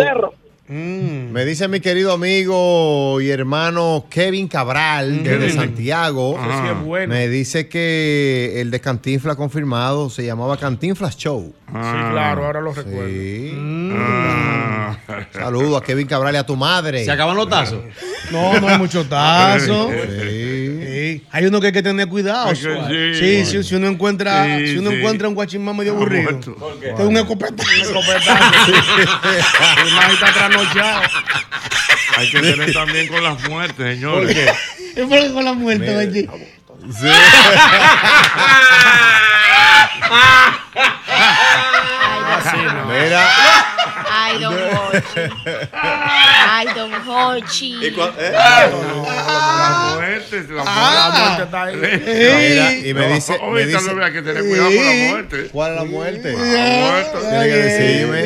Mm.
Me dice mi querido amigo y hermano Kevin Cabral desde
Kevin.
Santiago.
Ese sí es bueno.
Me dice que el de Cantinflas confirmado se llamaba Cantinflas Show.
Ah. Sí, claro, ahora lo recuerdo.
Mm.
Ah.
Saludos a Kevin Cabral y a tu madre.
¿Se acaban los tazos?
No, no hay mucho tazo.
Sí.
Sí. Hay uno que hay que tener cuidado.
que- sí,
suave. Sí,
bueno.
sí, si uno encuentra,
Sí,
si uno
sí.
encuentra un guachimán medio aburrido, te da un escopetazo.
Y más está trasnochado.
Hay que tener también con las muertes, señores.
Es porque con la muerte, Benji.
pues Mira.
Ay, don Hochi. Ay, don Hochi.
eh.
Ah.
La muerte, la, muerte está ahí.
Ah.
Mira, y me dice- me
Ahorita
dice-
no hay que tener cuidado con la muerte.
¿Cuál es la muerte?
La
Tiene que
Eh.
decirme.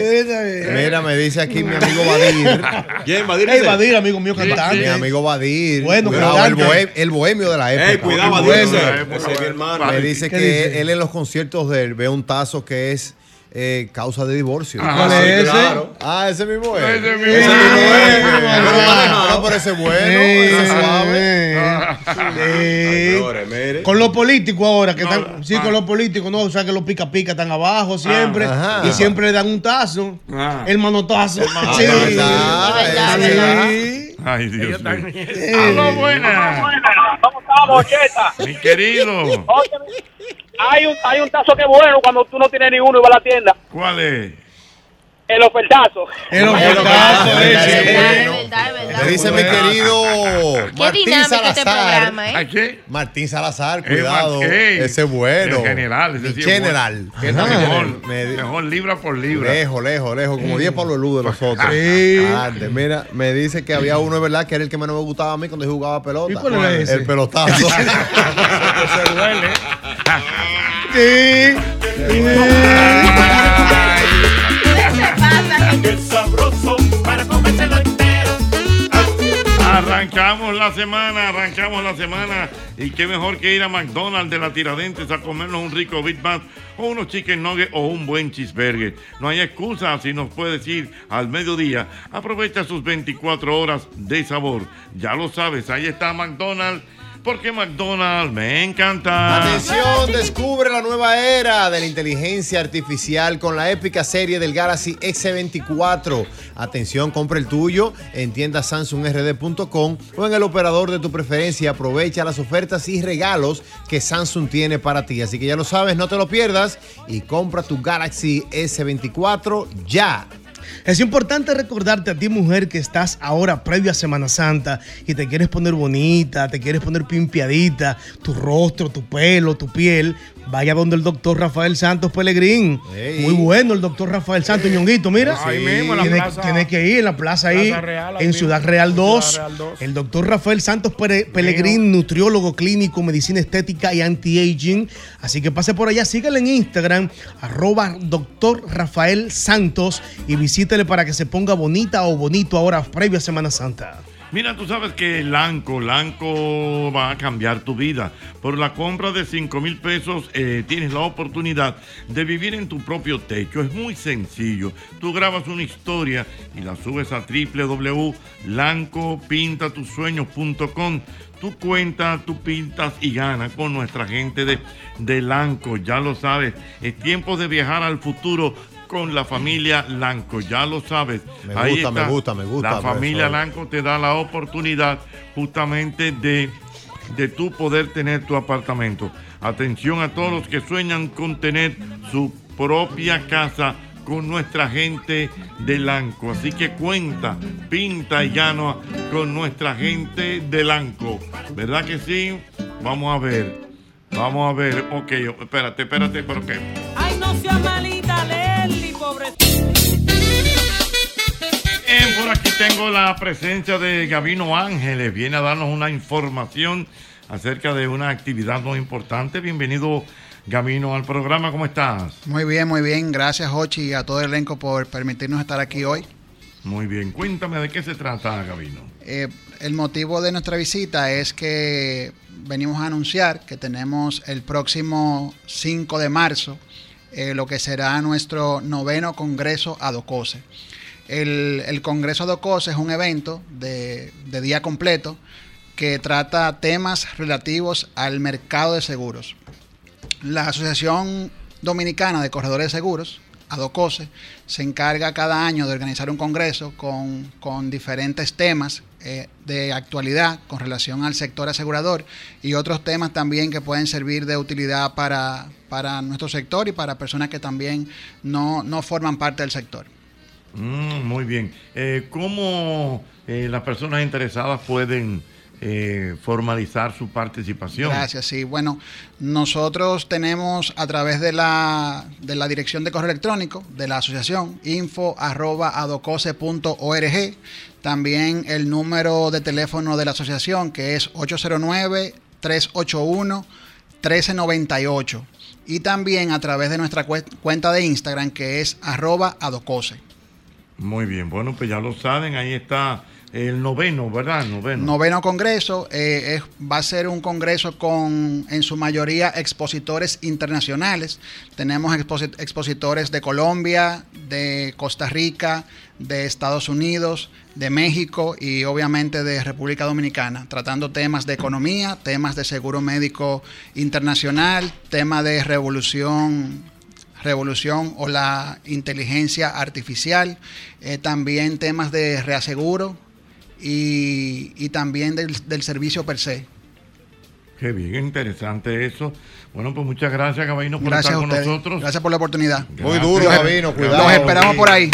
Mira, me dice aquí mi amigo Badir.
¿Quién?
Badir Ey, dice. Badir, amigo mío cantante.
Mi amigo Badir.
Bueno,
Cuidado, el,
cantante.
bohem- el bohemio de la época.
Ey, cuidado,
El
Badir,
bohemio
ese-
de la época.
ese es mi hermano.
Me dice
¿Qué
que
dice?
él en los conciertos de él ve un tazo que es eh, causa de divorcio.
Ah, ¿Cuál es ese?
claro. Ah, ese mismo es.
Ese mismo
es.
es.
Pero bueno, no, Ah, pero ese es bueno. ese es suave. Ah.
Con los políticos ahora, que están,
ah.
sí, con los políticos, no, o sea que los pica pica están abajo siempre
Ah, Ajá.
y siempre le dan un tazo,
Ah.
el manotazo.
manotazo.
Sí.
Es
Ah,
verdad,
Sí.
es verdad. Ay, Dios mío. Aló, buenas.
¿Cómo estamos, Cheta?
Mi querido.
Oye, hay un, hay un tazo que es bueno cuando tú no tienes ni uno y vas a la tienda.
¿Cuál es?
El ofertazo.
El ofertazo,
ese es
bueno.
Me dice mi querido Martín
dinámico este
Salazar.
programa, ¿eh?
¿A qué?
Martín Salazar,
Eh,
cuidado.
Mar- ey,
Ese es bueno.
El general. Ese
Mi
sí es
general.
bueno. Ese
Ajá.
es mejor, mejor libra por libra.
Lejos, lejos, lejos, como 10 palos de luz de nosotros. Antes, mira, me dice que había uno, es verdad, que era el que menos me gustaba a mí cuando yo jugaba pelota.
¿Y cuál era ese?
El pelotazo.
Se duele.
Sí.
Qué sabroso para comérselo entero.
Arrancamos la semana, arrancamos la semana. Y qué mejor que ir a McDonald's de la Tiradentes a comernos un rico Big Mac o unos chicken nuggets o un buen cheeseburger. No hay excusa si nos puedes ir al mediodía. Aprovecha sus 24 horas de sabor. Ya lo sabes, ahí está McDonald's. Porque McDonald's me encanta.
Atención, descubre la nueva era de la inteligencia artificial con la épica serie del Galaxy S24. Atención, compra el tuyo en tienda samsungrd.com o en el operador de tu preferencia. Aprovecha las ofertas y regalos que Samsung tiene para ti. Así que ya lo sabes, no te lo pierdas y compra tu Galaxy S24 ya.
Es importante recordarte a ti, mujer, que estás ahora previo a Semana Santa y te quieres poner bonita, te quieres poner pimpiadita, tu rostro, tu pelo, tu piel. Vaya donde el doctor Rafael Santos Pelegrín.
Ey.
Muy bueno el doctor Rafael Santos, ñonguito, mira.
Ahí mismo, en la
Tienes-
plaza-
tienes que ir en la plaza ahí,
Plaza Real, ahí
en
mismo.
Ciudad Real 2.
Ciudad Real 2.
El doctor Rafael Santos Pere- Pelegrín, nutriólogo clínico, medicina estética y anti-aging. Así que pase por allá, sígale en Instagram, arroba doctor Rafael Santos y visítele para que se ponga bonita o bonito ahora previo a Semana Santa.
Mira, tú sabes que Lanco, Lanco va a cambiar tu vida. Por la compra de 5 mil pesos eh, tienes la oportunidad de vivir en tu propio techo. Es muy sencillo. Tú grabas una historia y la subes a www.lancopintatusueños.com. Tú cuentas, tú pintas y ganas con nuestra gente de, de Lanco. Ya lo sabes. Es tiempo de viajar al futuro con la familia Lanco. Ya lo sabes.
Me gusta, me gusta, me gusta,
La familia
profesor.
Lanco te da la oportunidad justamente de, de tú poder tener tu apartamento. Atención a todos los que sueñan con tener su propia casa con nuestra gente de Lanco. Así que cuenta, pinta y gana con nuestra gente de Lanco. ¿Verdad que sí? Vamos a ver. Vamos a ver. Ok, espérate, espérate, pero qué.
Ay, no sea malita, Leli, pobre.
En por aquí tengo la presencia de Gabino Ángeles. Viene a darnos una información acerca de una actividad muy importante. Bienvenido, Gabino, al programa. ¿Cómo estás?
Muy bien, muy bien. Gracias, Hochi, y a todo el elenco por permitirnos estar aquí hoy.
Muy bien. Cuéntame de qué se trata, Gabino.
Eh, el motivo de nuestra visita es que venimos a anunciar que tenemos el próximo 5 de marzo eh, lo que será nuestro noveno Congreso ADOCOSE. El, el Congreso ADOCOSE es un evento de, de día completo que trata temas relativos al mercado de seguros. La Asociación Dominicana de Corredores de Seguros, ADOCOSE, se encarga cada año de organizar un congreso con, con diferentes temas eh, de actualidad con relación al sector asegurador y otros temas también que pueden servir de utilidad para, para nuestro sector y para personas que también no, no forman parte del sector.
Mm, muy bien. Eh, ¿Cómo eh, las personas interesadas pueden eh, formalizar su participación?
Gracias, sí. Bueno, nosotros tenemos a través de la, de la dirección de correo electrónico de la asociación info arroba adocose.org. También el número de teléfono de la asociación que es 809-381-1398. Y también a través de nuestra cuen- cuenta de Instagram que es arroba adocose.
Muy bien. Bueno, pues ya lo saben, ahí está el noveno, ¿verdad? Noveno.
Noveno congreso eh, es- va a ser un congreso con en su mayoría expositores internacionales. Tenemos exposi- expositores de Colombia, de Costa Rica, de Estados Unidos, de México y obviamente de República Dominicana, tratando temas de economía, temas de seguro médico internacional, tema de revolución revolución o la inteligencia artificial, eh, también temas de reaseguro, y, y también del, del servicio per se.
Qué bien, interesante eso. Bueno, pues muchas gracias, Gabino, por
Gracias a
estar con
ustedes.
nosotros.
Gracias por la oportunidad.
Gracias.
Los- Los Ah, esperamos por ahí.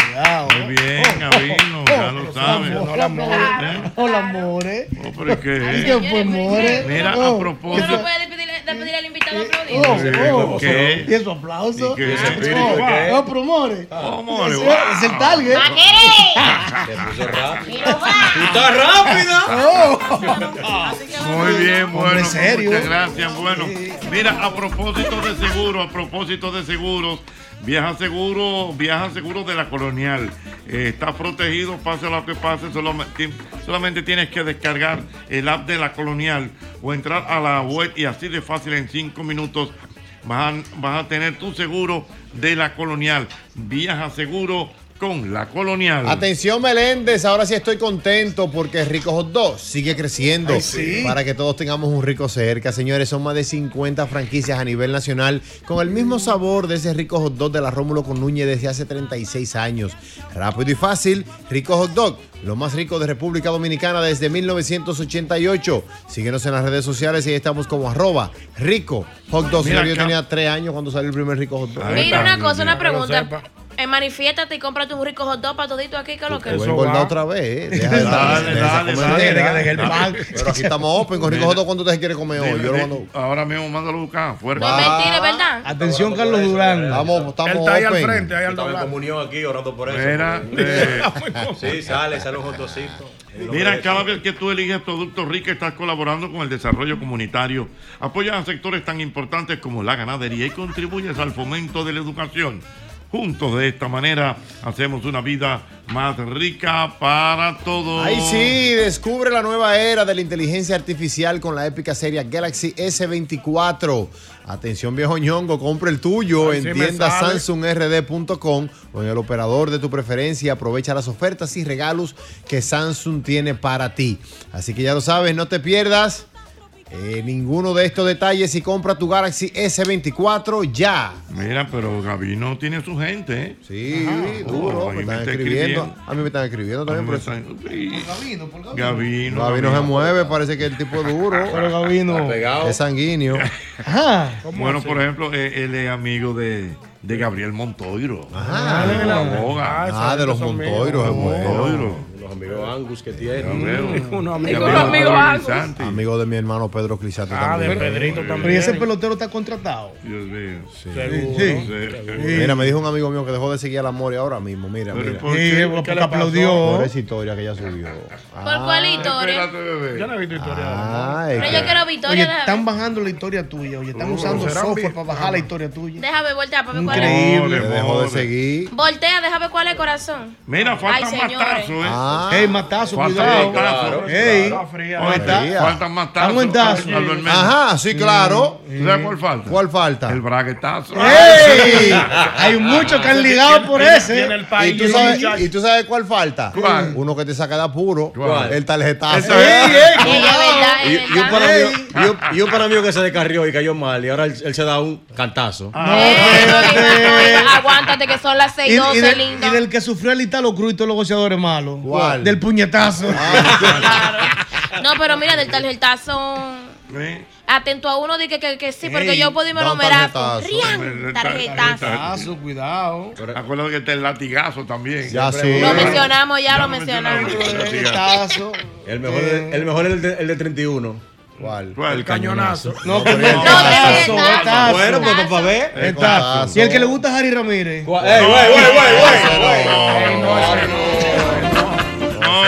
Muy bien, Gabino, ya lo sabes.
Hola, more. Hola, more.
Oh, pero es que-
Ay, ¿qué fue, more?
Mira,
Oh,
a
Tú no
propósito.
puedes pedirle, pedirle al invitado a aplaudir.
Oh, oh,
¿Qué?
Y eso aplauso.
¿Y qué? ¿Ese espíritu
Oh,
Eh,
qué?
oh, pero more.
more,
Ese-
wow.
Es el target.
¡Está
rápida!
Muy bien, bueno, pues,
serio.
muchas gracias. Bueno, mira, a propósito de seguro, a propósito de seguros, viaja seguro, viaja seguro de la colonial. Eh, está protegido, pase lo que pase, solamente, solamente tienes que descargar el app de la colonial o entrar a la web y así de fácil en cinco minutos vas a, vas a tener tu seguro de la colonial. Viaja seguro con la colonial.
Atención Meléndez, ahora sí estoy contento porque Rico Hot Dog sigue creciendo
Ay, sí.
para que todos tengamos un rico cerca. Señores, son más de 50 franquicias a nivel nacional con el mismo sabor de ese Rico Hot Dog de la Rómulo con Núñez desde hace 36 años. Rápido y fácil, Rico Hot Dog, lo más rico de República Dominicana desde 1988. Síguenos en las redes sociales y ahí estamos como arroba Rico Hot Dog.
Mira
Señor, yo
acá.
tenía 3 años cuando salió el primer Rico Hot Dog.
Mira una cosa, una pregunta. Eh, manifiéstate y cómprate un rico hot dog para todito aquí, que es lo que
Eso engorda otra vez. eh. Deja de
Dale,
de- de-
dale,
de-
dale,
de- de-
dale.
de- de- de- Pero aquí estamos open. Con Rico Joto, ¿cuánto te quiere comer hoy? Yo lo mando.
Ahora mismo mándalo a buscar, fuerte.
No, mentira,
¿verdad?
Atención, Carlos Durán.
Vamos,
estamos
Él está ahí al
open.
frente, ahí al Estaba en doblar. comunión aquí orando por eso.
Mira, eh,
Sí, sale, sale un jotocito.
Mira, cada vez que tú eliges productos ricos, estás colaborando con el desarrollo comunitario. Apoyas a sectores tan importantes como la ganadería y contribuyes al fomento de la educación. Juntos de esta manera hacemos una vida más rica para todos.
Ahí sí, descubre la nueva era de la inteligencia artificial con la épica serie Galaxy S24. Atención viejo ñongo, compra el tuyo
Ay,
en
sí me
tienda
sale.
samsungrd.com o en el operador de tu preferencia. Aprovecha las ofertas y regalos que Samsung tiene para ti. Así que ya lo sabes, no te pierdas eh, ninguno de estos detalles y compra tu Galaxy S24 ya.
Mira, pero Gabino tiene su gente, ¿eh?
Sí, duro, me están escribiendo. A mí me están escribiendo también por eso.
Gabino. Gabino,
Gabino se mueve, parece que el tipo es duro. Pero
Gabino
es sanguíneo. Ah.
Bueno, por ejemplo, eh, él es amigo de, de Gabriel Montoiro.
Ah,
de la aboga.
Ah, de los Montoiros es bueno.
Montoiro.
los amigos Angus que tiene.
Mm.
Unos
amigos- Unos amigos Angus.
Amigo de mi hermano Pedro Clisati
Ah,
Ah, también.
Pero ¿y ese pelotero está contratado.
Dios mío.
Sí.
Seguro.
Sí.
Seguro.
Mira, me dijo un amigo mío que dejó de seguir al amor y ahora mismo, mira.
Pero,
mira.
¿por qué? Sí, ¿Qué porque le pasó? aplaudió.
Por esa historia que ella subió.
¿Por cuál historia?
Yo no he visto historia.
Ah,
Ay,
Pero yo quiero
Oye,
Victoria. Déjame
están bajando la historia tuya. Oye, están
Uh,
usando
serán
software
bien-
para bajar la historia tuya.
déjame voltear para ver cuál es.
Increíble.
Me dejó de seguir.
Voltea, déjame ver cuál es el corazón.
Mira,
Ay,
faltan
señores.
matazos, ¿eh?
Ah.
Ey, matazo,
Falta
cuidado.
matazo.
Ey,
Está fría.
ahí está.
Fría. Faltan matazos.
Estamos en tazo.
Aldo Hermena.
Ajá, sí, claro.
¿Tú sabes cuál falta?
¿Cuál falta?
El braguetazo.
¡Ey!
Hay muchos que han ligado por ese.
¿Y tú, sabes, ¿Y tú sabes cuál falta?
¿Cuál?
Uno que te saca de apuro.
¿Cuál?
El tarjetazo.
Eso es.
Ey,
eh,
Ey, es verdad, es
Y, y un
verdad. eh.
para mí, y, un, y un pana mío que se descarrió y cayó mal y ahora él, él se da un cantazo.
Ah. Eh, Oiga, Aguántate que son las
Y, y
6:12,
del,
lindo.
y del que sufrió el Italo Cruz y todos los boxeadores malos.
¿Cuál?
Del puñetazo.
No, pero mira, del tarjetazo.
¿Eh?
Atento a uno, dije que, que sí, porque
Ey,
yo puedo irme
da
a
un
numerazo.
tarjetazo.
Rian, tarjetazo.
cuidado.
Acuérdate que está el latigazo también.
Ya sí.
Lo mencionamos, ya lo mencionamos.
Tarjetazo.
El mejor, el mejor es el de, el de 31.
¿Cuál?
El cañonazo.
No,
pero
pero
el
no,
tarjetazo,
tarjetazo,
tarjetazo.
Bueno, pues papá, ve.
El
Tarjetazo.
tarjetazo.
Y el que le gusta a Harry Ramírez.
¡Ey, güey, güey, güey, güey!
No, no, no.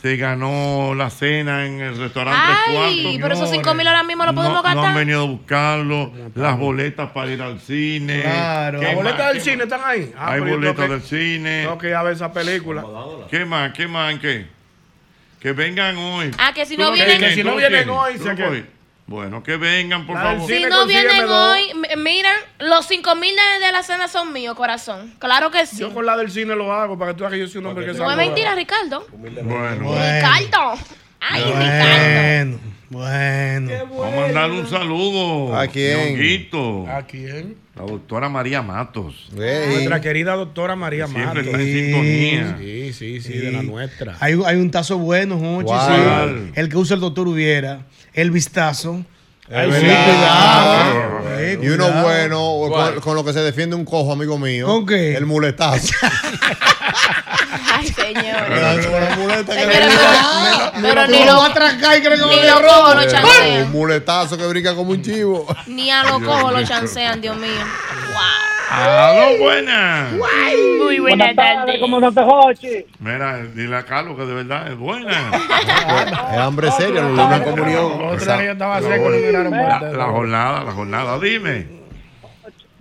se ganó la cena en el restaurante
Ay,
Cuarto.
pero esos 5 mil ahora mismo lo
No,
podemos
no han
gastar.
venido a buscarlo. Las boletas para ir al cine.
Claro.
¿Qué
¿Las
más?
boletas del cine están ahí? Ah,
Hay
pero yo
boletas
tengo que-
del cine.
Tengo que ir a ver esa película.
¿Qué más? ¿Qué más? ¿En ¿Qué? Que vengan hoy.
Ah, que si
¿Tú
no
tienes?
vienen- Que si
¿Tú
no vienen
tienes?
hoy,
¿Tú
se que-
puedes? Bueno, que vengan, por
La del
favor.
Si
Dime,
no vienen
consígueme dos.
hoy, m- mira, los 5 mil de, de la cena son míos, corazón. Claro que sí.
Yo con la del cine lo hago para que tú veas que yo soy un hombre que sabe.
No es mentira, Ricardo.
Bueno,
Ricardo. Ay, Ricardo.
Bueno, bueno.
vamos a mandarle un saludo.
¿A quién?
Ñonguito,
¿A quién?
la doctora María Matos.
Ey.
Nuestra querida doctora María
Siempre
Matos.
está en sintonía.
Sí, sí, sí, de la nuestra.
Hay, hay un tazo bueno, Jonchi.
¿Cuál?
sí. El que usa el doctor Hubiera. El vistazo.
Es
sí,
verdad.
cuidado. eh,
Y uno
cuidado.
bueno, con, con lo que se defiende un cojo, amigo mío.
¿Con qué?
El muletazo.
Ay, señores.
Con la muleta que le
Señores,
brinca.
pero- pero
Ni
ni
lo va
lo,
a atracar y cree que
ni
lo
lo
robo.
cojo lo
Eh, Un
chancean.
muletazo que brinca como un chivo.
Ni a lo cojo lo chancean, Dios mío.
¡Aló, buena!
Muy buena tarde.
¿Cómo estás, Jochi?
Mira, dile a Carlos que de verdad es buena.
Es hambre seria, lo una comunión.
Otra día estaba seco y miraron
La,
para
la jornada, la jornada, dime.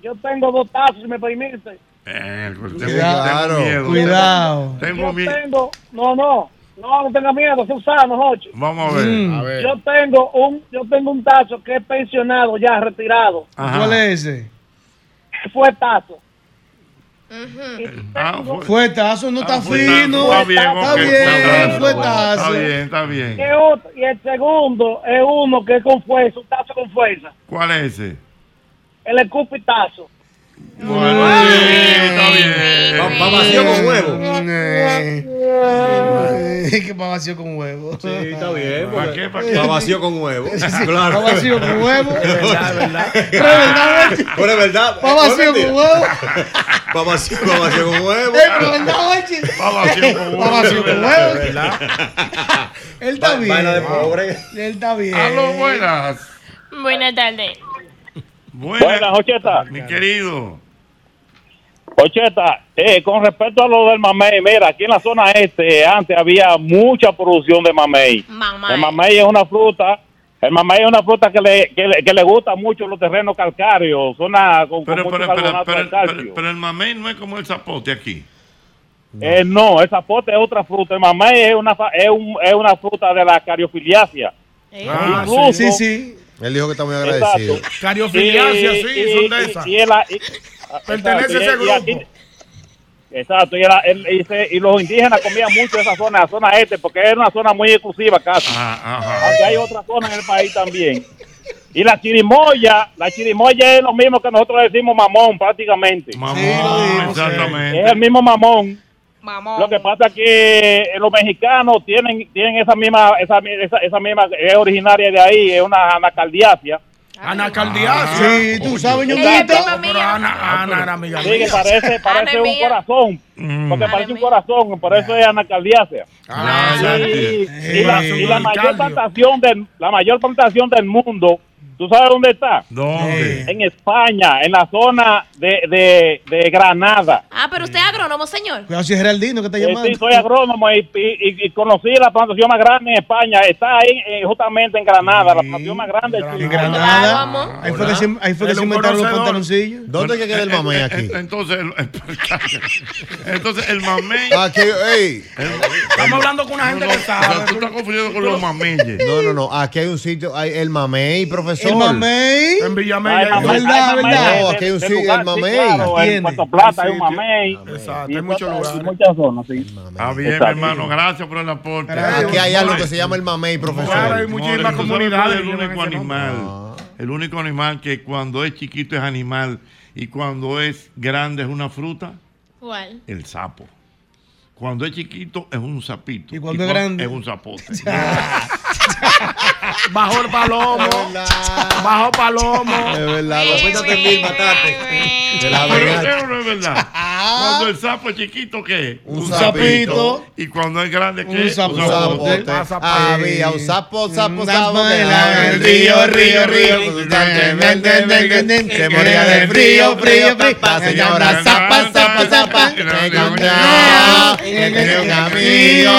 Yo tengo dos tazos, si me permite.
Eh, pues tengo,
Cuidado,
tengo miedo.
Cuidado.
Tengo
Yo
miedo.
tengo, no, no, no, no tenga miedo, se usano, Jochi.
Vamos a ver.
Mm.
Yo tengo un, yo tengo un tazo que es pensionado ya, retirado.
Ajá.
¿Cuál es ese?
Fue tazo.
Ah, fue-
Fue tazo, no está
ah, fue-
fino.
Está bien,
Está
ok,
bien, fue
Está
tazo.
bien, está bien.
Y el otro- y el segundo es uno que es con fuerza, un tazo con fuerza.
¿Cuál es ese?
El escupitazo.
Bueno, Ah, sí, está bien.
Pa- pa' vacío con huevo.
Eh, eh, Que va vacío con huevo.
Sí, está bien.
¿Para
porque
qué? ¿Para
Está
qué?
vacío con huevo.
Va
Claro.
vacío con huevo.
verdad.
¿Verdad, Jochi?
Pero es verdad.
Va vacío con huevo.
Va vacío, va vacío con huevo.
Eh, pero ¿verdad, Jochi?
Va vacío con huevo.
Va vacío con
¿Verdad?
huevo. Él está
Va- vaina de
bien.
pobre.
Él está bien.
Aló, buenas.
Buena tarde.
Buenas,
Jocheta.
mi querido.
Ocheta, eh, con respecto a lo del mamey, mira, aquí en la zona este eh, antes había mucha producción de mamey.
Mamá.
El mamey es una fruta, el mamey es una fruta que le, que le, que le gusta mucho los terrenos calcáreos, zona con, con
Pero,
mucho
pero, pero,
carbonato
pero,
de calcio.
pero- pero el mamey no es como el zapote aquí.
Eh, no, el zapote es otra fruta, el mamey es una, fa- es un- es una fruta de la cariofiliacia.
Ah, sí.
Incluso-
Sí, sí.
Él dijo que está muy agradecido.
Exacto.
Cariofiliacia,
Y-
sí,
y-
son de
y-
esas.
y el- y-
Pertenece a ese
exacto, y- y aquí-
grupo.
Exacto, y, era- el- y se- y los indígenas comían mucho esa zona, la
Ah,
zona este, porque era una zona muy exclusiva casi.
Ajá, ajá.
Aunque hay otras zonas en el país también.
Y la chirimoya, la chirimoya es lo mismo que nosotros le decimos mamón prácticamente. Mamón,
exactamente.
Es el mismo mamón.
Mamón.
Lo que pasa es que eh, los mexicanos tienen tienen esa misma, esa, mi- esa, esa misma, es originaria de ahí, es una anacardiacia.
Ah, Anacardiacia.
Ah, Sí, tú sabes, Ah,
Ana, Ana era ah, amiga
Sí, que
mía. Mm.
parece, parece un corazón. Porque parece un corazón, por eso es anacardiacia.
Ah,
y, y la, y la mayor plantación del, la mayor plantación del mundo, ¿tú sabes dónde está?
¿Dónde?
En España, en la zona de, de, de Granada.
Ah, pero usted es agrónomo, señor.
Cuidado si es Geraldino que está
Eh,
llamando.
sí, soy agrónomo y, y- y conocí la plantación más grande en España. Está ahí eh, justamente en Granada, la plantación más grande. En
Granada. Ahí fue que se, ahí fue que se inventaron los pantaloncillos.
Bueno, eh, eh, eh, Entonces, el, entonces el mamey. Aquí,
ey.
Estamos hablando con una gente que sabe. Tú estás confundido con los mameyes.
No, no, no. Aquí hay un sitio. Hay el Mamey, profesor.
El
Mamey. En
Villamella. Ay, mamey,
¿Verdad,
ay, mamey,
verdad?
de-
aquí hay un
de
sitio.
lugar,
el
sí,
Mamey.
claro, en
Tiene.
Puerto
Plata, hay
Sí,
un mamey.
Exacto,
Y
hay muchos
muchas-
lugares.
Muchas zonas, sí.
Está bien, mi
Exacto.
hermano. Gracias por el aporte.
Aquí hay algo que se llama el Mamey, profesor.
Señores, ¿tú sabes cuál es El único animal. El único animal que cuando es chiquito es animal y cuando es grande es una fruta,
¿Cuál?
el sapo. Cuando es chiquito es un sapito. Y
cuando es grande?
es un zapote.
Bajo el palomo. Bajo palomo.
Es verdad, lo cuéntate en mil matates. De la
Pero
verdad.
eso no es verdad. Cuando el sapo es chiquito, ¿qué? es? Un,
sapito.
Y cuando es grande, ¿qué?
Un
es?
sapote. Ah, zapote. Había un sapo, Mm, sapo, sapo.
mala
que la-
en
El río, río, río. constantemente, Se moría de frío, frío, frío. La señora zapa, zapa, zapa. Me contaba que tenía un amigo.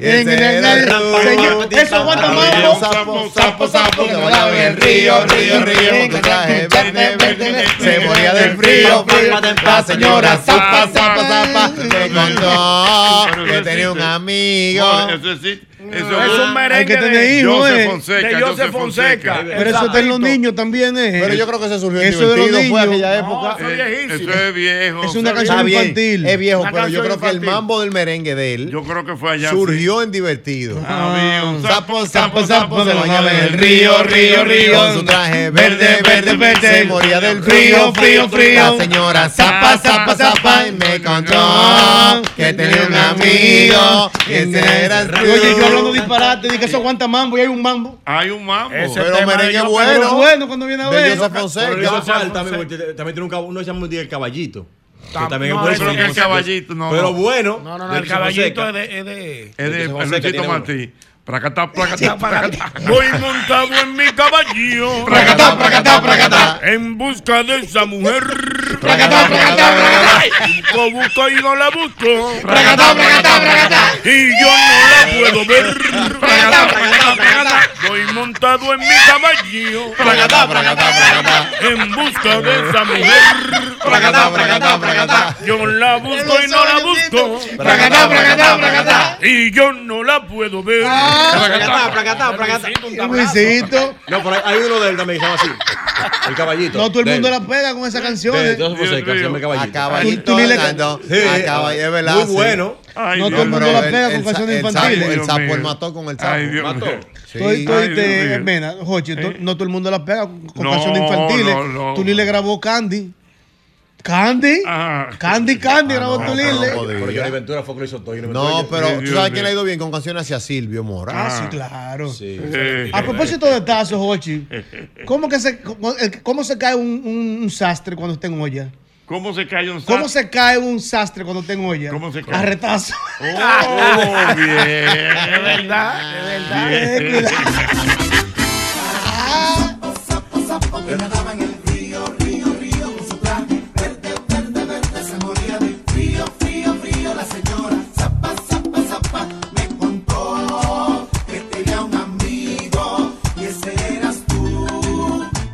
y ese era el rubio.
Señor, eso aguanta más.
Había un sapo, sapo, sapo. Que volaba en el río, río, río. con traje verde, verde. Se moría del frío, frío. La señora zapa, zapa, zapa. Me contó que tenía un amigo.
Eso
es un merengue
Hay que tener
de-
hijos,
Joseph
eh.
Fonseca, De Joseph Joseph Fonseca. Fonseca.
Pero eso está en los
Exacto.
niños también, eh.
Pero yo creo que se surgió en
Eso de los
divertido,
niños.
fue aquella época.
Eso eh, es viejo.
Es una
Está
canción
bien.
infantil. Es viejo,
Una
pero yo
canción
creo que el
infantil.
mambo del merengue de él.
Yo creo que fue allá.
Surgió en divertido.
Había un
Ah, sapo, sapo, sapo, se bañaba en el río, río, río. Con su traje verde, verde, verde. Se moría del frío, frío, frío. La señora zapa, zapa, zapa. Y me contó que tenía un amigo. Que ese era el
Oye, yo hablando disparate, dije que eso aguanta mambo y hay un mambo.
Hay un mambo.
Ese
Pero
tema
merengue
de Joseph-
bueno.
Pero bueno cuando viene a
De
ver.
Joseph
Pero
Fonseca.
hizo falta, amigo, porque te- también tiene un cab- uno que se llama el caballito. Que
Tam-
también es
no,
bueno,
yo creo
pero
que el
Fonseca-
caballito, no,
Pero
no.
bueno.
No, no, no, el caballito es de. Es de...
Es de
Fonseca
Luchito
tiene
Martí. Pracatá, pracatá, pracatá.
Voy montado en mi caballo. En busca de esa mujer. Busco, busco y no la busco. Y yo no la puedo ver. Voy montado en mi caballo. En busca de esa mujer. Yo la busco y no la busco. Y yo no la puedo ver. Ah.
Pracatá, pracatá, pracatá.
Luisito.
No, pero hay- hay uno de él también que se llama así. El caballito.
No, todo el
De
mundo
él.
la pega con Eh, esas
De
canciones.
Joseph Fonseca, se llama el caballito.
Caballito andando, a caballo, es verdad,
Muy
sí.
bueno.
Ay,
No,
Dios
todo el mundo
mío.
la
Pero
pega
el-
con
el
canciones
sa- el sapo,
infantiles.
El sapo, el mató con el sapo.
Ay, Dios
Mató.
mío.
Sí.
Estoy- estoy-
Ay,
te-
Dios mío.
Mena, Jochi, to- no todo el mundo la pega con, con
Eh. No,
canciones infantiles.
no, no.
Tulile grabó Candy. Candy.
Ah.
Candy, Candy grabó
Ah, no,
Tulile.
pero no podía.
Pero Johnny Ventura fue que lo hizo todo. Johnny
No,
Ventura-
pero
Dios
tú sabes
mío.
quién le ha ido bien con canciones hacia Silvio Mora.
Ah, sí, claro.
Sí.
A propósito de tazos, Jochi, ¿cómo, que se, cómo, el- cómo se cae un, un- un sastre cuando está en olla?
¿Cómo se cae un
¿Cómo
sapo?
se cae un sastre cuando está en olla? ¿Cómo
se
A retazo.
Oh, bien.
Es verdad, es verdad.
Bien.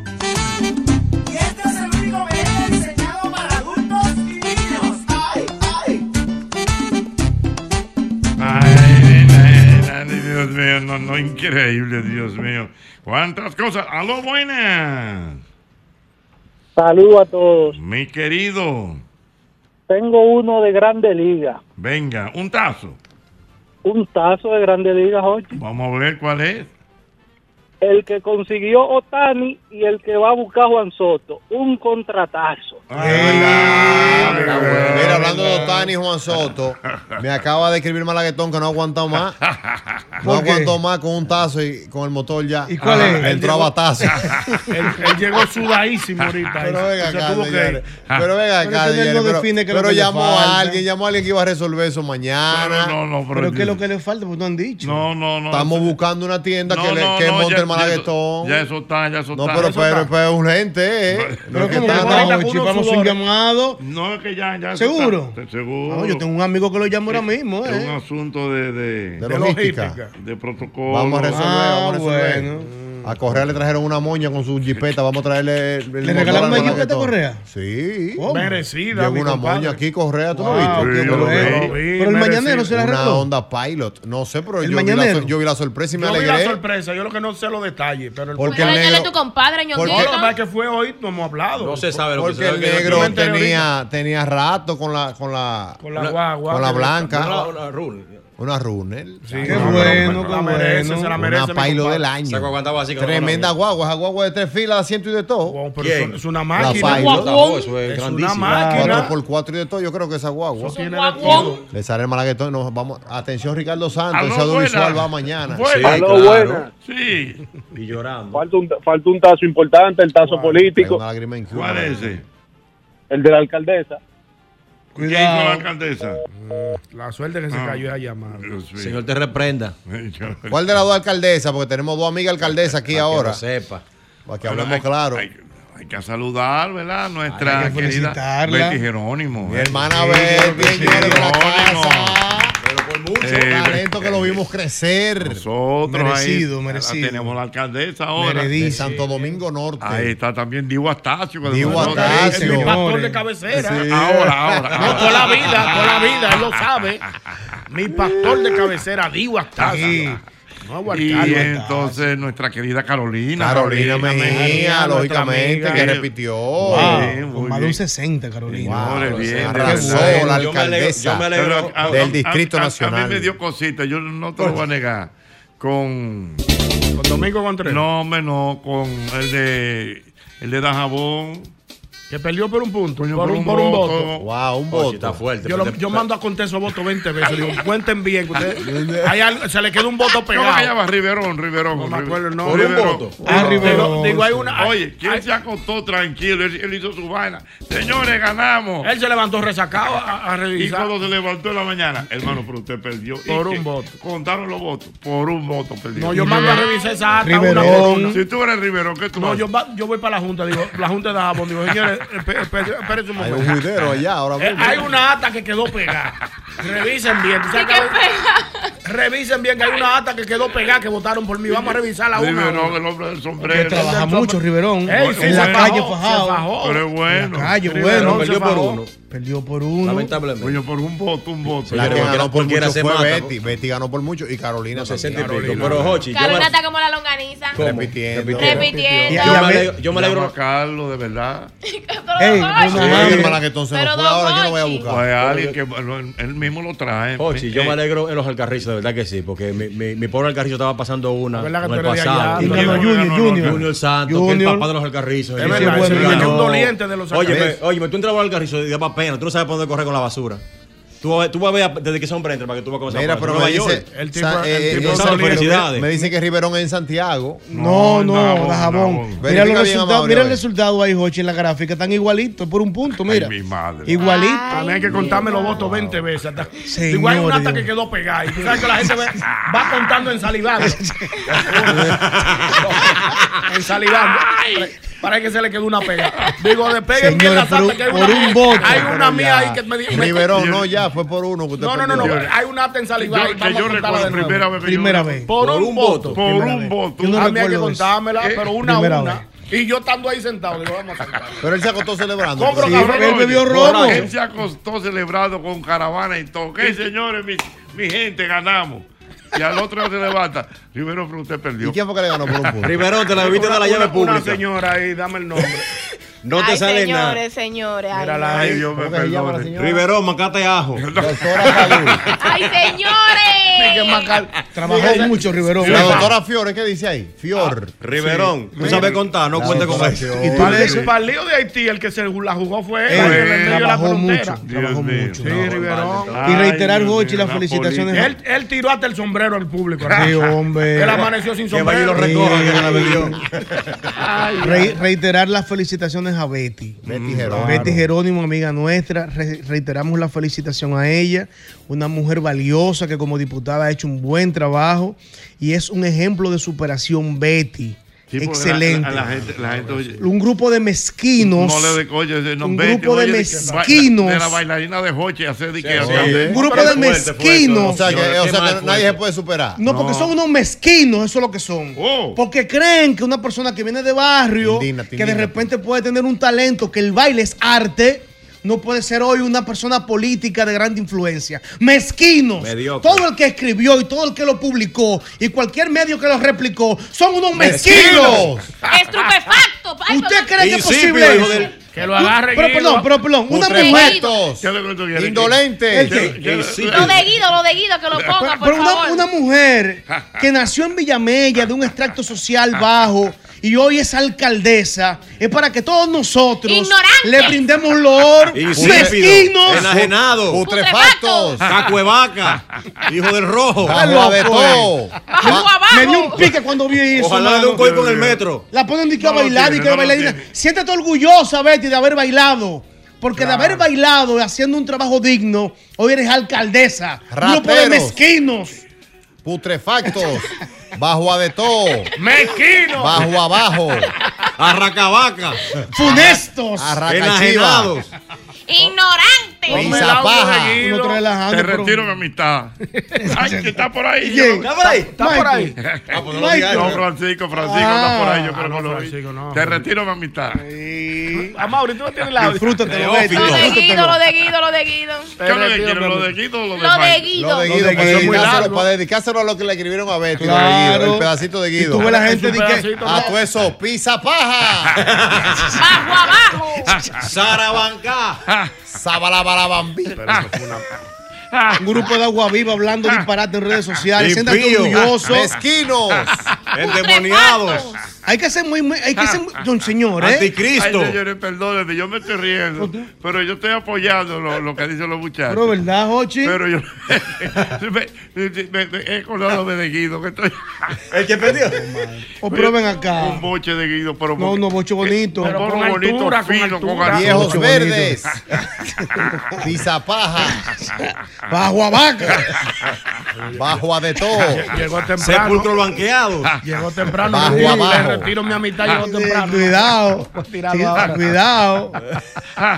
Y este es el único merengue diseñado para adultos y niños. ¡Ay, ay!
Ay, nena, Dios mío, no, no, increíble, Dios mío. ¿Cuántas cosas? ¡Aló, buenas!
Saludos a todos.
Mi querido,
Tengo uno de Grande Liga.
venga, un tazo.
Un tazo de Grande Liga, Jorge.
Vamos a ver cuál es.
el que consiguió Otani y el que va a buscar Juan Soto. Un contratazo.
Mira, hablando de Otani y Juan Soto, me acaba de escribir Malaguetón que no ha aguantado más. No
¿Por qué?
aguantó más con un tazo y con el motor ya. Ah,
¿Y cuál es? Ah, Él
Entró a
llegó-
batazo.
él, él llegó sudadísimo ahorita.
Pero
Se
venga acá,
tuvo que ir.
señores.
Ah.
Pero venga
Pero
acá,
es que él no
señores, pero-
define qué es lo
Pero
que le
llamó
falta.
a alguien, llamó a alguien que iba a resolver eso mañana.
Pero no, no, pero-
Pero qué es lo que le falta, pues no han dicho.
No, no, no.
Estamos buscando una tienda que, le, que monte
ya-
el malaguetón.
Ya eso está, ya eso
no,
está.
pero,
Eso
pero,
está.
pero es urgente, ¿eh?
Pero
que
¿cómo
está-
que
está-
ahorita con unos
Vamos a un
sudores?
llamado.
No, es que ya, ya. eso
¿Seguro?
está. Seguro.
No, yo tengo un amigo que lo llamo ahora
Es-
mismo,
Es un
¿eh?
asunto de, de,
De logística.
de protocolo.
Vamos a resolver,
Ah,
vamos a resolver. A Correa le trajeron una moña con su jipeta. Vamos a traerle el, el
¿Le
motor
regalaron
al
una jipeta
malaguetón.
a Correa?
Sí.
¿Cómo?
Merecida. Llegó una moña aquí, Correa. ¿Tú
Wow,
lo
qué
viste?
bueno. Pero el mañanero se la
Una
arregló.
onda pilot. No sé, pero
¿El
yo vi, la,
mañanero?
sor- yo vi la sorpresa y me
Yo vi la
alegré.
sorpresa, yo lo que no sé los detalles, pero el
Porque el Pero negro- él es tu
compadre,
No,
Ñonguito.
lo que pasa es que fue hoy, no hemos hablado. No se sabe
Porque el negro tenía, tenía rato con la, con la,
Con la guagua.
con la
que-
blanca.
Una-
Una Runel.
qué bueno, qué bueno.
Una pailo del año.
Se aguantaba así. con la
Tremenda guagua, esa guagua de tres filas, de asiento y de todo.
pero ¿Quién? eso- es una máquina.
La Pilot.
Guaguón. Eso es Es una grandísima. máquina.
4x4 y de todo, yo creo que esa guagua.
Eso tiene Guaguón. de todo.
Le sale el malaguetón. Nos vamos. Atención, Ricardo Santos.
Aló,
Ese audiovisual
buena.
va mañana.
Buena.
Sí,
Aló,
claro.
buena.
Ah, Sí.
Y llorando.
Falta un, falta un tazo importante, el tazo político.
¿Cuál es ese?
El de la alcaldesa.
¿Qué hizo la alcaldesa?
La suerte que se
Ah.
cayó esa llamada.
Señor, te reprenda.
¿Cuál de las dos alcaldesas? Porque tenemos dos amigas alcaldesas aquí ahora.
lo sepa.
Para que
Pero
hablemos claro.
Hay, hay que saludar, ¿verdad? Nuestra
Hay que
querida
felicitarla.
Betty Jerónimo. ¿eh?
Mi hermana Betty, señores de la casa.
Pero por mucho.
talento que lo vimos crecer.
Nosotros
Merecido,
ahí,
merecido.
la tenemos la alcaldesa ahora.
Merecido. De Santo Domingo Norte.
Ahí está también Diego Astacio. que
Diego
nosotros-
Astacio.
Es mi
Pastor
pastor
de
de
cabecera.
cabecera. Ahora, ahora.
No,
ahora.
toda la vida, toda la vida, él lo sabe. Mi pastor de cabecera, digo hasta. Nuevo
Y
alcalde.
entonces nuestra querida Carolina.
Carolina Mejía,
nuestra
lógicamente,
amiga.
que repitió.
Wow,
Bien,
con
muy
más de un
bien.
60, Carolina.
Señores, bien,
arrasó
de verdad.
la Yo me alegro- alcaldesa yo me alegro-
a-
del
a-
Distrito
a- a- A
Nacional.
mí me dio cosita, yo no te lo voy a negar. Con.
Con Domingo Contreras.
No, hombre, no, con el de. El de Dajabón.
Que perdió por un punto,
Coño,
por, un, por un voto.
Wow, un
voto. está fuerte.
Yo, lo-
Pero-
yo mando a contar esos votos 20 veces. Digo, cuenten bien. que ustedes- hay algo- se le queda un voto
¿Cómo que se
pegado.
llama Riverón? Riverón.
No me
River-
acuerdo el
no,
nombre.
Riverón.
Por un voto. Ah, Riverón,
Digo, hay
sí.
una. Oye, ¿quién se acostó tranquilo? Él, él hizo su vaina. Señores, ganamos.
Él se levantó resacado a, a
Y
revisar.
cuando se levantó en la mañana, hermano, pero usted perdió.
Por
¿Y
un
qué?
voto.
Contaron los votos. Por un voto perdió.
No, yo mando a revisar esa acta
Riverón.
una por una.
Si tú eres Riverón, ¿qué tú
No,
haces?
yo, va- yo voy para la Junta, digo, la Junta de Dajabón, digo, señores, esp- esp- espérense un
Hay
momento.
un juidero allá ahora
Eh,
mismo.
hay una ata que quedó pegada. Revisen bien. tú sabes que a veces- Revisen bien que hay una ata que quedó pegada que votaron por mí. Vamos a revisarla una. a
Riverón,
una.
el hombre del
Que
sombrero.
trabaja mucho Riverón.
Ey, sí,
en la
se
calle
fajó,
Fajado.
se fajó.
Pero es
En
bueno.
la calle,
Riverón
bueno.
se fajó.
Perdió por uno.
Lamentablemente.
Coño, por un voto, un voto.
La que
Porque
ganó
era-
por
porque era
mucho fue
semana,
Betty. Betty ganó por mucho y Carolina también.
sesenta y pico.
Carolina.
Pero, Jochi, yo
Carolina está como la longaniza.
¿Cómo? Repitiendo.
Repitiendo.
Yo me alegro- yo me alegro-
Llama a Carlos, de verdad.
Ey,
Sí, hermana, que entonces
Pero
no fue
don
ahora, yo lo voy a
Jochi.
buscar.
Hay Pues alguien que bueno, él mismo lo trae.
Jochi, yo
Eh,
me alegro en los alcarrizos, de verdad que sí, porque mi, mi, mi pobre alcarrizo estaba pasando una
¿Verdad que
con el
tú eres de
pasado.
allá? Y ganó
Junior,
Junior, Junior.
Santos, que es
Junior.
el papá de los alcarrizos.
Es verdad, ese Junior es un doliente de los
Oye,
alcarrizos.
oye, tú entras al alcarrizo y da para pena, tú no sabes por dónde correr con la basura. Tú, vas a ver- tú vas a ver a- desde que son entra para que tú vas a comenzar
Mira,
a
pero
Nueva
me dice,
York.
El tipo-
sa-
el
eh,
tipo
eh,
son
Santo,
universidades.
me dice que Riverón es en Santiago.
No, no, Dajabón.
Dajabón, Dajabón.
Mira, los
Verifica bien,
resultados,
Amaury, a
mira
ver.
el resultado ahí, Jochi, en la gráfica. Están igualitos, por un punto, mira.
mi madre.
Igualito.
A mí hay que contarme los votos 20 veces. hasta-
Señor
Digo, hay una ata
Dios.
que quedó pegada. Y tú sabes que la gente va, va contando en salivando. en salivando. Para que se le quedó una pegada. Digo, despeguen bien
Señores,
las atas
por-
que hay
por
una,
un voto.
Hay una
Pero
mía
ya.
ahí que me dijo.
Riverón, no, ya, fue por uno. que usted
No, no, no, no.
perdió.
Hay una ata en salivando.
Yo,
y
que
vamos a
yo
contarla
recuerdo
de nuevo.
primera vez. que yo-
Primera vez.
Por, un, voto.
Por
Primera
un
vez.
voto.
Yo no
a mí hay que
recuerdo eso.
contármela,
Eh,
pero una a
primera
una. Y yo estando ahí sentado, digo, vamos a sentar.
Pero él se acostó celebrando.
Compro,
Sí.
cabrón.
él
Oye,
bebió
por
romo.
ahí Él se acostó celebrado con caravana y todo. ¿Qué, señores, mi, mi gente, ganamos. Y al otro día se levanta. Primero, pero usted
¿Y
perdió.
quién fue que le ganó por un punto?
Riverón, te la bebiste de
Una-
la llave
una- Una
pública.
señora ahí, dame el nombre.
No te
Ay,
sale nada.
señores, señores. Ay,
Mírala ahí.
Ay, Dios me
¿Cómo que se llama la
perdone.
señora?
Riverón, macate ajo.
Doctora Padula.
Ay, señores.
explique más cal-
Trabajó mucho Riverón. La
Sí.
doctora Fiore, ¿qué dice ahí? Fior.
Ah, Riverón, tú sabes contar, no cuente con eso.
Y para el, para el lío de Haití, el que se la jugó fue él. el que le dio la frontera.
Trabajó Eh, mucho.
Sí, Riverón.
Y reiterar, Jochi, las felicitaciones.
Él, él tiró hasta el sombrero al público.
Sí, hombre.
Él amaneció sin
Pues, Que vaya y
sombrero.
lo recoja, que se la bebió.
Ay, Mm,
Re- reiterar las felicitaciones a Betty.
Betty
Claro. Mm, Betty Jerónimo, amiga nuestra, re- reiteramos la felicitación a ella, una mujer valiosa que como diputada ha hecho un buen trabajo y es un ejemplo de superación Betty.
Sí, porque la-
Excelente.
La, la gente, la gente oye,
Un grupo de mezquinos.
No le de coño, ese no,
un
vete,
grupo de
oye, que-
mezquinos.
De la bailarina de Hoche, hacer de que.
sí. Un grupo de mezquinos.
O sea, que, o sea que nadie se puede superar.
No, porque son unos mezquinos, eso es lo que son. Porque creen que una persona que viene de barrio, que de repente puede tener un talento, que el baile es arte, no puede ser hoy una persona política de gran influencia. Mezquinos.
Mediocre.
Todo el que escribió y todo el que lo publicó y cualquier medio que lo replicó son unos
Mezquinos.
mezquinos.
Estupefacto. Ay,
¿Usted cree que es
Insípido,
posible
hijo
eso?
del-
Que lo agarre,
Pero
Guido.
perdón, pero perdón. Una mujer.
Putrefactos.
¿El
Indolentes.
qué?
Lo de Guido, lo de Guido, que lo ponga,
Pero,
por
pero
favor.
una, una mujer que nació en Villamella de un extracto social bajo y hoy es alcaldesa, es para que todos nosotros
Ignorantes.
le brindemos olor
Insípido,
mezquinos.
enajenado,
putrefactos.
Caco de vaca, hijo del rojo.
Está
Bajo
loco,
todo.
eh. Me dio un pique cuando vi eso.
Ojalá le dé
mano.
un cuerpo en el metro.
La ponen de que a
No lo
bailar y
tiene,
que
no lo
bailarina. Siéntate orgullosa, Betty, de haber bailado. Porque de haber bailado y haciendo un trabajo digno, hoy eres alcaldesa. Grupo de
Raperos.
mezquinos.
Putrefactos. Bajo a de todo.
Mezquino.
Bajo abajo.
Arracabaca.
Funestos.
Arracachiva.
Ignorante.
Ponme el audio Pisapaja. de Guido.
Uno trae la
Te
janda, pero-
retiro mi amistad. Ay, que está por ahí.
¿Quién?
yo-
¿Está por ahí? ¿Está por ahí?
Michael.
Ah, pues no lo digas,
No,
yo-
Francisco, Francisco,
Ah.
está por ahí. Yo creo
Ah,
que
no,
lo vi.
Francisco, no.
Te retiro mi amistad.
Ah,
A Mauri, tú no tienes la
Disfrútatelo,
Betty.
Lo de Guido, lo de Guido, lo de Guido.
¿Qué lo de Guido? ¿Lo de
Guido
lo de Lo de Mike? Guido.
Lo de
Lo
Guido,
de
para
Guido.
dedicárselo,
Claro.
para dedicárselo a lo que le escribieron a Betty. lo de
Claro.
Guido, el pedacito de
Y
Guido.
tú ves la gente
Es un
di que-
pedacito, A tu eso, pisa paja.
Bajo abajo.
Sarabancá. Sabalabalabambi.
Un grupo de agua viva hablando disparate en redes sociales. Siéntate
Impío.
orgulloso.
Mezquinos.
Endemoniados.
Hay que ser muy, muy- hay que ser muy- don señor, ¿eh?
Ay, señores, perdónenme, yo me estoy riendo. Pero yo estoy apoyando lo, lo que dicen los muchachos.
Pero verdad, Jochi.
Pero yo. me, me- me- me- he acordado de Guido. Que estoy...
El que perdió.
O prueben Oh, acá.
Un boche de Guido, pero.
No, no, bocho bonito.
Un boche bonito, fino, con, altura.
Viejos
Mucho
verdes. Pisa paja.
Bajo a vaca.
Bajo a de todo.
Llegó temprano. Sepulcro
blanqueado.
Llegó temprano.
Bajo
le-
abajo.
Le retiro mi amistad, llegó temprano.
Cuidado.
Tirado
Sí,
ahora.
Cuidado.
Ah.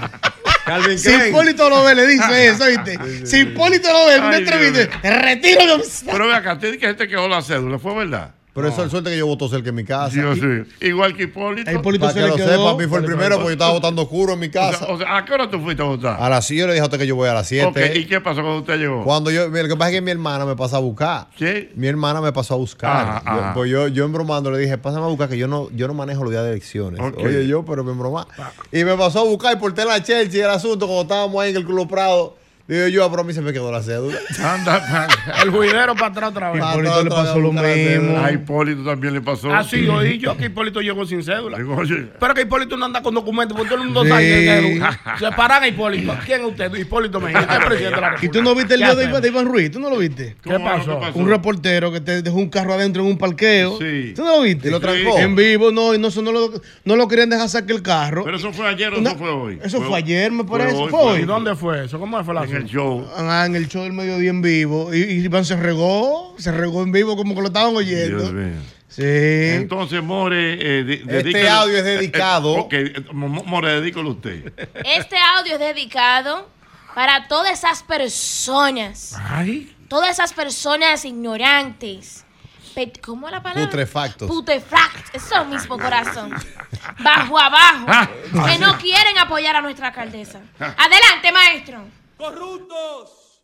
Calvin
Si
Klein.
Hipólito Lobel le dice eso, ¿viste? Si Hipólito Lobel me entreviste, retiro mi amistad.
Pero ve acá, te dije que gente quedó la cédula, ¿fue verdad?
Pero eso es suerte que yo voto cerca en mi casa.
Yo sí. Igual que Hipólito.
Para que lo sepa, a mí fue el primero porque yo estaba votando oscuro en mi casa.
O sea, ¿a qué hora tú fuiste a votar?
A las 7 yo le dije a usted que yo voy a las 7.
Ok, ¿y qué pasó cuando usted llegó?
Cuando yo, mira, lo que pasa es que mi hermana me pasa a buscar. Mi hermana me pasó a buscar.
Ajá,
Yo-
ajá.
pues yo, yo embromando le dije, pásame a buscar que yo no, yo no manejo los días de elecciones.
Ok. Ah.
Oye, yo, pero me embromá. Y me pasó a buscar y porté la Chelsea y el asunto cuando estábamos ahí en el Club Prado. Digo yo, ah, pero a mí se me quedó la cédula.
Ah, Anda,
El juidero para atrás otra vez.
Hipólito le pasó lo mismo.
A Hipólito también le pasó.
Así Ah, oí yo que Hipólito llegó sin cédula.
oye.
Pero que Hipólito no anda con documentos, porque todo el mundo
Sí.
sabe que se paran a Hipólito. ¿Quién es usted? Hipólito Mejía, usted es presidente de la
¿Y
República.
tú no viste el
¿Qué
video de,
hacemos?
Iván- de Iván Ruiz? ¿Tú no lo viste?
¿Qué pasó? ¿Qué pasó?
Un reportero que te dejó un carro adentro en un parqueo.
Sí.
¿Tú no lo viste?
¿Y lo trancó?
En vivo, no, y no, eso no, lo, no lo querían dejar sacar el carro.
Pero eso fue ayer o
Una-
no fue hoy.
Eso fue ayer, me parece.
hoy,
Fue hoy.
¿Y dónde fue eso? ¿Cómo fue la
En el show.
Ah, en el show del mediodía en vivo. Y, y Iván se regó, se regó en vivo como que lo estaban
Eh,
oyendo.
Dios mío.
Sí.
Entonces, More, eh, de-
Este
dedícalo-
audio es dedicado.
Eh, ok, eh, Mo- Mo- More, dedícalo usted.
Este audio es dedicado para todas esas personas.
Ay.
Todas esas personas ignorantes. Pe- ¿Cómo es la palabra?
Putrefactos.
Putrefactos. Eso mismo, corazón. Bajo abajo.
Ah.
Que no quieren apoyar a nuestra alcaldesa. Adelante, maestro.
corruptos,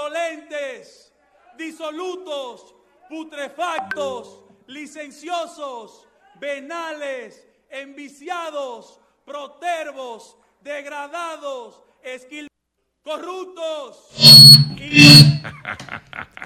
indolentes, disolutos, putrefactos, licenciosos, venales, enviciados, protervos, degradados, esquil... corruptos.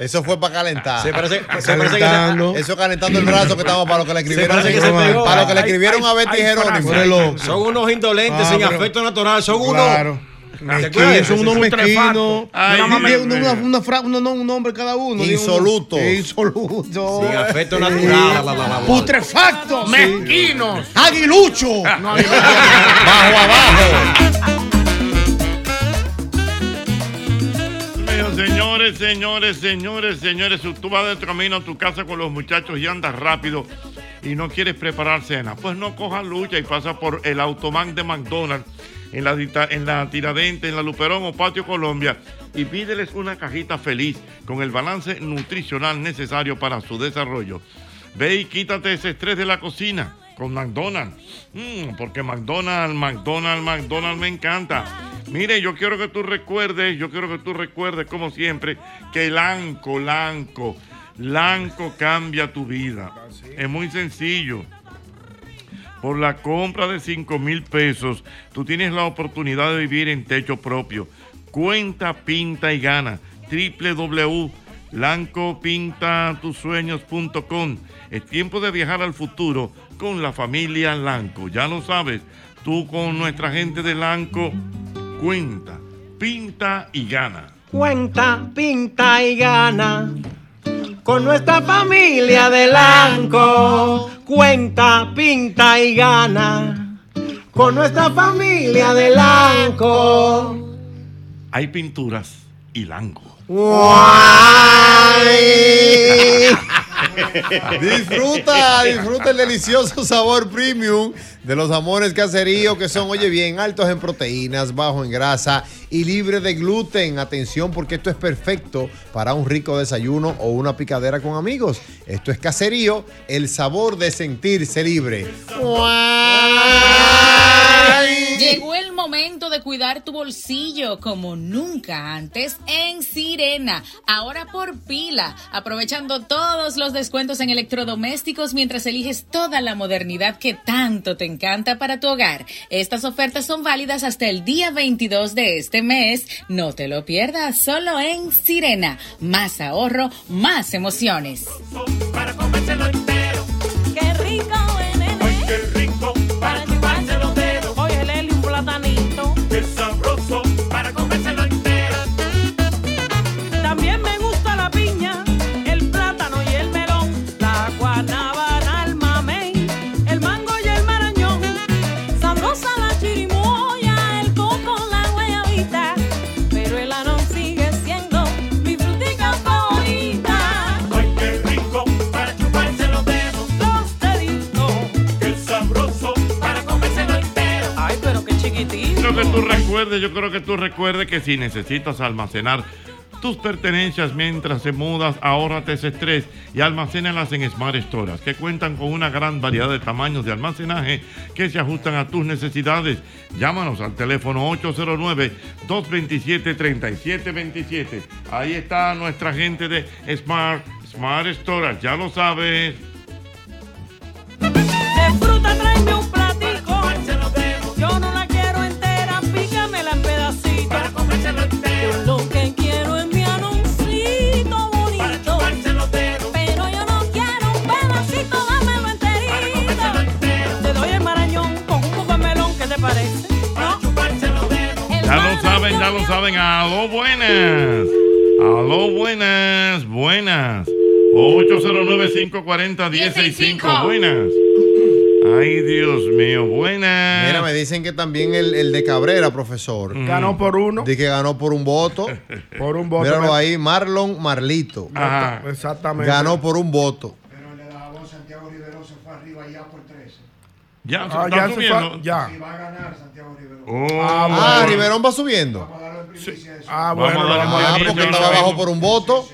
Eso fue para calentar.
Se parece- se parece que se-
Calentando. eso calentando el brazo que estamos para lo que le escribieron.
parece que se pegó.
para lo que le escribieron
Hay-
a Betty
hay
Jerónimo.
frases. Son unos indolentes
Ah,
sin
pero-
afecto natural. Son unos.
Claro.
¿Te
Mezquinos,
acuerdas?
son unos mezquinos.
Ay,
Nada más
Dios
digo una,
mío.
una, una fra- uno, no, un nombre cada uno. digo uno.
Insolutos.
Insolutos.
Sin afecto
Sí.
natural. Bla, bla, bla, bla.
Putrefactos.
Mezquinos.
Aguilucho.
Bajo abajo.
Pero, Señores, señores, señores, señores, si tú vas de camino a tu casa con los muchachos y andas rápido y no quieres preparar cena, pues no cojas lucha y pasa por el automán de McDonald's en la, dita- en la Tiradente, en la Luperón o Patio Colombia y pídeles una cajita feliz con el balance nutricional necesario para su desarrollo. Ve y quítate ese estrés de la cocina con McDonald's. Mm, porque McDonald's, McDonald's, McDonald's me encanta. Mire, yo quiero que tú recuerdes, yo quiero que tú recuerdes, como siempre, que Lanco, Lanco, Lanco cambia tu vida. Es muy sencillo. Por la compra de 5 mil pesos, tú tienes la oportunidad de vivir en techo propio. Cuenta, pinta y gana. www.lancopintatusueños.com Es tiempo de viajar al futuro con la familia Lanco. Ya lo sabes, tú con nuestra gente de Lanco, cuenta, pinta y gana.
Cuenta, pinta y gana. Con nuestra familia de Lanco. Cuenta, pinta y gana. Con nuestra familia de Lanco.
Hay pinturas y Lanco.
Guay. disfruta, disfruta el delicioso sabor premium de los amores caserío que son, oye bien, altos en proteínas, bajo en grasa y libre de gluten. Atención porque esto es perfecto para un rico desayuno o una picadera con amigos. Esto es caserío, el sabor de sentirse libre.
Llegó el momento de cuidar tu bolsillo como nunca antes en Sirena, ahora por pila, aprovechando todos los descuentos en electrodomésticos mientras eliges toda la modernidad que tanto te encanta para tu hogar. Estas ofertas son válidas hasta el día 22 de este mes. No te lo pierdas, solo en Sirena. Más ahorro, más emociones.
¡Qué rico, nene! ¡Ay, qué rico! Para chuparse los dedos. Oye, Leli, un platanito. ¡Qué sabroso! Para comérselo entero. También me gusta la piña, el plátano y el melón. La guanábana, el mamey, el mango y el marañón. Sabrosa la chirimoya, el coco, la guayabita. Pero el anón sigue siendo mi frutica favorita. ¡Ay, qué rico! Para chuparse los dedos. Los deditos. ¡Qué sabroso! Para comérselo entero. ¡Ay, pero qué chiquitito!
Quiero que tú recuerdes, yo creo que tú recuerdes que si necesitas almacenar tus pertenencias mientras se mudas, ahórrate ese estrés y almacénalas en Smart Storage, que cuentan con una gran variedad de tamaños de almacenaje que se ajustan a tus necesidades. Llámanos al teléfono 809-227-3727. Ahí está nuestra gente de Smart, Smart Storage, ya lo sabes.
fruta tráeme un platico. Yo no la quiero entera, pícamela en pedacitos. Para comérselo entero. Yo lo que quiero es mi anoncito bonito. Para Pero yo no quiero un pedacito, dámelo enterito. Te doy el marañón con un poco de melón, ¿qué te parece? Para chupárselo
Ya lo saben, ya lo saben. Aló, buenas. Aló, buenas, buenas. 809-540-165. Buenas. Ay, Dios mío, buenas. Mm.
Mira, me dicen que también el, el de Cabrera, profesor.
Ganó por uno.
Dice que ganó por un voto.
Por un voto.
Míralo ahí, Marlon Marlito.
Ajá. Exactamente.
Ganó por un voto.
Ya,
Ah,
está
ya se
subiendo.
fue- Ya.
Oh.
Ah,
bueno.
Riverón va subiendo.
Ah,
Vamos
bueno.
a darle
vamos a-
primicia, porque estaba ahora abajo mismo. por un voto.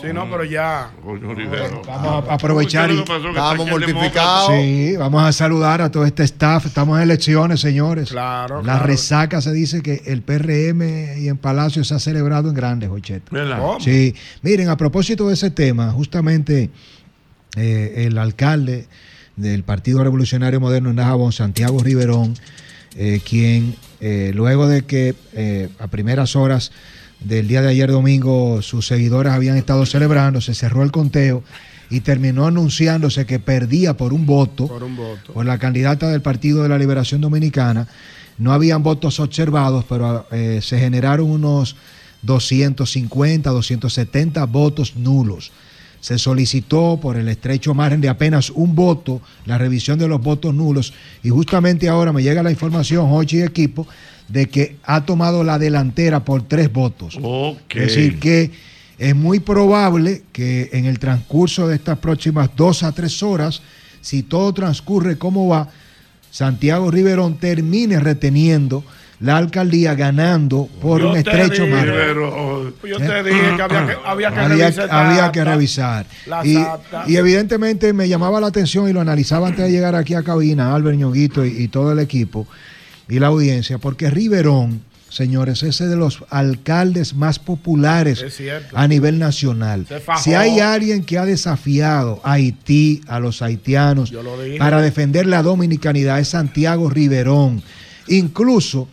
Sí, no, pero ya.
Vamos
a aprovechar y-
Estábamos multiplicados.
Sí, vamos a saludar a todo este staff. Estamos en elecciones, señores.
Claro,
La
claro.
resaca se dice que el PRM y en Palacio se ha celebrado en grandes, Jocheta.
¿Verdad?
Sí. Miren, a propósito de ese tema, justamente eh, el alcalde del Partido Revolucionario Moderno en Dajabón, Santiago Riverón, eh, quien eh, luego de que eh, a primeras horas del día de ayer domingo sus seguidores habían estado celebrando, se cerró el conteo y terminó anunciándose que perdía por un voto
Por un voto.
por la candidata del Partido de la Liberación Dominicana. No habían votos observados, pero eh, se generaron unos 250, 270 votos nulos. Se solicitó por el estrecho margen de apenas un voto la revisión de los votos nulos y justamente ahora me llega la información, Hochi y equipo, de que ha tomado la delantera por tres votos.
Ok.
Es decir, que es muy probable que en el transcurso de estas próximas dos a tres horas, si todo transcurre como va, Santiago Riverón termine reteniendo la alcaldía ganando por
Yo
un
te
estrecho
dije,
margen.
Oh,
Pues Yo te dije que había que, había que
Eh, Había,
revisar esta
había que
acta.
revisar.
las
Y,
actas.
y evidentemente me llamaba la atención y lo analizaba antes de llegar aquí a cabina, Albert Ñonguito y, y todo el equipo y la audiencia, porque Riverón, señores, es de los alcaldes más populares
Es cierto.
a nivel nacional.
Se fajó.
Si hay alguien que ha desafiado a Haití, a los haitianos,
Yo lo dije.
para defender la dominicanidad es Santiago Riverón. Incluso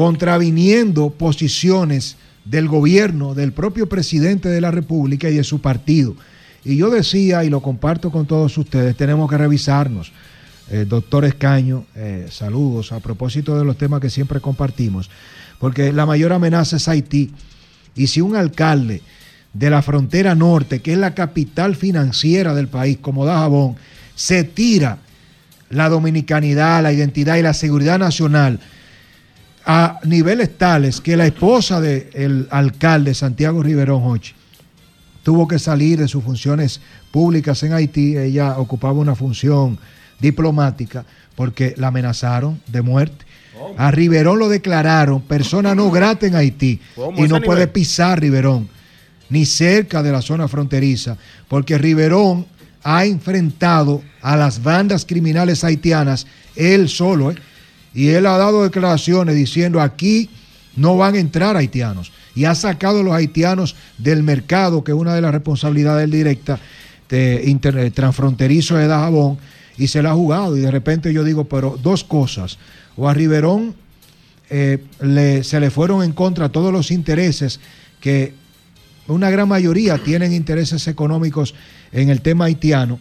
contraviniendo posiciones del gobierno, del propio presidente de la República y de su partido. Y yo decía, y lo comparto con todos ustedes, tenemos que revisarnos. Eh, doctor Escaño, eh, saludos a propósito de los temas que siempre compartimos, porque la mayor amenaza es Haití. Y si un alcalde de la frontera norte, que es la capital financiera del país, como da Jabón, se tira la dominicanidad, la identidad y la seguridad nacional a niveles tales que la esposa del alcalde Santiago Riverón Hochi tuvo que salir de sus funciones públicas en Haití, ella ocupaba una función diplomática porque la amenazaron de muerte. A Riverón lo declararon persona no grata en Haití
¿Cómo?
y
¿Ese
no
nivel?
puede pisar Riverón ni cerca de la zona fronteriza, porque Riverón ha enfrentado a las bandas criminales haitianas él solo, ¿eh? y él ha dado declaraciones diciendo aquí no van a entrar haitianos, y ha sacado a los haitianos del mercado, que es una de las responsabilidades del directa de inter- eh, transfronterizo de Dajabón, y se la ha jugado, y de repente yo digo, pero dos cosas, o a Riverón eh, le- se le fueron en contra todos los intereses que una gran mayoría tienen intereses económicos en el tema haitiano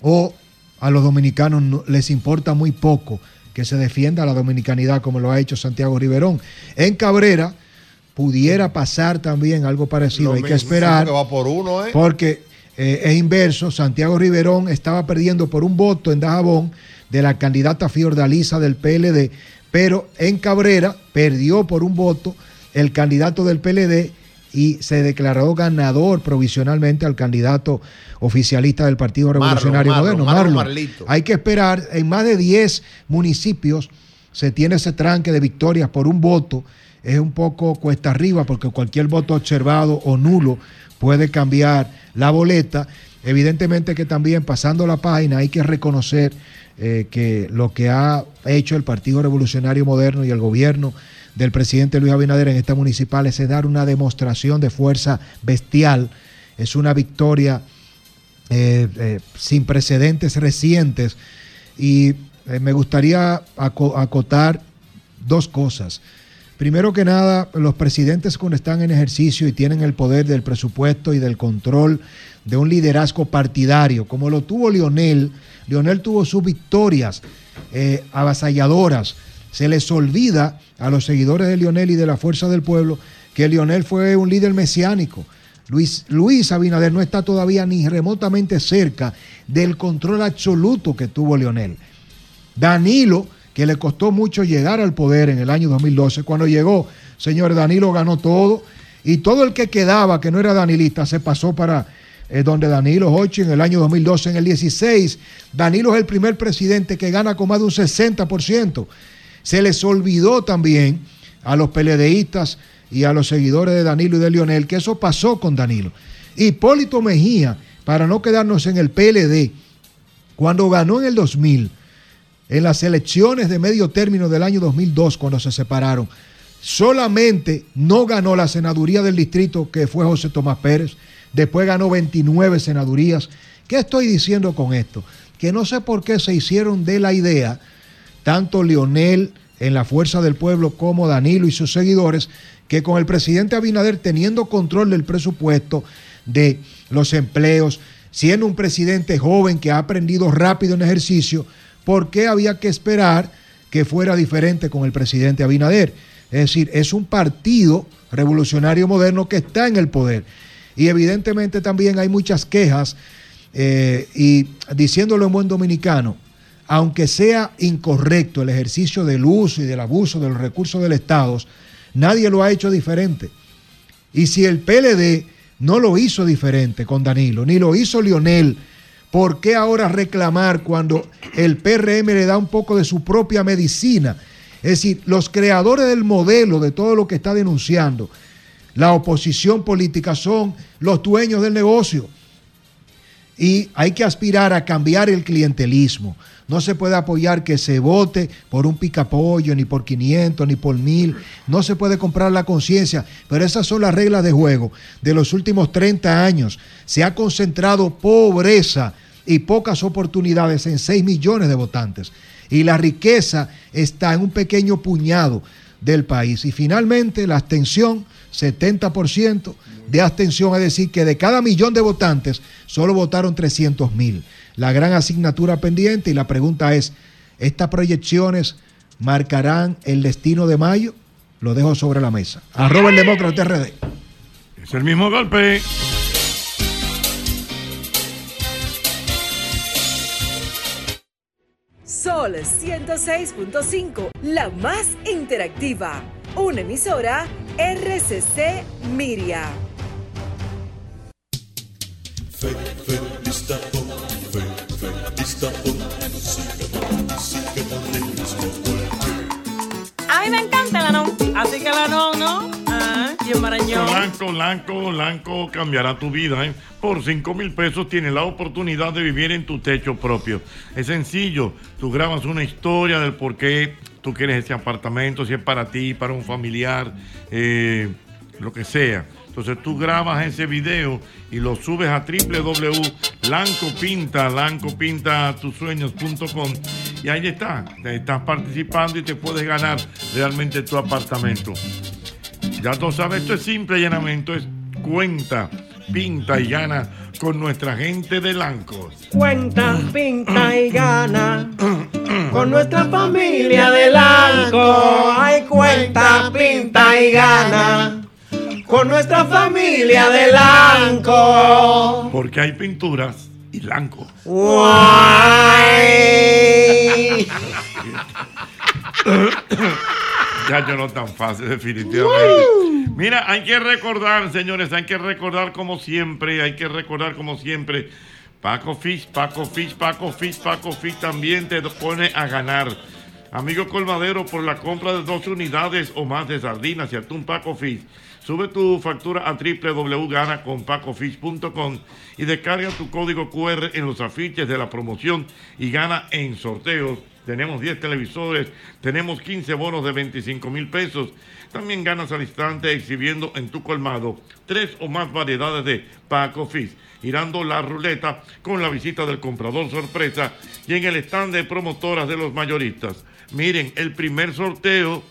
o a los dominicanos no- les importa muy poco que se defienda la dominicanidad como lo ha hecho Santiago Riverón. En Cabrera pudiera pasar también algo parecido,
Lo
hay que
mismo,
esperar.
que va por uno, ¿eh?
Porque eh, es inverso, Santiago Riverón estaba perdiendo por un voto en Dajabón de la candidata Fiordaliza del PLD, pero en Cabrera perdió por un voto el candidato del PLD y se declaró ganador provisionalmente al candidato oficialista del Partido
Marlon,
Revolucionario
Marlon,
Moderno,
Marlon
Marlon.
Marlito.
Hay que esperar, en más de 10 municipios se tiene ese tranque de victorias por un voto, es un poco cuesta arriba porque cualquier voto observado o nulo puede cambiar la boleta. Evidentemente que también pasando la página hay que reconocer eh, que lo que ha hecho el Partido Revolucionario Moderno y el gobierno del presidente Luis Abinader en estas municipales es dar una demostración de fuerza bestial. Es una victoria eh, eh, sin precedentes recientes. Y eh, me gustaría aco- acotar dos cosas. Primero que nada, los presidentes cuando están en ejercicio y tienen el poder del presupuesto y del control de un liderazgo partidario, como lo tuvo Lionel, Lionel tuvo sus victorias eh, avasalladoras. Se les olvida a los seguidores de Lionel y de la Fuerza del Pueblo que Lionel fue un líder mesiánico. Luis, Luis Abinader no está todavía ni remotamente cerca del control absoluto que tuvo Lionel. Danilo, que le costó mucho llegar al poder en el año 2012, cuando llegó, señor Danilo ganó todo y todo el que quedaba que no era danilista se pasó para eh, donde Danilo Hochi en el año 2012, en el 16. Danilo es el primer presidente que gana con más de un 60%. Se les olvidó también a los peledeístas y a los seguidores de Danilo y de Lionel que eso pasó con Danilo. Hipólito Mejía, para no quedarnos en el PLD, cuando ganó en el 2000, en las elecciones de medio término del año 2002, cuando se separaron, solamente no ganó la senaduría del distrito que fue José Tomás Pérez, después ganó 29 senadurías. ¿Qué estoy diciendo con esto? Que no sé por qué se hicieron de la idea, tanto Lionel, en la fuerza del pueblo como Danilo y sus seguidores, que con el presidente Abinader teniendo control del presupuesto, de los empleos, siendo un presidente joven que ha aprendido rápido en ejercicio, ¿por qué había que esperar que fuera diferente con el presidente Abinader? Es decir, es un partido revolucionario moderno que está en el poder. Y evidentemente también hay muchas quejas, eh, y diciéndolo en buen dominicano, aunque sea incorrecto el ejercicio del uso y del abuso de los recursos del Estado, nadie lo ha hecho diferente. Y si el PLD no lo hizo diferente con Danilo, ni lo hizo Lionel, ¿por qué ahora reclamar cuando el PRM le da un poco de su propia medicina? Es decir, los creadores del modelo de todo lo que está denunciando, la oposición política son los dueños del negocio. Y hay que aspirar a cambiar el clientelismo. No se puede apoyar que se vote por un picapollo, ni por 500, ni por 1000. No se puede comprar la conciencia. Pero esas son las reglas de juego de los últimos 30 años. Se ha concentrado pobreza y pocas oportunidades en 6 millones de votantes. Y la riqueza está en un pequeño puñado del país. Y finalmente, la abstención, 70% de abstención, es decir, que de cada millón de votantes solo votaron 300 mil. La gran asignatura pendiente y la pregunta es, ¿estas proyecciones marcarán el destino de mayo? Lo dejo sobre la mesa. Arroba el demócrata RD.
Es el mismo golpe.
Sol 106.5, la más interactiva. Una emisora RCC Miria.
Fe, lista fe, lista música con el mismo
A mí me encanta la non. Así que la non, ¿no? Ah, y el marañón.
Lanco, Lanco, Lanco cambiará tu vida. ¿eh? Por 5 mil pesos tienes la oportunidad de vivir en tu techo propio. Es sencillo, tú grabas una historia del por qué tú quieres ese apartamento, si es para ti, para un familiar, eh, lo que sea. Entonces tú grabas ese video y lo subes a www.lancopinta, lancopinta.tusueños.com y ahí está, estás participando y te puedes ganar realmente tu apartamento. Ya tú sabes, esto es simple y llanamente, es cuenta, pinta y gana con nuestra gente de Lancos.
Cuenta, pinta y gana. Con nuestra familia
de
de
Lanco.
Lanco. Hay cuenta, pinta y gana. Con nuestra familia de Lanco.
Porque hay pinturas y Lanco.
Guay.
ya yo no tan fácil, definitivamente. Mira, hay que recordar, señores, hay que recordar como siempre, hay que recordar como siempre. Paco Fish, Paco Fish, Paco Fish, Paco Fish también te pone a ganar. Amigo Colmadero, por la compra de dos unidades o más de sardinas y atún Paco Fish, sube tu factura a www.ganaconpacofish.com y descarga tu código QR en los afiches de la promoción y gana en sorteos. Tenemos 10 televisores, tenemos 15 bonos de 25 mil pesos. También ganas al instante exhibiendo en tu colmado tres o más variedades de Paco Fish, girando la ruleta con la visita del comprador sorpresa y en el stand de promotoras de los mayoristas. Miren, el primer sorteo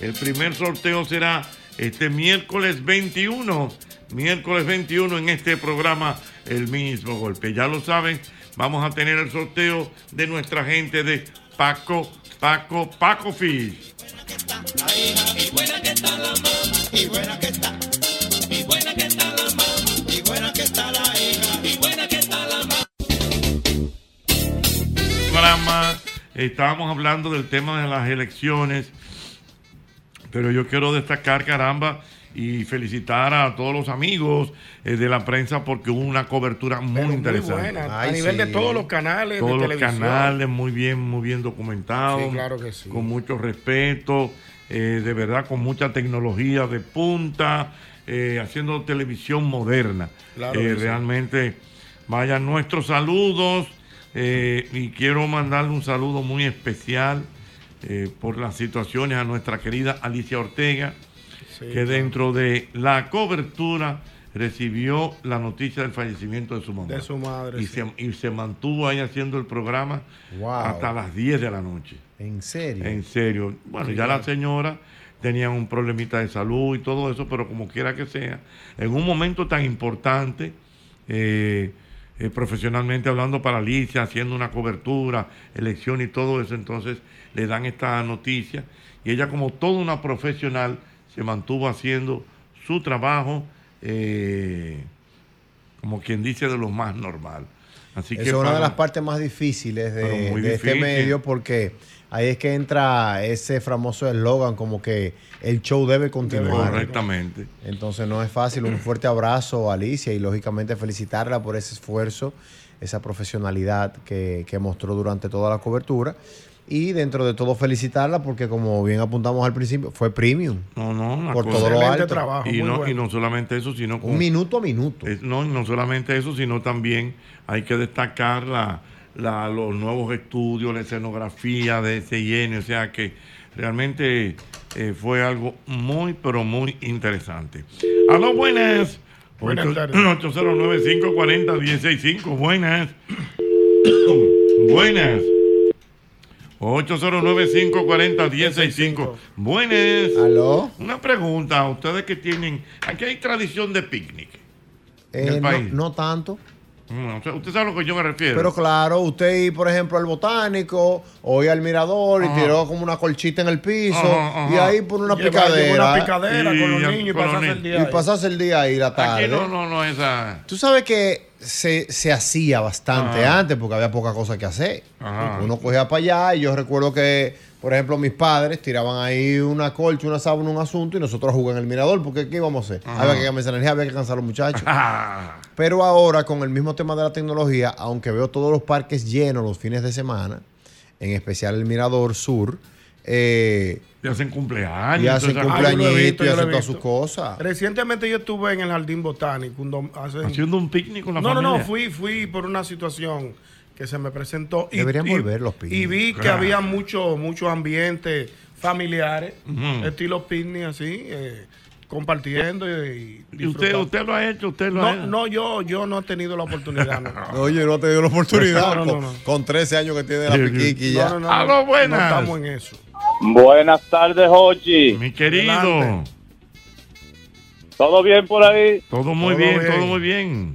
el primer sorteo será este miércoles 21. Miércoles 21 en este programa El mismo golpe. Ya lo saben, vamos a tener el sorteo de nuestra gente de Paco, Paco, Paco Fish.
Y buena que está la mamá, y buena que está. Y buena que está la mamá, y buena que está la hija, y buena que está la mamá.
Programa, estábamos hablando del tema de las elecciones, pero yo quiero destacar, caramba, y felicitar a todos los amigos eh, de la prensa porque hubo una cobertura muy interesante.
buena, a nivel de todos los canales de
Todos los
televisión.
canales, muy bien, muy bien documentados.
Sí, claro que sí.
Con mucho respeto, eh, de verdad, con mucha tecnología de punta, eh, haciendo televisión moderna.
Claro
Eh,
que sí.
realmente, vayan nuestros saludos. eh, y quiero mandarle un saludo muy especial eh, por las situaciones a nuestra querida Alicia Ortega,
Sí,
que dentro de la cobertura recibió la noticia del fallecimiento de su mamá.
De su madre,
Y, se, y se mantuvo ahí haciendo el programa hasta las 10 de la noche.
En serio.
En serio. Bueno, ya la señora tenía un problemita de salud y todo eso, pero como quiera que sea, en un momento tan importante, eh, eh, profesionalmente hablando para Alicia, haciendo una cobertura, elección y todo eso, entonces le dan esta noticia y ella como toda una profesional se mantuvo haciendo su trabajo, eh, como quien dice, de lo más normal. Así que
Esa es una de
para-
las partes más difíciles de,
Pero muy
de este
difícil.
medio porque ahí es que entra ese famoso eslogan como que el show debe continuar.
Correctamente.
Entonces no es fácil. Un fuerte abrazo a Alicia y lógicamente felicitarla por ese esfuerzo, esa profesionalidad que, que mostró durante toda la cobertura. Y dentro de todo felicitarla porque como bien apuntamos al principio, fue premium.
No, no, una
Por
cosa-
todo lo alto.
y, no, y no solamente eso, sino
Un minuto a minuto.
no, y no solamente eso, sino también hay que destacar la, la- los nuevos estudios, la escenografía de ese lleno. O sea que realmente eh, fue algo muy, pero muy interesante. A los buenas.
Buenas
Ocho-
tardes.
809-540-165. Buenas. Buenas. 809-540-165. Buenas.
¿Aló?
Una pregunta a ustedes que tienen. Aquí hay tradición de picnic.
Eh,
del
no-
país.
no tanto.
Mm, o sea, Usted sabe a lo que yo me refiero.
Pero claro, usted ir, por ejemplo, al botánico o ir al mirador y
Ajá.
tiró como una colchita en el piso
Ajá, ajá.
y ahí por una
Lleva-
picadera.
lleva una picadera con los Y- niños y con los pasarse el niños. día ahí.
Y pasarse el día ahí la tarde.
Aquí no, no, no, esa.
Tú sabes que se, se hacía bastante
Ajá.
antes porque había poca cosa que hacer.
Ajá.
Uno cogía para allá y yo recuerdo que, por ejemplo, mis padres tiraban ahí una colcha, una sábana, un asunto y nosotros jugábamos en el mirador porque ¿qué íbamos a hacer?
Ajá.
Había que cambiar esa energía, había que cansar a los muchachos.
Ah,
Pero ahora, con el mismo tema de la tecnología, aunque veo todos los parques llenos los fines de semana, en especial el Mirador Sur, eh,
y hacen cumpleaños.
y hacen
entonces-
cumpleañitos y hacen todas sus
visto.
Ah.
cosas.
Recientemente yo estuve en el jardín botánico. un dom- hace-
Haciendo un picnic con la
no, No, no,
familia.
fui, fui por una situación que se me presentó. Y,
Deberían
y-
volver los picnic.
Y vi que
Claro.
había muchos muchos ambientes familiares,
Ujú.
estilo picnic así, eh, compartiendo y,
¿Y usted,
disfrutando.
usted lo ha hecho? ¿Usted lo ha
No,
hecho?
no, yo, yo no he tenido la oportunidad. no.
Oye, no te dio la oportunidad
No, no,
con,
no,
con 13 años que tiene la piquiqui ya.
No, no, no,
A Ah, lo buenas.
No estamos en eso.
Buenas tardes, Hochi.
Mi querido.
¿Todo bien por ahí?
Todo muy bien, todo muy bien.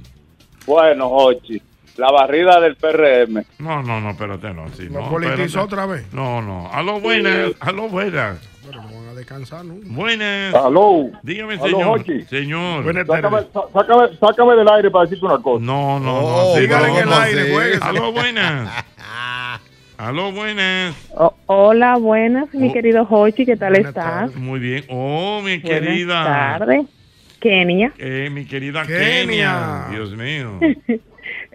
Bueno, Hochi, la barrida del PRM.
No, no, no, espérate, no. Sí, no,
politizó
espérate.
otra vez.
No, no. A lo buenas, a lo buenas.
Pero no van a descansar, ¿no?
Buenas.
Ah.
Aló.
Dígame,
Aló,
señor.
Jochi.
Señor.
Sácame, sa- sácame, sácame del aire para decirte una cosa.
No, no,
Oh,
no.
Oh, Dígale que el aire,
juegues.
Aló, buenas. Aló, buenas.
O- hola, buenas, mi
Oh.
querido Hochi, ¿qué tal estás?
Muy bien. Oh, mi
Buenas
querida.
tardes. Kenia.
Eh, mi querida Kenia.
Kenia.
Dios mío.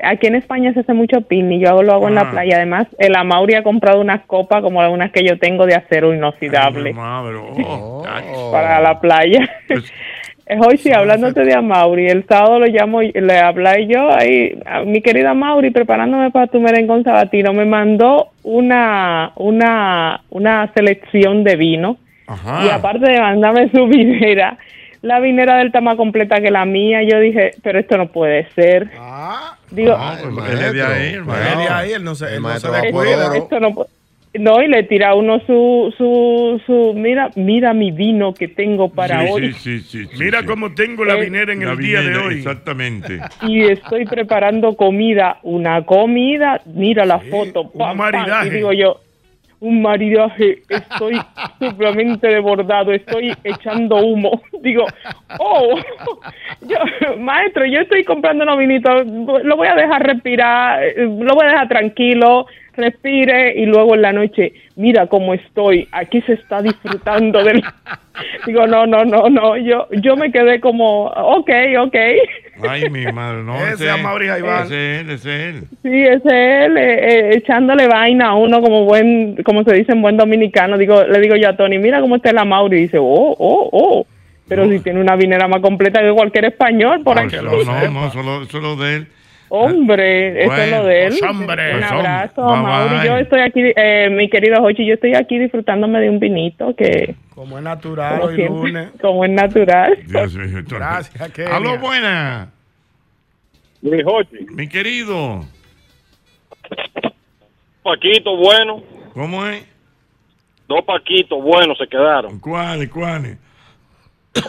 Aquí en España se hace mucho picnic, yo lo hago en
Ah.
la playa. Además, el Amauri ha comprado unas copas como algunas que yo tengo de acero inoxidable
Madre, oh, Pues, ay.
para la playa. Eh, Hochi, hablándote de Amauri, el sábado lo llamo, y- le hablé yo ahí, a mi querida Amauri, preparándome para tu merengón sabatino, me mandó una, una, una selección de vino. Y aparte de mandarme su vinera, la vinera del tamaño completa que la mía, yo dije, pero esto no puede ser.
Ah.
Digo,
Él es de ahí, el maestro.
Él es de ahí, él no se, él no se
esto,
descuida.
esto no puede- No, y le tira uno su, su, su, mira, mira mi vino que tengo para
Sí,
hoy. Eh,
sí, sí, sí, sí,
Mira
sí.
cómo tengo la vinera en
La
el día de
vinera,
hoy.
Exactamente.
Y estoy preparando comida, una comida, mira la foto, pam, pam,
maridaje.
y digo yo, un maridaje, estoy simplemente desbordado, estoy echando humo. Digo, oh, yo, maestro, yo estoy comprando unos vinitos, lo voy a dejar respirar, eh, lo voy a dejar tranquilo, respire y luego en la noche, mira cómo estoy, aquí se está disfrutando del... Digo, no, no, no, no, yo, yo me quedé como, ok, ok.
Ay, mi madre, no.
Ese
es
es Amaury Jaiván.
Ese es él, ese es él.
Sí, ese es él, eh, eh, echándole vaina a uno como buen, como se dice en buen dominicano. Digo, le digo yo a Tony, mira cómo está la Mauri. Y dice, oh, oh, oh. Pero si tiene una vinera más completa que cualquier español por aquí.
No, no, no, solo, solo de él.
Hombre, eso es
Bueno,
lo de él.
pues, hombre.
Un
Pues, hombre.
abrazo,
Bye,
Mauri.
bye.
Yo estoy aquí, eh, mi querido Jochi, yo estoy aquí disfrutándome de un vinito que,
Como es natural
como,
hoy
siempre,
lunes.
como es natural.
Gracias, Kenia.
Aló, buena.
Mi
Mi querido.
Paquito, bueno.
¿Cómo es?
Dos Paquitos buenos se quedaron.
¿Cuáles, cuáles?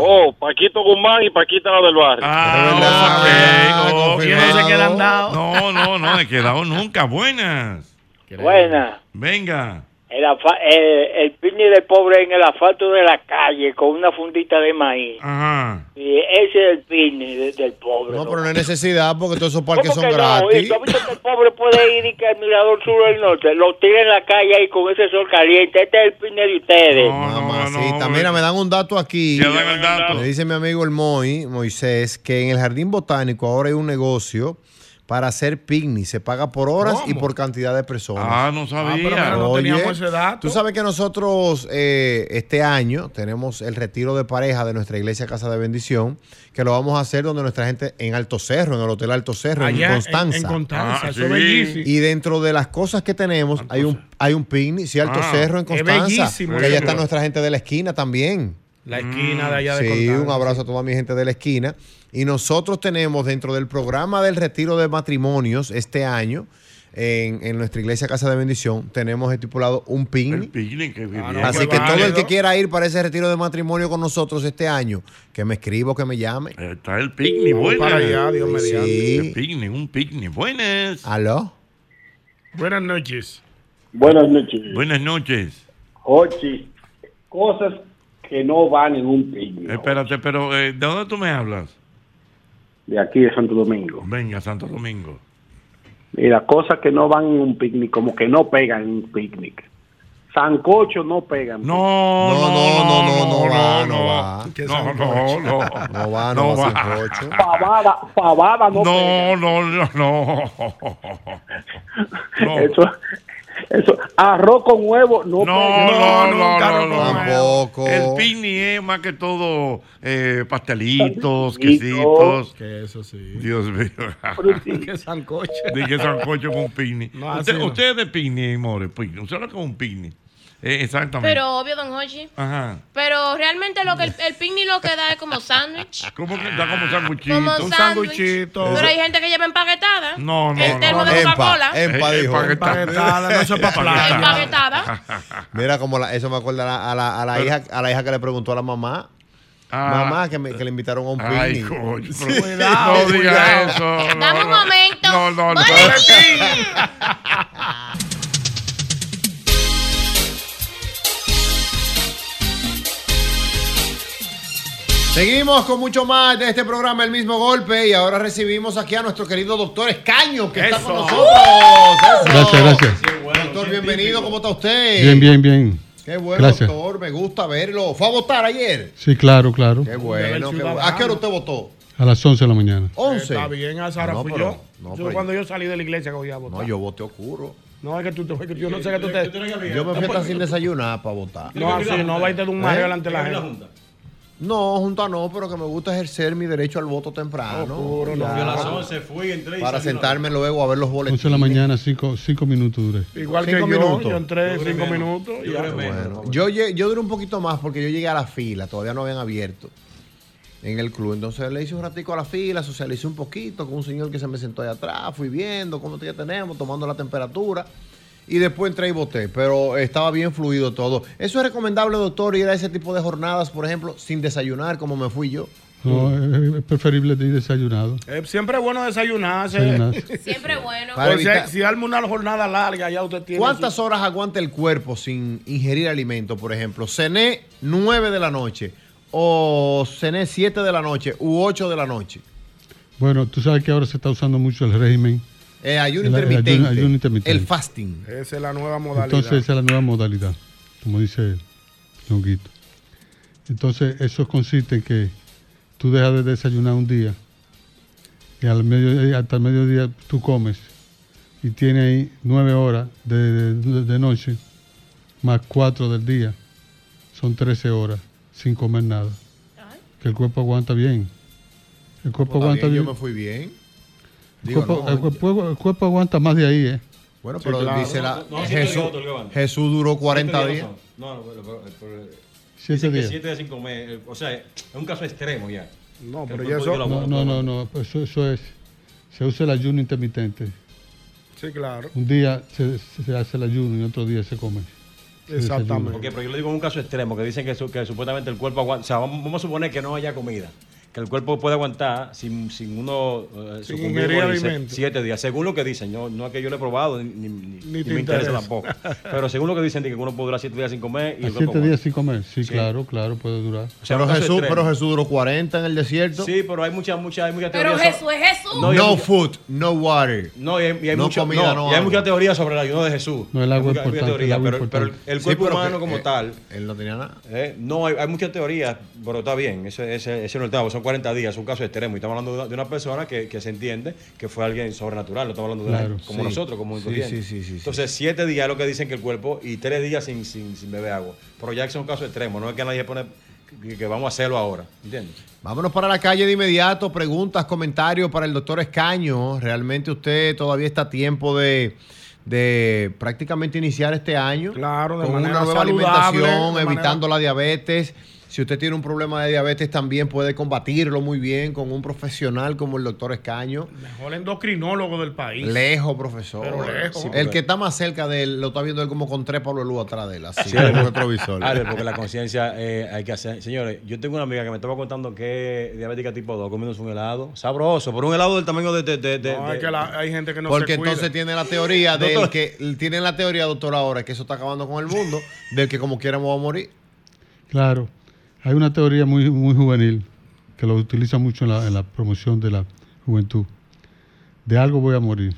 Oh, Paquito Guzmán y Paquita la del barrio.
Ah, ok.
confirmado. Yo no sé qué le han dado.
No, no, no, he quedado nunca. Buenas.
Buena.
Venga.
El, afa- eh, el picnic del pobre en el asfalto de la calle con una fundita de maíz.
Ajá.
Y ese es el picnic de- del pobre.
No,
¿no?
pero no hay necesidad porque todos esos parques
¿Cómo
son
que no? Oye,
gratis.
¿tú has visto que el pobre puede ir y que el mirador sur o el norte lo tira en la calle ahí con ese sol caliente? Este es el picnic de ustedes.
Mamacita, mira, me dan un dato aquí.
Ya dan el dato.
Me dice mi amigo el Moy, Moisés, que en el Jardín Botánico ahora hay un negocio para hacer picnic. Se paga por horas y por cantidad de personas.
Ah, no sabía. Ah, pero mira, no teníamos ese dato.
Tú sabes que nosotros eh, este año tenemos el retiro de pareja de nuestra iglesia Casa de Bendición, que lo vamos a hacer donde nuestra gente en Alto Cerro, en el Hotel Alto Cerro,
Allá
en
en-
Constanza.
en Constanza, Ah, eso es sí. bellísimo.
Y dentro de las cosas que tenemos hay un hay un picnic, sí, Alto
Ah,
Cerro en
es
Constanza.
bellísimo
porque allá
eso.
está nuestra gente de la esquina también.
La
Mm,
esquina de allá de
Sí,
Constanza.
un abrazo a toda mi gente de la esquina. Y nosotros tenemos dentro del programa del retiro de matrimonios este año, en, en nuestra iglesia Casa de Bendición, tenemos estipulado un picnic.
ah, pues
Así Ah, que todo el que quiera ir para ese retiro de matrimonio con nosotros este año, que me escriba o que me llame.
Está el picnic, buenas.
para allá, Dios mediante.
El picnic, un picnic, buenas.
¿Aló?
Buenas noches.
Buenas noches. Buenas noches.
Ochi, cosas que no van en un picnic.
Espérate, pero eh, ¿de dónde tú me hablas?
De aquí de Santo Domingo.
Venga, Santo Domingo.
Mira, cosas que no van en un picnic, como que no pegan en un picnic. Sancocho no pegan. pues.
No,
no, no, no, no, no, va, no va.
No, no, no. No
Ah,
va,
no va Pavada, pavada no,
No, no, no, no.
Eso, eso, arroz con huevo no, pega.
No, no, no, no. Tampoco. El picnic es más que todo eh, pastelitos, quesitos.
Que eso sí.
Dios mío.
Qué sancocho.
Dije sancocho con picnic.
No, así
usted,
no.
usted es de picnic, more. Picnic. Usted habla con un picnic. Eh, exactamente.
Pero obvio, don Hochi.
Ajá.
Pero realmente lo que el, el picnic lo que da es como sándwich.
¿Cómo que está como sanguchito?
Como
un
sándwich.
sanguchito.
Pero hay gente que lleva empaquetada.
No, no.
El termo
no.
de Coca-Cola.
Eh,
Empaquetada, no, eso es pa' playa.
Ah.
Empaquetada.
Mira, como la- eso me acuerda a la, a la- a la hija, a la hija que le preguntó a la mamá. mamá, que, me- que le invitaron a un picnic.
Ay, coño, pero-
Sí.
No diga
Cuidado.
eso. no,
Dame un
no.
momento.
No, no, no.
Boletín.
Seguimos con mucho más de este programa El mismo golpe y ahora recibimos aquí a nuestro querido doctor Escaño que está con nosotros. Eso.
Gracias, gracias.
Doctor, bienvenido, ¿cómo está usted?
Bien, bien, bien.
Qué bueno,
Gracias.
doctor, me gusta verlo. ¿Fue a votar ayer?
Sí, claro, claro.
Qué bueno, qué bueno. ¿A qué hora usted votó?
A las 11 de la mañana.
11.
Está bien, a esa hora
No,
fui
pero-
yo.
no,
Yo
pero-
cuando yo salí de la iglesia que voy a votar.
No, yo voté oscuro.
No, es que tú te Yo no sé que tú te.
Yo me fui hasta sin desayunar para votar.
No, así no, va a irte de un mareo
¿Eh?
delante de la gente.
No, junta no, pero que me gusta ejercer mi derecho al voto temprano.
no.
Claro.
Yo a las
11 fui, entré y
Para
salí una
sentarme luego a ver los boletines.
11 de la mañana, 5 minutos duré.
Igual que yo,
Cinco minutos.
yo entré
Yo creo
cinco
que no.
minutos. y
Yo
ya.
creo que no. Yo, llegué- yo duré un poquito más porque yo llegué a la fila, todavía no habían abierto en el club. Entonces le hice un ratico a la fila, socialicé un poquito con un señor que se me sentó allá atrás, fui viendo cómo ya tenemos, tomando la temperatura. Y después entré y voté, pero estaba bien fluido todo. ¿Eso es recomendable, doctor, ir a ese tipo de jornadas, por ejemplo, sin desayunar como me fui yo?
No, es- es preferible ir desayunado.
Eh, siempre es bueno desayunarse.
Desayunarse.
Siempre bueno.
Para
O sea,
evitar-
si arma una jornada larga, ya usted tiene.
¿Cuántas
su-
horas aguanta el cuerpo sin ingerir alimento, por ejemplo? Cené 9 de la noche o cené 7 de la noche u 8 de la noche.
Bueno, tú sabes que ahora se está usando mucho el régimen.
Eh, ayuno
El- el
intermitente.
ayuno- ayuno intermitente.
El fasting.
Esa es la nueva modalidad.
Entonces esa es la nueva modalidad, como dice Longuito. Entonces eso consiste en que tú dejas de desayunar un día y al medio, eh, hasta el mediodía tú comes y tienes ahí nueve horas de, de- de noche más cuatro del día. Son 13 horas sin comer nada. Que el cuerpo aguanta bien. El cuerpo
Pues Está
aguanta
bien,
bien.
Yo me fui bien.
El
Digo,
cuerpo-
no,
el cuerpo- el cuerpo aguanta más de ahí, ¿eh?
Bueno,
Sí,
pero
claro.
dice la,
No, no, siete
Jesús,
días, doctor, levante.
Jesús duró 40
Siete
días.
no son. No, no, pero- pero- pero-
Siete
dicen que
días.
siete días sin comer, eh, O sea, es un caso extremo ya. No,
pero ya eso-
No, no, no, no, pues eso, eso es. Se usa el ayuno intermitente.
Sí, claro.
Un día se, se hace el ayuno y otro día se come.
Exactamente. Porque, pero yo le digo un caso extremo que dicen que, su- que supuestamente el cuerpo aguanta. O sea, vamos, vamos a suponer que no haya comida. Que el cuerpo puede aguantar sin, sin uno eh,
Sin
sucumbir
ingerir
por dice-
alimento.
siete días. Según lo que dicen, no, no es que yo lo he probado ni, ni- ni- ni
te
me interesa
interesa.
tampoco. Pero según lo que dicen, de que uno puede durar siete días sin comer y
A
el cuerpo
siete
aguanta.
días sin comer. Sí, claro, claro, puede durar.
O sea, Pero un caso Jesús- extremo. pero
eh, Jesús duró 40 en el desierto.
Sí, pero hay muchas, muchas, hay muchas
Pero
teorías.
Jesús es Jesús.
No,
No, y hay mucha-
food, no water.
No, y hay, y hay
No
mucho-
comida,
no,
no
y hay
agua.
mucha teoría sobre el ayuno de Jesús.
No, el agua
Hay
es
mucha- hay mucha
importante,
teoría,
el agua es
pero, pero el-
importante.
el
Sí,
cuerpo
pero que-
humano como
eh,
tal.
Él no tenía nada.
eh, no, hay, hay muchas teorías, pero está bien. Ese, ese, ese no es el tema, son 40 días, es un caso extremo. Y estamos hablando de una, de una persona que, que se entiende que fue alguien sobrenatural. No estamos hablando de
Claro.
alguien como
Sí.
nosotros, como un
Sí,
corriente.
sí, sí, sí, sí.
Entonces, siete días es lo que dicen que el cuerpo y tres días sin, sin, sin beber agua. Pero ya que es un caso extremo, no es que nadie pone que, que vamos a hacerlo ahora. ¿Entiendes?
Vámonos para la calle de inmediato. Preguntas, comentarios para el doctor Escaño. Realmente usted todavía está a tiempo de, de prácticamente iniciar este año. Claro,
de
con
manera
una nueva
saludable,
alimentación,
de
evitando la diabetes. Si usted tiene un problema de diabetes, también puede combatirlo muy bien con un profesional como el doctor Escaño.
Mejor endocrinólogo del país.
Lejos, profesor.
Pero lejos.
Sí, el que está más cerca de él lo está viendo él como con tres Pablo Luz atrás de él, así,
Sí,
con un
Ale,
retrovisor.
Ale, porque la conciencia eh, hay que hacer. Señores, yo tengo una amiga que me estaba contando que es diabética tipo 2, comiéndose un helado. Sabroso, pero un helado del tamaño de. de, de, de-
No, es
de-
que la- hay gente que no
Porque
se cuida.
entonces tiene la teoría de
Doctor.
que tiene la teoría, doctor, ahora que eso está acabando con el mundo, de que como quiera me voy a morir.
Claro, hay una teoría muy, muy juvenil que lo utiliza mucho en la, en la promoción de la juventud. De algo voy a morir.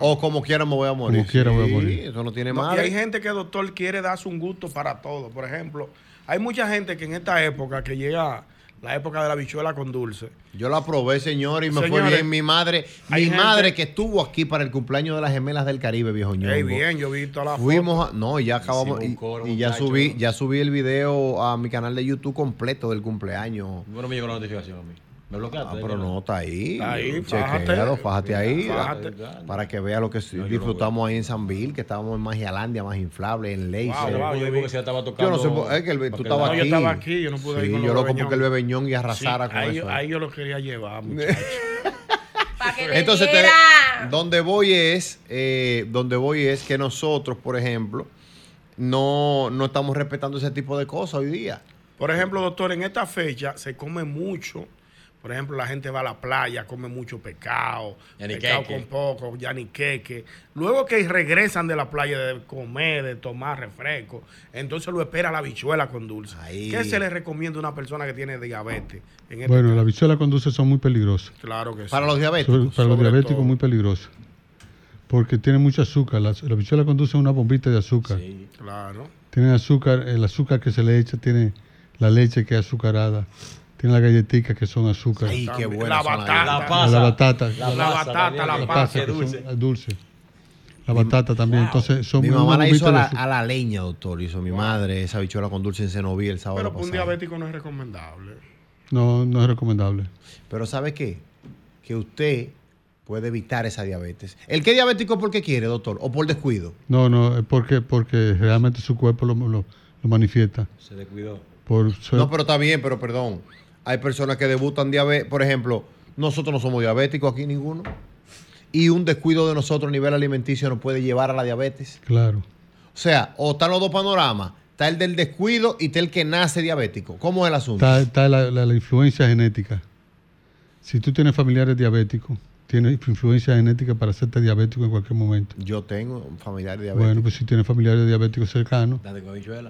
O como quiera me voy a morir.
Como quiera voy a
Sí,
morir.
Eso no tiene
No,
madre.
Y hay gente que, doctor, quiere darse un gusto para todo. Por ejemplo, hay mucha gente que en esta época que llega la época de la bichuela con dulce.
Yo la probé, señor, y me fue
Señores,
bien. Mi madre, mi
hay gente-
madre que estuvo aquí para el cumpleaños de las gemelas del Caribe, viejo ñongo.
Ey, bien, yo vi toda la
Fuimos a- no, ya acabamos
Hicimos un
y,
coro,
y ya
muchacho.
subí, ya subí el video a mi canal de YouTube completo del cumpleaños.
Bueno, me llegó la notificación a mí. Me bloqueaste.
Ah, pero
¿eh?
no, está ahí.
Está ahí,
Chequéalo,
fájate.
fájate ahí.
Fájate.
Para que vea lo que sí disfrutamos ahí en San Bill, que estábamos en Magialandia, más inflable, en Leisel.
Wow, wow, yo vi que se estaba
Yo no
tocando
sé, por- es que el- tú
bacanal.
estabas
No,
aquí.
yo estaba aquí, yo no pude
Sí,
ir con
yo
los
loco
bebeñón.
porque el bebeñón y arrasara
Sí,
con
ahí,
eso. eh.
ahí yo lo quería llevar, muchachos.
Entonces, te- donde voy es, eh, donde voy es que nosotros, por ejemplo, no, no estamos respetando ese tipo de cosas hoy día.
Por ejemplo, doctor, en esta fecha se come mucho. Por ejemplo, la gente va a la playa, come mucho pescado, pescado
Yaniqueque.
con poco, yaniqueque. Luego que regresan de la playa de comer, de tomar refresco, entonces lo espera la bichuela con dulce. ¿Qué se le recomienda a una persona que tiene diabetes? En este
Bueno,
caso?
la bichuela con dulce son muy peligrosas.
claro que sí.
Para los
Sobre- para los diabéticos muy peligrosa. Porque tiene mucho azúcar. La, la bichuela conduce una bombita de azúcar.
Claro.
Tiene azúcar, el azúcar que se le echa, tiene la leche que es azucarada, tiene las galletitas que son azúcar.
Ay, qué buenas
La
son las
batata.
galletas.
La
La, batata.
La batata, la pasa.
que son
Dulce.
dulce. La batata también. Entonces son
mi
una
mamá la
bombita
hizo a
de
la,
azúcar.
a la leña, doctor. Hizo mi madre esa bichuela con dulce en Cenoví el sábado
Pero para un
pasado.
diabético no es recomendable.
No, no es recomendable.
Pero ¿sabe qué? Que usted puede evitar esa diabetes. ¿El que es diabético porque quiere, doctor? ¿O por descuido?
No, no, es porque, porque realmente su cuerpo lo, lo- lo manifiesta.
Se descuidó.
Por, se-
No, pero está bien, pero perdón. Hay personas que debutan diabetes. Por ejemplo, nosotros no somos diabéticos aquí ninguno. Y un descuido de nosotros a nivel alimenticio nos puede llevar a la diabetes.
Claro.
O sea, o están los dos panoramas. Está el del descuido y está el que nace diabético. ¿Cómo es el asunto?
Está, está la, la- la influencia genética. Si tú tienes familiares diabéticos, tienes influencia genética para hacerte diabético en cualquier momento.
Yo tengo un familiar diabético.
Bueno, pues si tienes familiares diabéticos cercanos,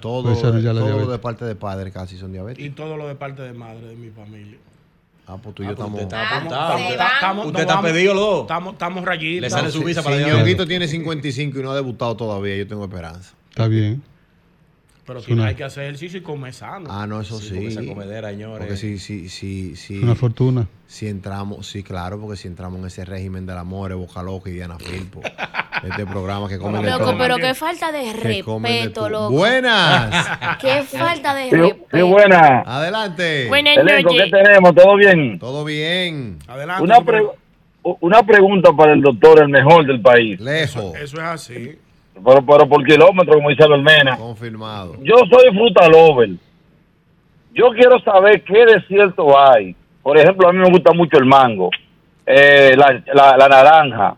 todo,
puedes desarrollar la
todo
diabetes.
de parte de padre casi son diabéticos.
Y todo lo de parte de madre de mi familia.
Ah, pues tú y yo estamos.
pues Usted está pedido los dos.
Estamos, estamos rayitos.
Le sale su visa
Si
para allá.
Ñonguito tiene 55 y no ha debutado todavía, yo tengo esperanza.
Está bien.
Pero
Es
si
una-
hay que hacer ejercicio y comer sano.
Ah, no, eso sí.
porque esa comedera, señores.
Porque si, si, si, si,
Una fortuna.
Si entramos, sí, claro, porque si entramos en ese régimen del amor, es Boca Loca y Diana Filpo. este programa que comen de
Loco,
todo.
pero qué falta de
Que comen de todo.
respeto, loco.
Buenas.
Qué falta de
Sí,
respeto.
sí,
buena.
Adelante.
Buenas
Elenco, ¿qué
noches.
tenemos? ¿Todo bien?
Todo bien.
Adelante.
Una, pre- u- una pregunta para el doctor, el mejor del país.
Lejos.
Eso es así.
Pero, pero por kilómetro, como dice la hermana.
Confirmado.
Yo soy fruta lover. Yo quiero saber qué desierto hay. Por ejemplo, a mí me gusta mucho el mango, eh, la, la- la naranja,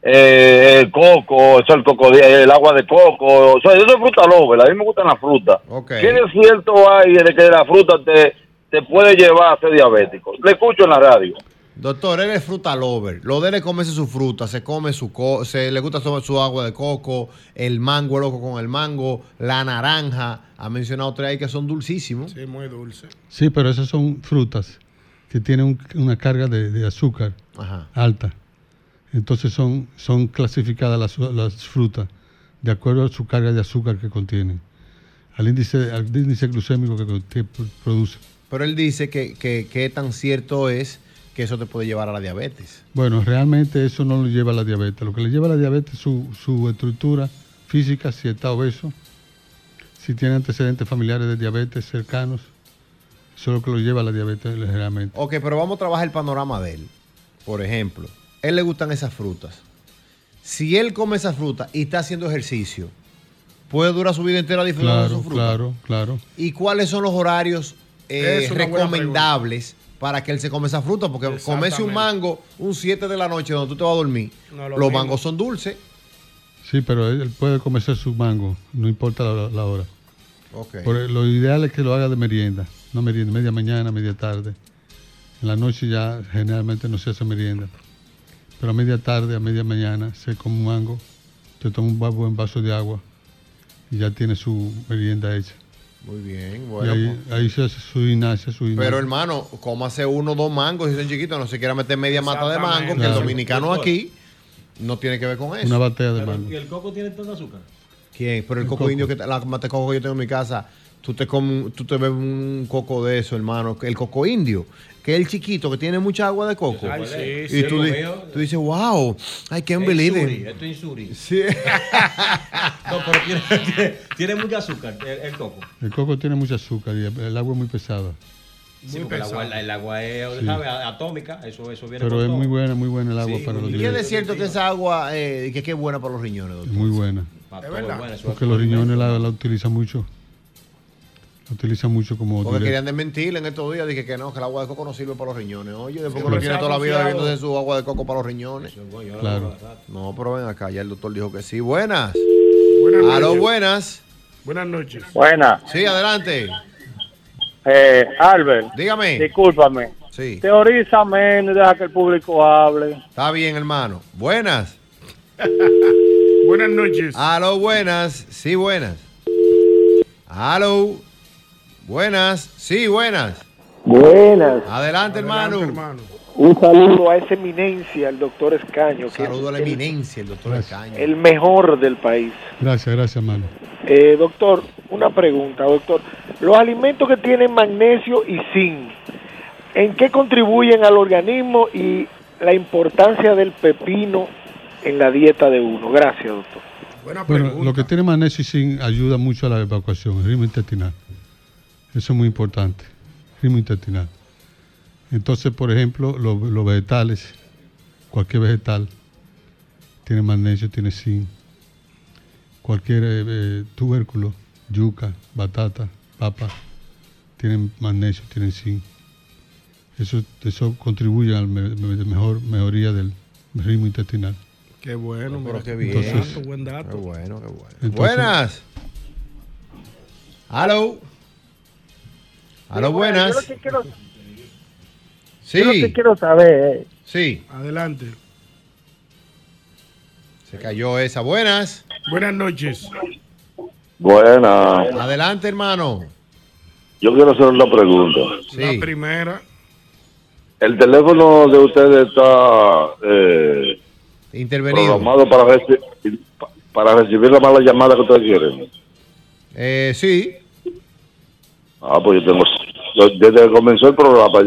eh, el coco, eso el cocodrilo, el agua de coco. O sea, yo soy fruta lover, a mí me gustan las frutas. ¿Qué de cierto hay de que la fruta te, te puede llevar a ser diabético? Le escucho en la radio.
Doctor, él es fruta lover. Lo de él es comerse su fruta, se come su co se le gusta tomar su agua de coco, el mango loco con el mango, la naranja. Ha mencionado tres ahí que son dulcísimos.
Sí, muy dulce.
Sí, pero esas son frutas que tienen un- una carga de, de azúcar
Ajá.
alta. Entonces son, son clasificadas las, las frutas de acuerdo a su carga de azúcar que contienen, al índice, al índice glucémico que, con- que pr- produce.
Pero él dice que, que, que tan cierto es que eso te puede llevar a la diabetes.
Bueno, realmente eso no lo lleva a la diabetes. Lo que le lleva a la diabetes es su, su estructura física, si está obeso, si tiene antecedentes familiares de diabetes cercanos. Eso es lo que lo lleva a la diabetes realmente.
Ok, pero vamos a trabajar el panorama de él. Por ejemplo, a él le gustan esas frutas. Si él come esas frutas y está haciendo ejercicio, puede durar su vida entera disfrutando de
Claro,
sus frutas.
claro, claro.
¿Y cuáles son los horarios eh,
Es una buena
recomendables para que él se come esa fruta? Porque comerse un
Exactamente.
mango un 7 de la noche donde tú te vas a dormir,
No,
los
lo mismo.
mangos son dulces.
Sí, pero él puede comerse su mango, no importa la, la hora.
Ok.
Por- lo ideal es que lo haga de merienda, no merienda, media mañana, media tarde. En la noche ya generalmente no se hace merienda. Pero a media tarde, a media mañana, se come un mango, te toma un va- buen vaso de agua y ya tiene su merienda hecha.
Muy bien,
y
bueno. pues
ahí, ahí se hace su gimnasia, su gimnasia.
Pero hermano, cómase uno o dos mangos si son chiquitos, no se quiera meter media mata de mango, que el
Claro.
dominicano aquí no tiene que ver con eso.
Una batea de mango.
¿Y el coco tiene tanto azúcar?
¿Quién? Pero el
El
coco,
coco.
indio, que la mata de coco que yo tengo en mi casa, tú te, comes, un- tú te bebes un coco de eso, hermano. que El coco indio, que es el chiquito que tiene mucha agua de coco.
Ay, sí,
y
sí,
tú,
lo
di-
veo.
tú dices, wow, I can't believe it.
Esto es insuri.
Sí.
no, pero tiene, tiene, tiene mucho azúcar el, el coco.
El coco tiene mucho azúcar y el el agua es muy pesada.
Sí, porque el agua, el agua es
Sí.
¿sabe? atómica, eso, eso viene
Pero
con
es
todo.
muy buena, muy buena el agua
Sí,
para
muy
los
¿Y qué es
dientes.
cierto que esa agua, eh, que, que es buena para los riñones, doctor?
Muy buena.
Para todo, bueno, eso
Porque
es
los riñones la, la utilizan mucho. La utilizan mucho como
Porque
direct-
querían desmentir en estos días, dije que no, que el agua de coco no sirve para los riñones. Oye, después
Sí,
uno
pero
tiene
se ha
toda la vida
asociado.
bebiéndose su agua de coco para los riñones.
yo
la hago Claro.
No, pero ven acá, ya el doctor dijo que sí. Buenas.
Buenas
A lo
noches.
buenas.
Buenas noches.
Buenas. Sí, adelante.
Eh, Albert.
Dígame.
Discúlpame.
Sí.
Teoriza menos y deja que el público hable.
Está bien, hermano. Buenas.
buenas noches.
A lo buenas. Sí, buenas. Aló. Buenas. Sí, buenas.
Buenas.
Adelante, hermano.
Un saludo a esa eminencia, el doctor Escaño. que
Saludo a la
es el-
eminencia, el doctor Escaño.
El mejor del país.
Gracias, gracias, mano.
Eh, doctor, una pregunta, doctor. Los alimentos que tienen magnesio y zinc, ¿en qué contribuyen al organismo y la importancia del pepino en la dieta de uno? Gracias, doctor.
Bueno, lo que tiene magnesio y zinc ayuda mucho a la evacuación, el ritmo intestinal. Eso es muy importante, ritmo intestinal. Entonces, por ejemplo, lo- los vegetales, cualquier vegetal, tiene magnesio, tiene zinc. Cualquier eh, eh, tubérculo, yuca, batata, papa, tienen magnesio, tienen zinc. Eso, eso contribuye a la me- me- mejor, mejoría del ritmo intestinal.
Qué bueno,
Pero
mira.
qué bien.
Buen dato, buen dato.
Qué bueno, qué bueno.
Entonces-
buenas. Aló. Aló, buenas.
Yo lo que quiero-
Sí.
yo lo que quiero saber es,
Sí.
Adelante.
Se cayó esa. Buenas.
Buenas noches.
Buena.
Adelante, hermano.
Yo quiero hacer una pregunta.
La primera.
El teléfono de ustedes está eh,
Intervenido.
programado para, reci- para recibir la mala llamada que ustedes quieren.
Eh, sí.
Ah, pues yo tengo. yo- desde que comenzó el programa,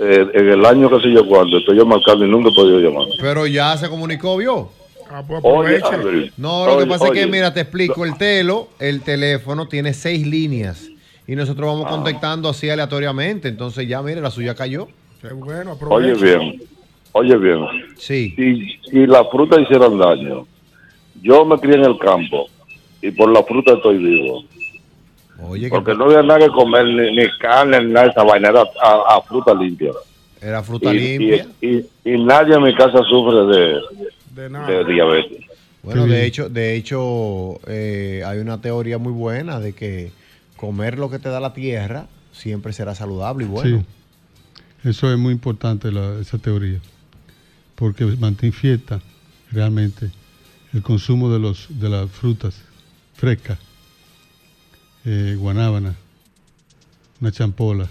eh, en el año que sé yo cuando, estoy yo marcando y nunca he podido llamar.
Pero ya se comunicó, vio.
Ah, pues
Oye, Albert.
No, lo
Oye,
que pasa es que,
oye.
mira, te explico. El telo, el teléfono, tiene seis líneas. Y nosotros vamos
Ah.
contactando así aleatoriamente. Entonces ya, mire, la suya cayó.
Qué bueno,
Oye
aprovecha.
bien, oye bien.
Sí.
Si, si la fruta hicieran daño, yo me crié en el campo y por la fruta estoy vivo. Porque no había nada que comer, ni, ni carne, ni nada de esa vaina, era a, a fruta limpia.
Era fruta
y,
limpia.
Y, y- y nadie en mi casa sufre de,
nada.
de diabetes.
Bueno,
Sí.
de hecho, de hecho eh, hay una teoría muy buena de que comer lo que te da la tierra siempre será saludable y bueno.
Sí. Eso es muy importante, la- esa teoría, porque mantiene fiesta realmente el consumo de, los, de las frutas frescas, eh, guanábana, una champola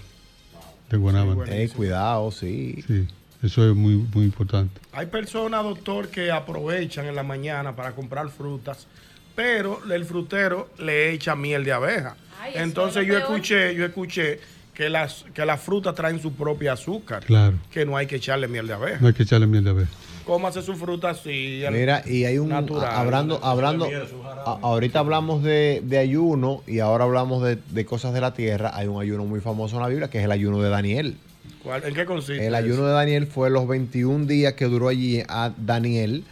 de guanábana.
Eh, cuidado, sí.
Sí, eso es muy, muy importante.
Hay personas, doctor, que aprovechan en la mañana para comprar frutas, pero el frutero le echa miel de abeja.
Ay, eso
Entonces
es lo
yo
peor.
escuché, yo escuché que las que las frutas traen su propio azúcar,
Claro.
que no hay que echarle miel de abeja.
No hay que echarle miel de abeja.
Cómase su fruta así. al-
Mira, y hay un
natural.
a- hablando, hablando, a- ahorita hablamos de, de ayuno y ahora hablamos de, de cosas de la tierra. Hay un ayuno muy famoso en la Biblia que es el ayuno de Daniel.
¿Cuál- ¿En qué consiste?
El ayuno de Daniel fue los 21 días que duró allí a Daniel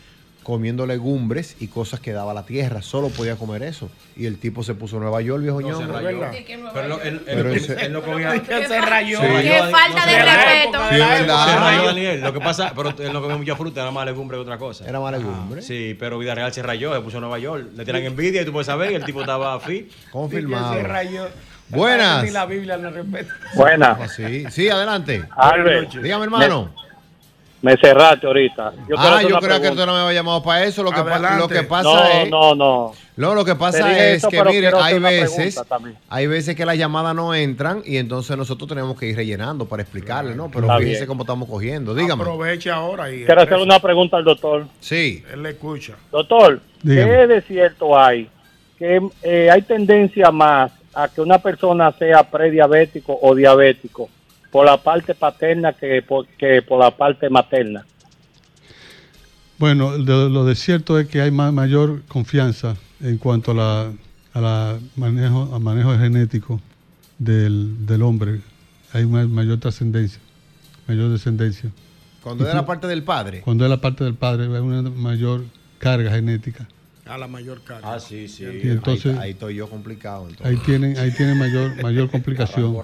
comiendo legumbres y cosas que daba la tierra. Solo podía comer eso. Y el tipo se puso en Nueva York, viejo
se
ñongo.
rayó.
¿Verdad?
¿De qué Nueva Pero lo- York? él- él-
Pero
él-
ese-
él no comía-
Sí,
¿Qué se rayó?
Sí.
Qué falta de
Se rayó.
respeto.
Sí, es
Se rayó
verdad.
Daniel. Lo que pasa, pero él no comía mucha fruta, era más legumbre que otra cosa.
Era más legumbre.
Sí, pero Vida Real se rayó, se puso en Nueva York. Le tiran envidia y tú puedes saber, y el tipo estaba fit.
Confirmado.
Se rayó.
Buenas.
Ni la Biblia le respeta.
Buenas. Sí, sí, adelante.
Albert.
Dígame, hermano.
Me cerraste ahorita. Yo quiero
ah,
hacer
yo
una
creía que
pregunta.
tú no me había llamado para eso. Lo que, pa-
Adelante.
lo que pasa ¿eh?
No,
es.
no, no.
No, lo que
Te
pasa
dije
es
eso,
que,
pero
mire,
quiero hacer
hay
una pregunta
veces.
también.
Hay veces que las llamadas no entran y entonces nosotros tenemos que ir rellenando para explicarle, ¿no? Pero
Está
fíjese
bien.
cómo estamos cogiendo. Dígame.
Aproveche ahora y.
Quiero hacer una pregunta al doctor.
Sí.
Él le escucha.
Doctor,
Dígame.
¿qué de cierto hay? Que eh, hay tendencia más a que una persona sea prediabético o diabético por la parte paterna que por, que por la parte materna.
Bueno, de- lo de cierto es que hay ma- mayor confianza en cuanto a la, a la manejo, a manejo genético del, del hombre. Hay una mayor trascendencia, mayor descendencia.
Cuando es de la parte del padre.
Cuando es la parte del padre, hay una mayor carga genética.
A la mayor cara.
Ah, sí, sí.
Y entonces-
ahí, ahí estoy yo complicado. Entonces.
Ahí tienen, ahí tienen mayor, mayor complicación.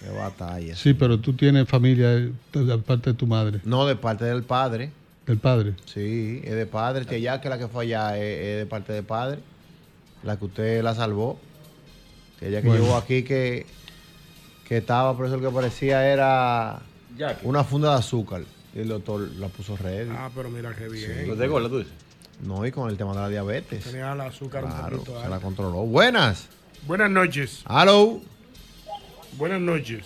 Qué batalla.
Sí, pero tú tienes familia eh, de parte de tu madre,
No, de parte del padre.
del padre.
Sí, es de padre. Que ya que la que fue allá es, es de parte de padre. La que usted la salvó. Que ella que
Bueno.
llevó aquí que, que estaba, por eso lo que parecía era
Jackie.
una funda de azúcar. Y el doctor la puso ready.
Ah, pero mira qué bien.
Sí.
¿Lo de gorda, tú dices?
No, y con el tema de la diabetes.
Tenía el azúcar un
Claro,
poquito
se la
alta.
controló. Buenas.
Buenas noches.
Hello.
Buenas noches.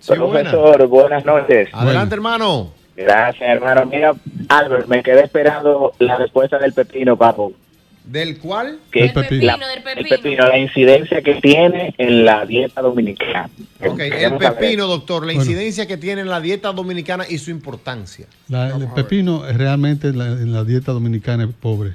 Sí,
Profesor, buenas noches.
Adelante, hermano.
Gracias, hermano. Mira, Albert, me quedé esperando la respuesta del pepino, papo.
¿Del cual?
Que la- El pepino, la incidencia que tiene en la dieta dominicana.
Ok, el
Queremos saber.
pepino, doctor, la incidencia que tiene en la dieta dominicana y su importancia.
La- el pepino es realmente la- en la dieta dominicana es pobre.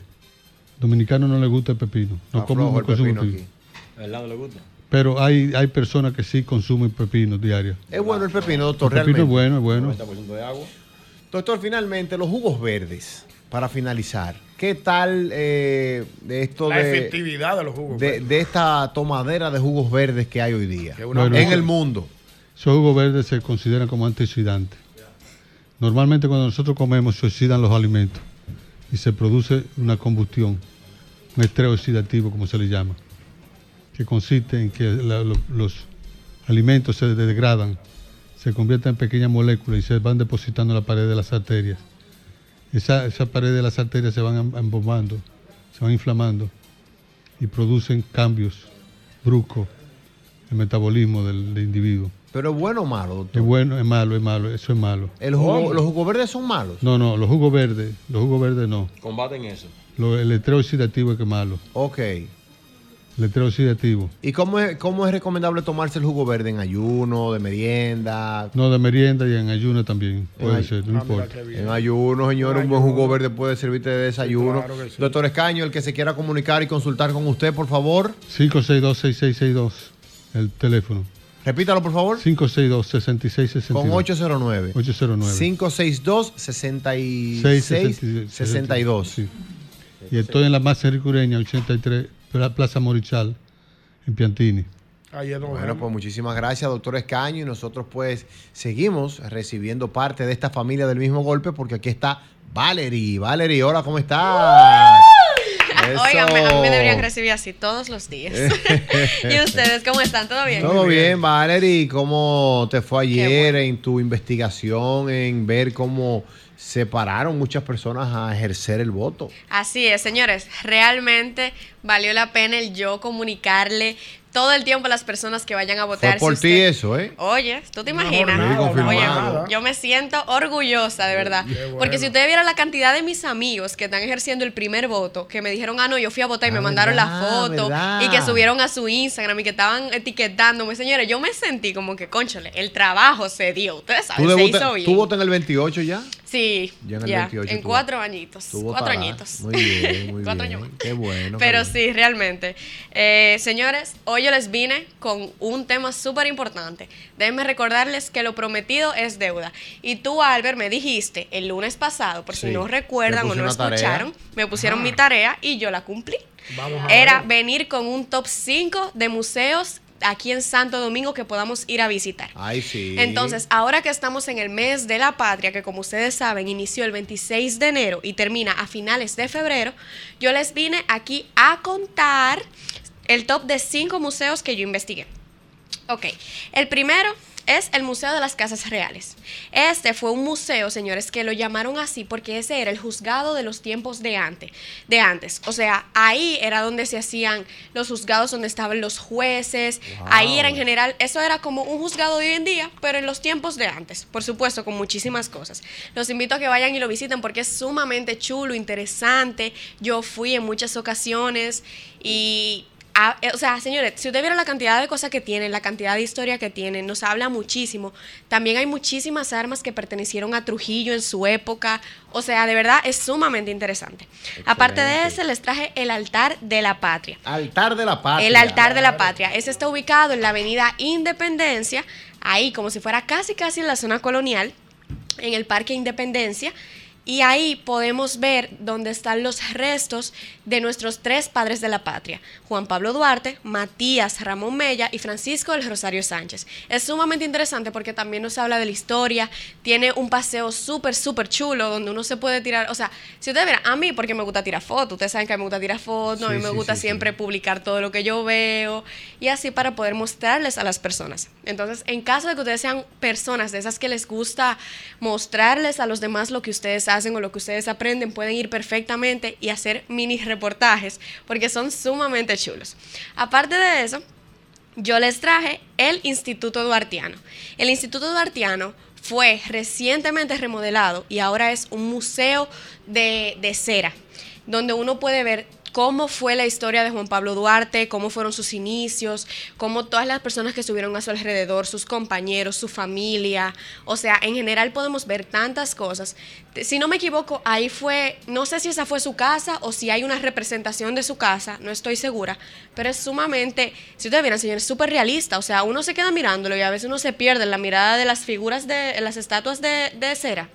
Dominicano no le gusta el pepino. No
Está
come-
flojo
no
el
consume
pepino
pepino.
Al lado le gusta.
Pero hay, hay personas que sí consumen pepino diario.
Es bueno el pepino,
El
doctor,
pepino
realmente.
es bueno, es bueno.
90% de agua.
Doctor, finalmente, los jugos verdes, para finalizar, ¿qué tal eh, de esto
La
de,
efectividad de los jugos.
de, de esta tomadera de jugos verdes que hay hoy día
una
en
mierda.
el mundo?
Esos jugos verdes se consideran como antioxidantes. Normalmente cuando nosotros comemos se oxidan los alimentos y se produce una combustión, un estrés oxidativo como se le llama, que consiste en que la- lo- los alimentos se degradan, se convierten en pequeñas moléculas y se van depositando en la pared de las arterias. Esa, esa pared de las arterias se van em- embombando, se van inflamando y producen cambios bruscos en el metabolismo del- del individuo.
Pero es bueno o malo, doctor.
Es bueno, es malo, es malo, eso es malo.
El jugo- ¿Los jugos verdes son malos?
No, no, los jugos verdes, los jugos verdes no.
Combaten eso.
Lo- el letrero oxidativo es que es malo.
Ok.
El letrero oxidativo.
¿Y cómo es, cómo es recomendable tomarse el jugo verde en ayuno, de merienda?
No, de merienda y en ayuno también. Puede
ay- ah,
ser, no importa.
En ayuno, señores, un buen jugo verde puede servirte de desayuno. Doctor Escaño, el que se quiera comunicar y consultar con usted, por favor,
562-6662, el teléfono.
repítalo, por favor.
562-6662.
Con 809.
809.
562-6662.
Sí. Y estoy en la masa ricureña, 83, Pla- Plaza Morichal, en Piantini.
Bueno, pues muchísimas gracias, doctor Escaño. Y nosotros, pues, seguimos recibiendo parte de esta familia del mismo golpe, porque aquí está Valerie. Valerie, hola, ¿cómo estás? Eso. Eh.
Oigan, me- a mí me deberían recibir así todos los días. ¿Y ustedes cómo están? ¿Todo bien?
Todo bien, Valerie. ¿Cómo te fue ayer
bueno.
en tu investigación, en ver cómo separaron muchas personas a ejercer el voto?
Así es, señores. Realmente valió la pena el yo comunicarle todo el tiempo a las personas que vayan a
Fue
votar.
por
si
ti
usted-
eso, ¿eh?
Oye, ¿tú te
jornada,
imaginas?
Sí, confirmado.
Oye, yo me siento orgullosa, de verdad. Porque si ustedes vieran la cantidad de mis amigos que están ejerciendo el primer voto, que me dijeron, ah, no, yo fui a votar y me mandaron la foto
verdad.
y que subieron a su Instagram y que estaban etiquetándome, señores, yo me sentí como que, conchole, el trabajo se dio. Ustedes
¿Tú,
saben, se
debuta-
hizo
tú
bien.
votas en el 28 ya?
Sí,
Ya
ya,
en
en,
el 28 tú-
cuatro añitos.
tú
Pues, Cuatro
votarás.
añitos.
Muy bien, muy
Cuatro
bien.
años.
Qué bueno. qué
Pero
bueno.
sí, realmente. Eh, señores, hoy yo les vine con un tema súper importante. Déjenme recordarles que lo prometido es deuda. Y tú, Albert, me dijiste el lunes pasado, por si Sí. no
Te
recuerdan o
puse
no
una tarea.
escucharon, me pusieron mi tarea y yo la cumplí.
Vamos a
Era
ver.
venir con un top 5 de museos aquí en Santo Domingo que podamos ir a visitar.
Ay, sí.
Entonces, ahora que estamos en el mes de la patria, que como ustedes saben, inició el 26 de enero y termina a finales de febrero, yo les vine aquí a contar el top de cinco museos que yo investigué. Ok, el primero es el Museo de las Casas Reales. Este fue un museo, señores, que lo llamaron así porque ese era el juzgado de los tiempos de antes, de antes. O sea, ahí era donde se hacían los juzgados, donde estaban los jueces.
Wow.
Ahí era en general, eso era como un juzgado de hoy en día, pero en los tiempos de antes, por supuesto, con muchísimas cosas. Los invito a que vayan y lo visiten porque es sumamente chulo, interesante. Yo fui en muchas ocasiones y Ah, eh, o sea, señores, si usted viera la cantidad de cosas que tienen, la cantidad de historia que tienen, nos habla muchísimo. También hay muchísimas armas que pertenecieron a Trujillo en su época. O sea, de verdad es sumamente interesante. Aparte de ese, les traje el altar de la patria.
Altar de la Patria.
El altar de la patria. Ese está ubicado en la avenida Independencia, ahí como si fuera casi casi en la zona colonial, en el Parque Independencia. Y ahí podemos ver dónde están los restos de nuestros tres padres de la patria, Juan Pablo Duarte, Matías Ramón Mella y Francisco del Rosario Sánchez. Es sumamente interesante porque también nos habla de la historia, tiene un paseo súper, súper chulo donde uno se puede tirar, o sea, si ustedes verán, a mí porque me gusta tirar fotos, ustedes saben que a mí me gusta tirar fotos, a
Sí,
mí me
sí,
gusta
sí, sí.
siempre publicar todo lo que yo veo y así para poder mostrarles a las personas. Entonces, en caso de que ustedes sean personas de esas que les gusta mostrarles a los demás lo que ustedes hacen o lo que ustedes aprenden, pueden ir perfectamente y hacer mini reportajes porque son sumamente chulos. Aparte de eso, yo les traje el Instituto Duartiano. El Instituto Duartiano fue recientemente remodelado y ahora es un museo de, de cera, donde uno puede ver cómo fue la historia de Juan Pablo Duarte, cómo fueron sus inicios, cómo todas las personas que estuvieron a su alrededor, sus compañeros, su familia, o sea, en general podemos ver tantas cosas. Te- Si no me equivoco, ahí fue, no sé si esa fue su casa o si hay una representación de su casa, no estoy segura, pero es sumamente, si ustedes vieran, señores, súper realista, o sea, uno se queda mirándolo y a veces uno se pierde en la mirada de las figuras de las estatuas de, de cera,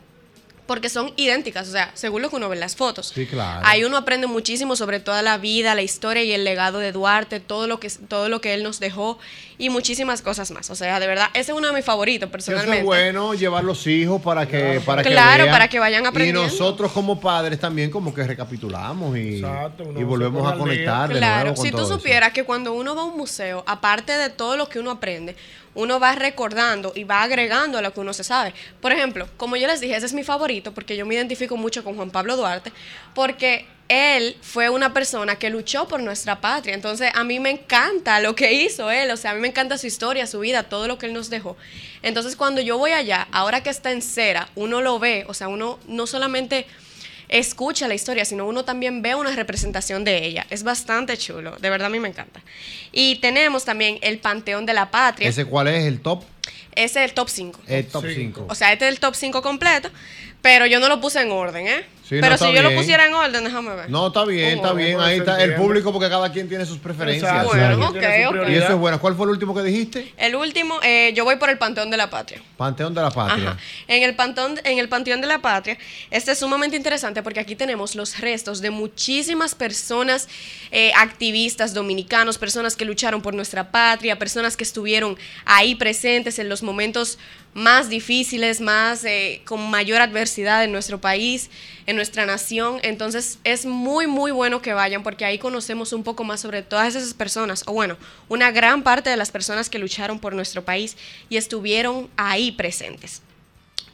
porque son idénticas, o sea, según lo que uno ve en las fotos.
Sí, claro.
Ahí uno aprende muchísimo sobre toda la vida, la historia y el legado de Duarte, todo lo que todo lo que él nos dejó y muchísimas cosas más. O sea, de verdad, ese es uno de mis favoritos
Eso
personalmente.
es bueno llevar los hijos para que para que
Claro,
vean.
para que vayan aprendiendo.
Y nosotros como padres también como que recapitulamos y, y volvemos a conectar de
Claro,
nuevo con
si tú
todo eso.
supieras que cuando uno va a un museo, aparte de todo lo que uno aprende, uno va recordando y va agregando a lo que uno se sabe. Por ejemplo, como yo les dije, ese es mi favorito porque yo me identifico mucho con Juan Pablo Duarte, porque él fue una persona que luchó por nuestra patria. Entonces, a mí me encanta lo que hizo él, o sea, a mí me encanta su historia, su vida, todo lo que él nos dejó. Entonces, cuando yo voy allá, ahora que está en cera, uno lo ve, o sea, uno no solamente escucha la historia, sino uno también ve una representación de ella. Es bastante chulo, de verdad a mí me encanta. Y tenemos también el Panteón de la Patria.
¿Ese cuál es el top?
Ese es el top 5.
El top 5.
O sea, este es el top 5 completo, pero yo no lo puse en orden, ¿eh?
Sí, no,
pero
está
si yo lo
bien.
pusiera en orden, déjame ver.
No, está bien,
Un
está
orden.
bien. Ahí está el público porque cada quien tiene sus preferencias.
Exacto. Bueno, ok, ok.
Y eso es bueno. ¿Cuál fue el último que dijiste?
El último, eh, yo voy por el Panteón de la Patria.
Panteón de la Patria.
Ajá. En el, panteón, en el Panteón de la Patria, este es sumamente interesante porque aquí tenemos los restos de muchísimas personas, eh, activistas dominicanos, personas que lucharon por nuestra patria, personas que estuvieron ahí presentes en los momentos más difíciles, más eh, con mayor adversidad en nuestro país, en nuestra nación. Entonces es muy, muy bueno que vayan porque ahí conocemos un poco más sobre todas esas personas, o bueno, una gran parte de las personas que lucharon por nuestro país y estuvieron ahí presentes.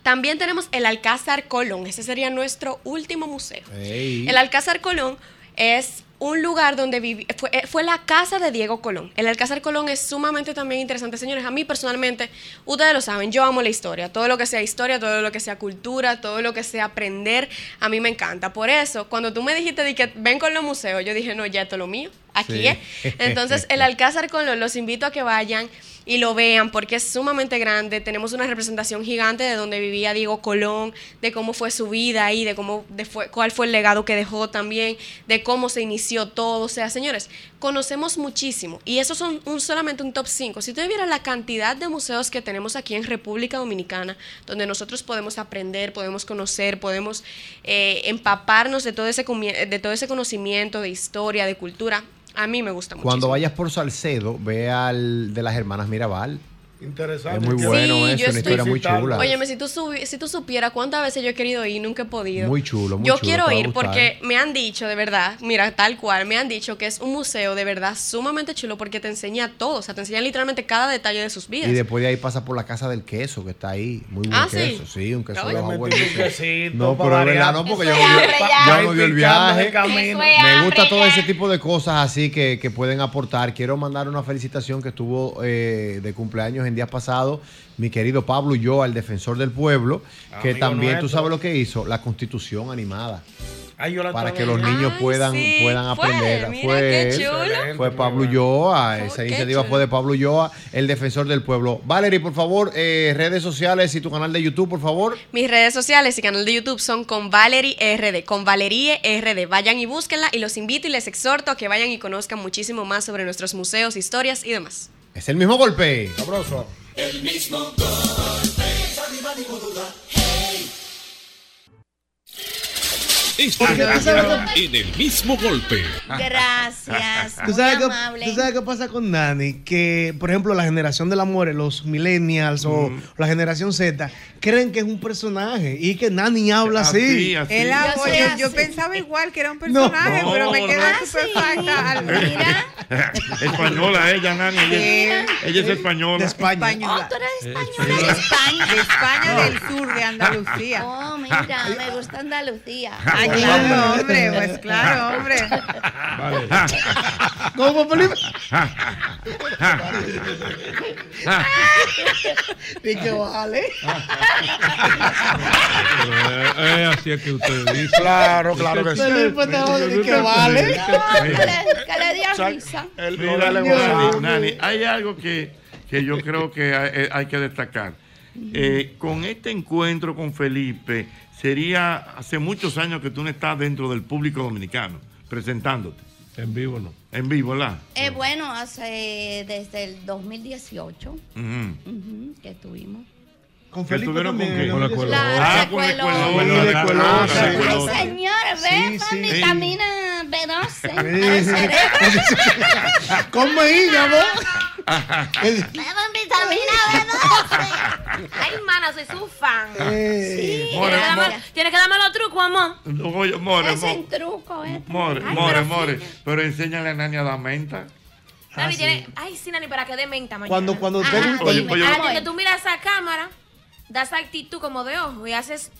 También tenemos el Alcázar Colón, ese sería nuestro último museo. El Alcázar Colón es un lugar donde vivi- fue, eh, fue la casa de Diego Colón. El Alcázar Colón es sumamente también interesante, señores. A mí personalmente, ustedes lo saben, yo amo la historia. Todo lo que sea historia, todo lo que sea cultura, todo lo que sea aprender, a mí me encanta. Por eso, cuando tú me dijiste de que ven con los museos, yo dije, no, ya esto es lo mío. Aquí
Sí.
es. Entonces, el Alcázar Colón, los invito a que vayan y lo vean porque es sumamente grande. Tenemos una representación gigante de donde vivía Diego Colón, de cómo fue su vida ahí, de cómo de fue- cuál fue el legado que dejó también, de cómo se inició todo. O sea, señores, conocemos muchísimo y eso son un, solamente un top 5. Si ustedes vieran la cantidad de museos que tenemos aquí en República Dominicana, donde nosotros podemos aprender, podemos conocer, podemos eh, empaparnos de todo, ese, comie- de todo ese conocimiento de historia, de cultura, a mí me gusta mucho.
Cuando vayas por Salcedo, ve al de las hermanas Mirabal.
pues,
Interesante.
Es muy bueno eso, una historia muy chula.
Óyeme, si tú, subi- si tú supieras cuántas veces yo he querido ir, nunca he podido.
Muy chulo, muy
yo
chulo,
quiero
te va a
ir
gustar.
porque me han dicho, de verdad, mira, tal cual, me han dicho que es un museo de verdad sumamente chulo porque te enseña todo, o sea, te enseña literalmente cada detalle de sus vidas.
Y después de ahí pasa por la casa del queso, que está ahí. Muy buen
Ah, ¿sí?
queso. Sí, un queso de
Ay.
los
Le
abuelos.
metí un quesito
No,
para
pero es verdad,
variar.
no, porque
Eso
yo,
es
me-
hambre
ya
ya.
me dio el
Picando el
viaje.
camino. Eso es
Me
hambre
gusta todo ese tipo de cosas así que, que pueden aportar. Quiero mandar una felicitación que estuvo eh, de cumpleaños en días pasados. Mi querido Pablo yo, al defensor del pueblo, que
Amigo
también, tú
nuestro.
sabes lo que hizo, la constitución animada.
Ay, yo la
para
estaba
que los
viendo.
niños puedan, puedan aprender.
mira
fue,
qué
él,
chulo. Oh,
fue Pablo Ulloa, esa iniciativa fue de Pablo Ulloa, el defensor del pueblo. Valerie, por favor, eh, redes sociales y tu canal de YouTube, por favor.
Mis redes sociales y canal de YouTube son con Valerie RD, con Valerie RD. Vayan y búsquenla y los invito y les exhorto a que vayan y conozcan muchísimo más sobre nuestros museos, historias y demás.
Es el mismo golpe.
Sabroso.
El mismo golpe. Arriba ningún duda.
Está en el mismo golpe.
Gracias.
¿Tú
Muy
sabes, qué,
amable.
tú sabes qué pasa con Dani? Que, por ejemplo, la generación del amor, los millennials o la generación Z, creen que es un personaje y que Nani habla así.
El amo, yo, yo pensaba igual que era un personaje, pero me quedé estupefacta al
española ella, Nani. Ella, ella es española. De
España.
Oh, tú eres española de España.
de España del sur, de Andalucía.
Oh, mira, me gusta Andalucía.
Ah, claro, hombre, pues claro, hombre.
¿Cómo, Felipe?
Y que vale.
Eh, así es que usted dice.
Claro, claro que sí.
Felipe, te odio, ¿y qué vale? Que le di
Sa-
risa.
No,
Mira,
dale,
Nani,
guarda.
Nani, hay algo que, que yo creo que hay, eh, hay que destacar. Eh, con este encuentro con Felipe, sería hace muchos años que tú no estás dentro del público dominicano presentándote. En vivo, no. En vivo, ¿la?
Eh, bueno, hace desde el 2018 ujú, que estuvimos.
Con
Felipe ¿Estuvieron con
también,
qué?
con la Cuelosa.
Ah, con la
Sí, de
Cuelosa. Ah,
Cuelosa.
de Cuelosa.
Señores, ve, fan,
sí.
vitamina B12.
¿Cómo ella, vos?
Beban vitamina
Ay, mana, soy su fan. Sí. Tienes
More,
que darme-
more.
Tienes que darme los trucos, amor.
Oye, more,
Es
more,
un truco, eh.
more,
Ay,
more,
pero
more. Pero enséñale a Nani a dar menta.
David, tiene- Ay, sí, Nani, para que dé menta mañana.
Ah, Cuando- cuando usted-
Ah,
Oye,
dime.
oye.
Ah, porque tú miras esa cámara, das actitud como de ojo y haces...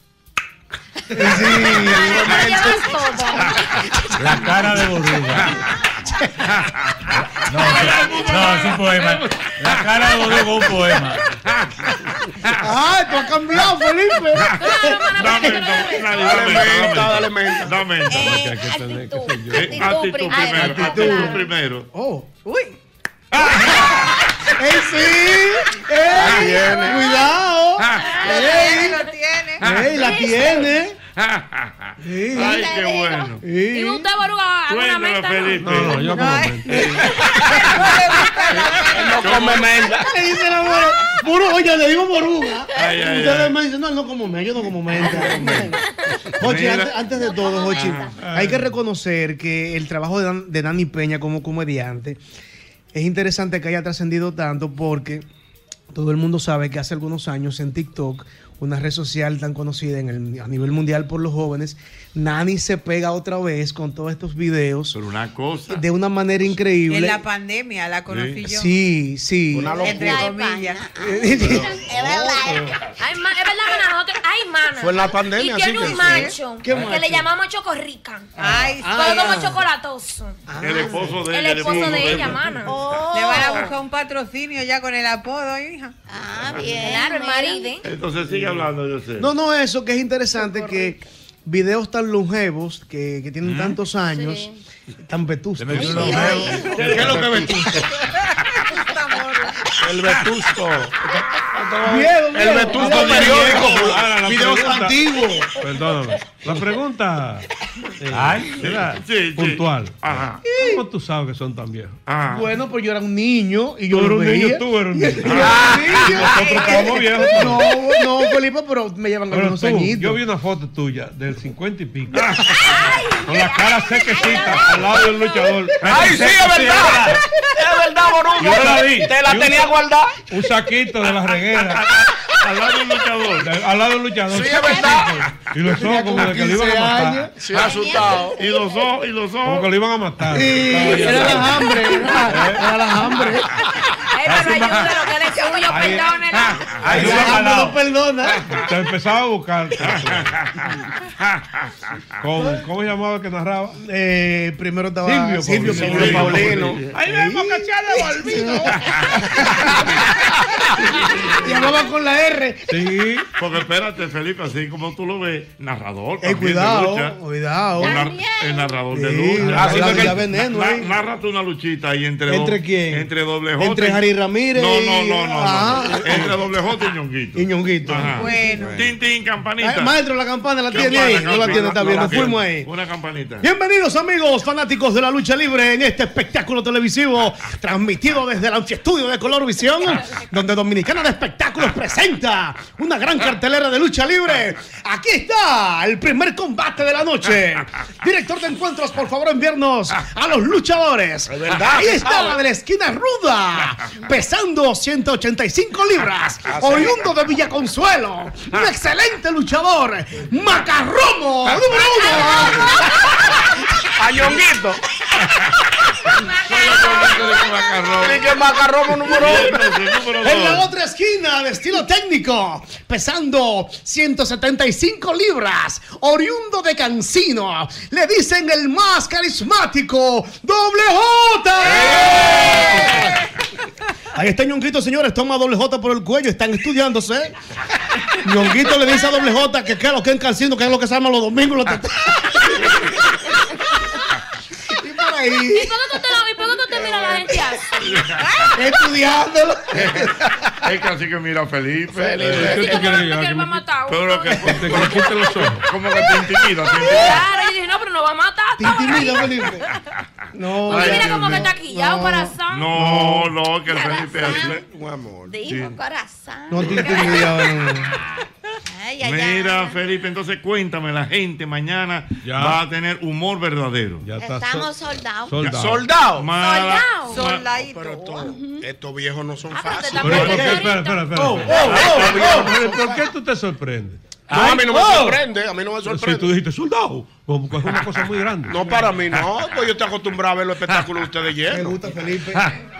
La cara de Boruga. No, no, es un poema. La cara de Boruga es un poema.
¡Ay, tú has cambiado, Felipe! Eh,
Dale menta, dale menta. Dale menta. Eh, Actitud
primero.
primero. Actitud primero.
Oh, uy. ¡Ey, sí!
Ah,
¡Ey!
tiene.
¡Cuidado!
Ey, lo tiene.
¡Ey, la tiene!
Ay, qué bueno.
Y usted, Boruga, alguna
Cuéntalo,
menta.
Felipe. No, yo
No
come menta.
Le dice la mujer, "Boru- oye, le digo moruga.
Ay, ay,
Ustedes
ay.
me dicen, no, él no como menta, yo no como menta. Jochi,
Mira.
antes, antes de todo, Jochi, hay que reconocer que el trabajo de, Dan- de Dani Peña como comediante es interesante que haya trascendido tanto porque Todo el mundo sabe que hace algunos años en TikTok, una red social tan conocida en el- a nivel mundial por los jóvenes, Nani se pega otra vez con todos estos videos.
una cosa.
De una manera increíble.
En la pandemia la conocí yo.
Sí, sí.
Entre Ah. comillas.
Ay, ma- es verdad que nosotros. Ay, mana.
Oh, Fue en la pandemia,
Y
así
tiene
que
un
sí.
macho
¿Qué
que
macho?
le llamamos Chocorrica.
Ay,
Pero
sí.
como chocolatoso.
Ah.
El esposo de
El
del
esposo
esposo
de ella, mana.
Oh. Le van a buscar un patrocinio ya con el apodo, hija. Ah,
bien, Claro, el mira. marido.
Entonces sigue hablando, yo sé.
No, no, eso que es interesante que videos tan longevos que, que tienen tantos años, tan vetustos.
¿Qué es lo que ves tú?
El vetusto.
El vetusto periódico.
Videos
antiguos. Perdóname. La pregunta. Ay, era puntual. ¿Cómo tú sabes que son tan viejos?
Bueno, pues yo era un niño y yo
Tú eres
lo
un
veía.
niño, tú eres un niño.
Yo era un niño.
Nosotros somos viejos.
No, no, Felipe, pero me llevan
Pero
algunos
tú,
añitos.
yo vi una foto tuya del 50 y pico. Con la cara sequecita al lado del luchador.
Ay, sí, es verdad. Es verdad, Boruga.
Yo la vi.
Te la
Y un-
tenía guardada.
Un saquito de la reguera.
Al lado del luchador.
Al lado del luchador.
Sí, es verdad.
Y los ojos como de que le iban a matar.
Sí, asustado.
Y los ojos, y los
Como que le iban a matar.
era la hambre,
era la hambre.
Ahí- ahí
Ay,
se
ya,
jalaba.
no
Te empezaba a buscar. ¿Cómo, cómo llamaba el que narraba?
Eh, primero estaba
Silvio
Silvio
Paulino.
Paulino.
Ahí vemos que se ha devolvido.
Llamaba con la R.
Sí. Porque espérate, Felipe, así como tú lo ves, narrador.
Eh,
también
cuidado,
de lucha.
cuidado.
El, nar- el narrador de
Sí,
lucha.
la- la
fue que-
vida veneno,
na-
eh.
Nárrate una luchita ahí entre
¿Entre
do-
quién?
Entre doble J.
Entre Harry Ramírez
No,
y-
no, no, no. no.
Ah.
Entre doble J y Ñonguito. Y
Ñonguito.
Bueno. Tin, tin, campanita.
Ay, maestro, la campana la tiene
Campana,
ahí. No la
campana,
tiene, está bien.
la
Nos
tiene.
fuimos ahí.
Una campanita.
Bienvenidos amigos fanáticos de la lucha libre en este espectáculo televisivo transmitido desde el anfiestudio de Colorvisión, donde Dominicana de Espectáculos presenta una gran cartelera de lucha libre. Aquí está el primer combate de la noche. Director de encuentros, por favor enviarnos a los luchadores.
verdad,
Ahí
que
estaba
sabe.
de la esquina ruda, pesando 185 libras,
Así.
oriundo de Villa Consuelo, un excelente luchador, Macarromo, número uno.
Pañonguito. Y que macarromo número uno.
En la otra esquina, de estilo técnico, pesando 175 libras, oriundo de Cancino, le dicen el más carismático, Doble
¡Eh!
J. Ahí está Ñonguito, señores, toma a Doble J por el cuello, están estudiándose. Ñonguito le dice a Doble J que qué es lo que es Cancino, que es lo que se arma los domingos. los tet- y por
¿Y por
ahí,
qué tú te, lo- y por qué tú te miras a la gente así?
estudiándolo.
Es que así que mira a Felipe.
Felipe.
Eh,
¿Qué tú quieres que yo haga?
Que él va a matar a uno.
Pero que pero que- Como que te intimida, te intimida.
Claro, yo dije, no, pero no va a matar. está ahí.
No,
Y mira como que
no.
está quillado, corazón.
No, no, que el Felipe es
un amor.
Dijo
Sí.
corazón.
No te intimidaba.
Ay, ay, ay.
Mira, Felipe, entonces cuéntame, la gente mañana va a tener humor verdadero. Ya
Estamos soldados.
Soldado.
Soldado.
Mala-
Soldadito.
Pero esto- estos viejos no son
Ah, pero te
fáciles.
están
Pero ¿por qué? Espera, espera, espera.
Oh, oh, oh, oh.
Pero ¿Por qué tú te sorprendes?
No, a mí no me
Oh.
sorprende, a mí no me sorprende.
Si tú dijiste soldado, como que es una cosa muy grande.
No, para mí no, pues yo estoy acostumbrado a ver los espectáculos de ustedes llenos. Me
gusta, Felipe.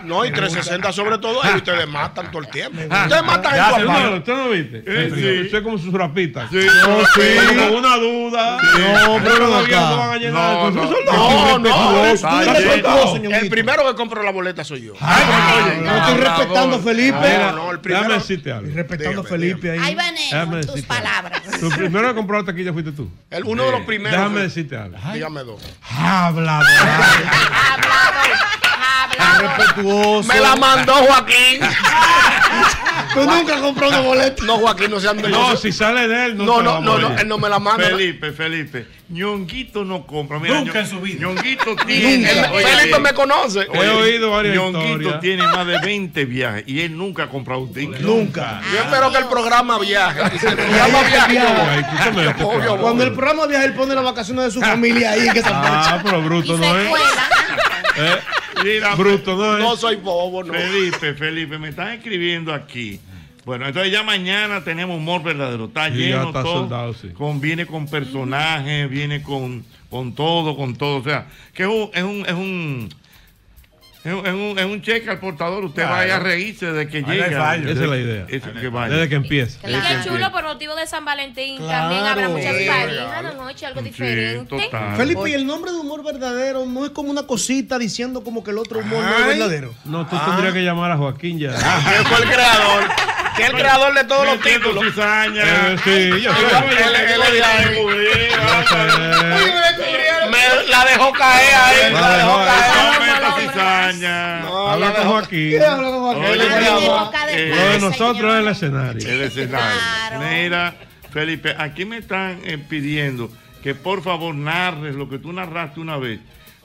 No, y 360 sobre todo, ahí ustedes matan todo el tiempo. Ustedes matan en
Ya, ¿tú
tu
no,
aparato.
Ah, ¿Usted no viste?
Eh,
Sí,
sí.
Usted como sus rapitas.
Ah, Sí.
No,
No,
sí.
sí.
Como una duda.
No, pero
Pero
ven
todavía
acá.
no van a llenar.
No,
Con
no,
sus soldados.
no, no,
Respetuoso,
estoy
tú eres
respetuoso,
respetuoso.
El primero que compro la boleta soy yo.
No
estoy respetando a Felipe.
Mira,
No, no, el
Déjame
primero.
decirte algo.
Respetando a Felipe ahí.
Ay, Vanessa,
Déjame
tus
decirte.
palabras.
Tu primero que compró la taquilla fuiste tú.
El- uno de los primeros.
Déjame
fue-
decirte algo.
Dígame dos.
Hablador.
Respetuoso.
Me la mandó Joaquín.
Tú nunca compró una boleta.
No, Joaquín, no sean de
No, si sale de él, no
No,
te
no,
la
no, no,
voy.
él no me la manda.
Felipe, Felipe, Ñonguito no compra. Mira,
Nunca
Ñon-
en su vida.
Ñonguito tiene.
Nunca.
Oye,
Felipe me conoce.
oye,
He oído varias
Ñonguito
historias.
tiene más de 20 viajes y él nunca ha comprado un ticket.
Nunca.
Yo espero que el programa viaje. Y si el
Ahí
programa
es que
viaje, yo
viaja.
voy.
Cuando el programa viaja, él pone las vacaciones de su familia ahí. Que se
Ah, pero bruto no es. Eh,
Mira,
Bruto,
Fe-
¿no es? No soy bobo, no.
Felipe, Felipe, me están escribiendo aquí. Bueno, entonces ya mañana tenemos humor verdadero. Está
Sí, ya
lleno
está
todo.
soldado, sí.
con- viene con personajes, viene con, con todo, con todo. O sea, que es un, es un, es un es un, es un- es un cheque al portador, usted
Claro.
vaya a reírse de que
Ahí no
llegue.
hay fallo. Esa es la
Desde-
idea.
eso, que vaya.
Desde que empieza.
Y qué chulo por motivo de San Valentín. También habrá
Claro.
muchas
Sí,
parejas en la noche, algo diferente.
total.
Felipe, y el nombre de humor verdadero no es como una cosita diciendo como que el otro humor no es verdadero.
No, tú tendrías que llamar a Joaquín ya. Ah.
Que fue el creador. Que es el creador de todos los títulos.
Eh,
sí, yo sé.
Él- él- él le dio ahí. Me la dejó caer ahí. La dejó caer. No,
Habla
la
con
dejó-
Joaquín.
Habla con Joaquín.
Oye,
Él es
Joaquín.
creador.
Eh,
Lo de nosotros es el escenario.
El escenario. Mira, Felipe, aquí me están eh, pidiendo que por favor narres lo que tú narraste una vez.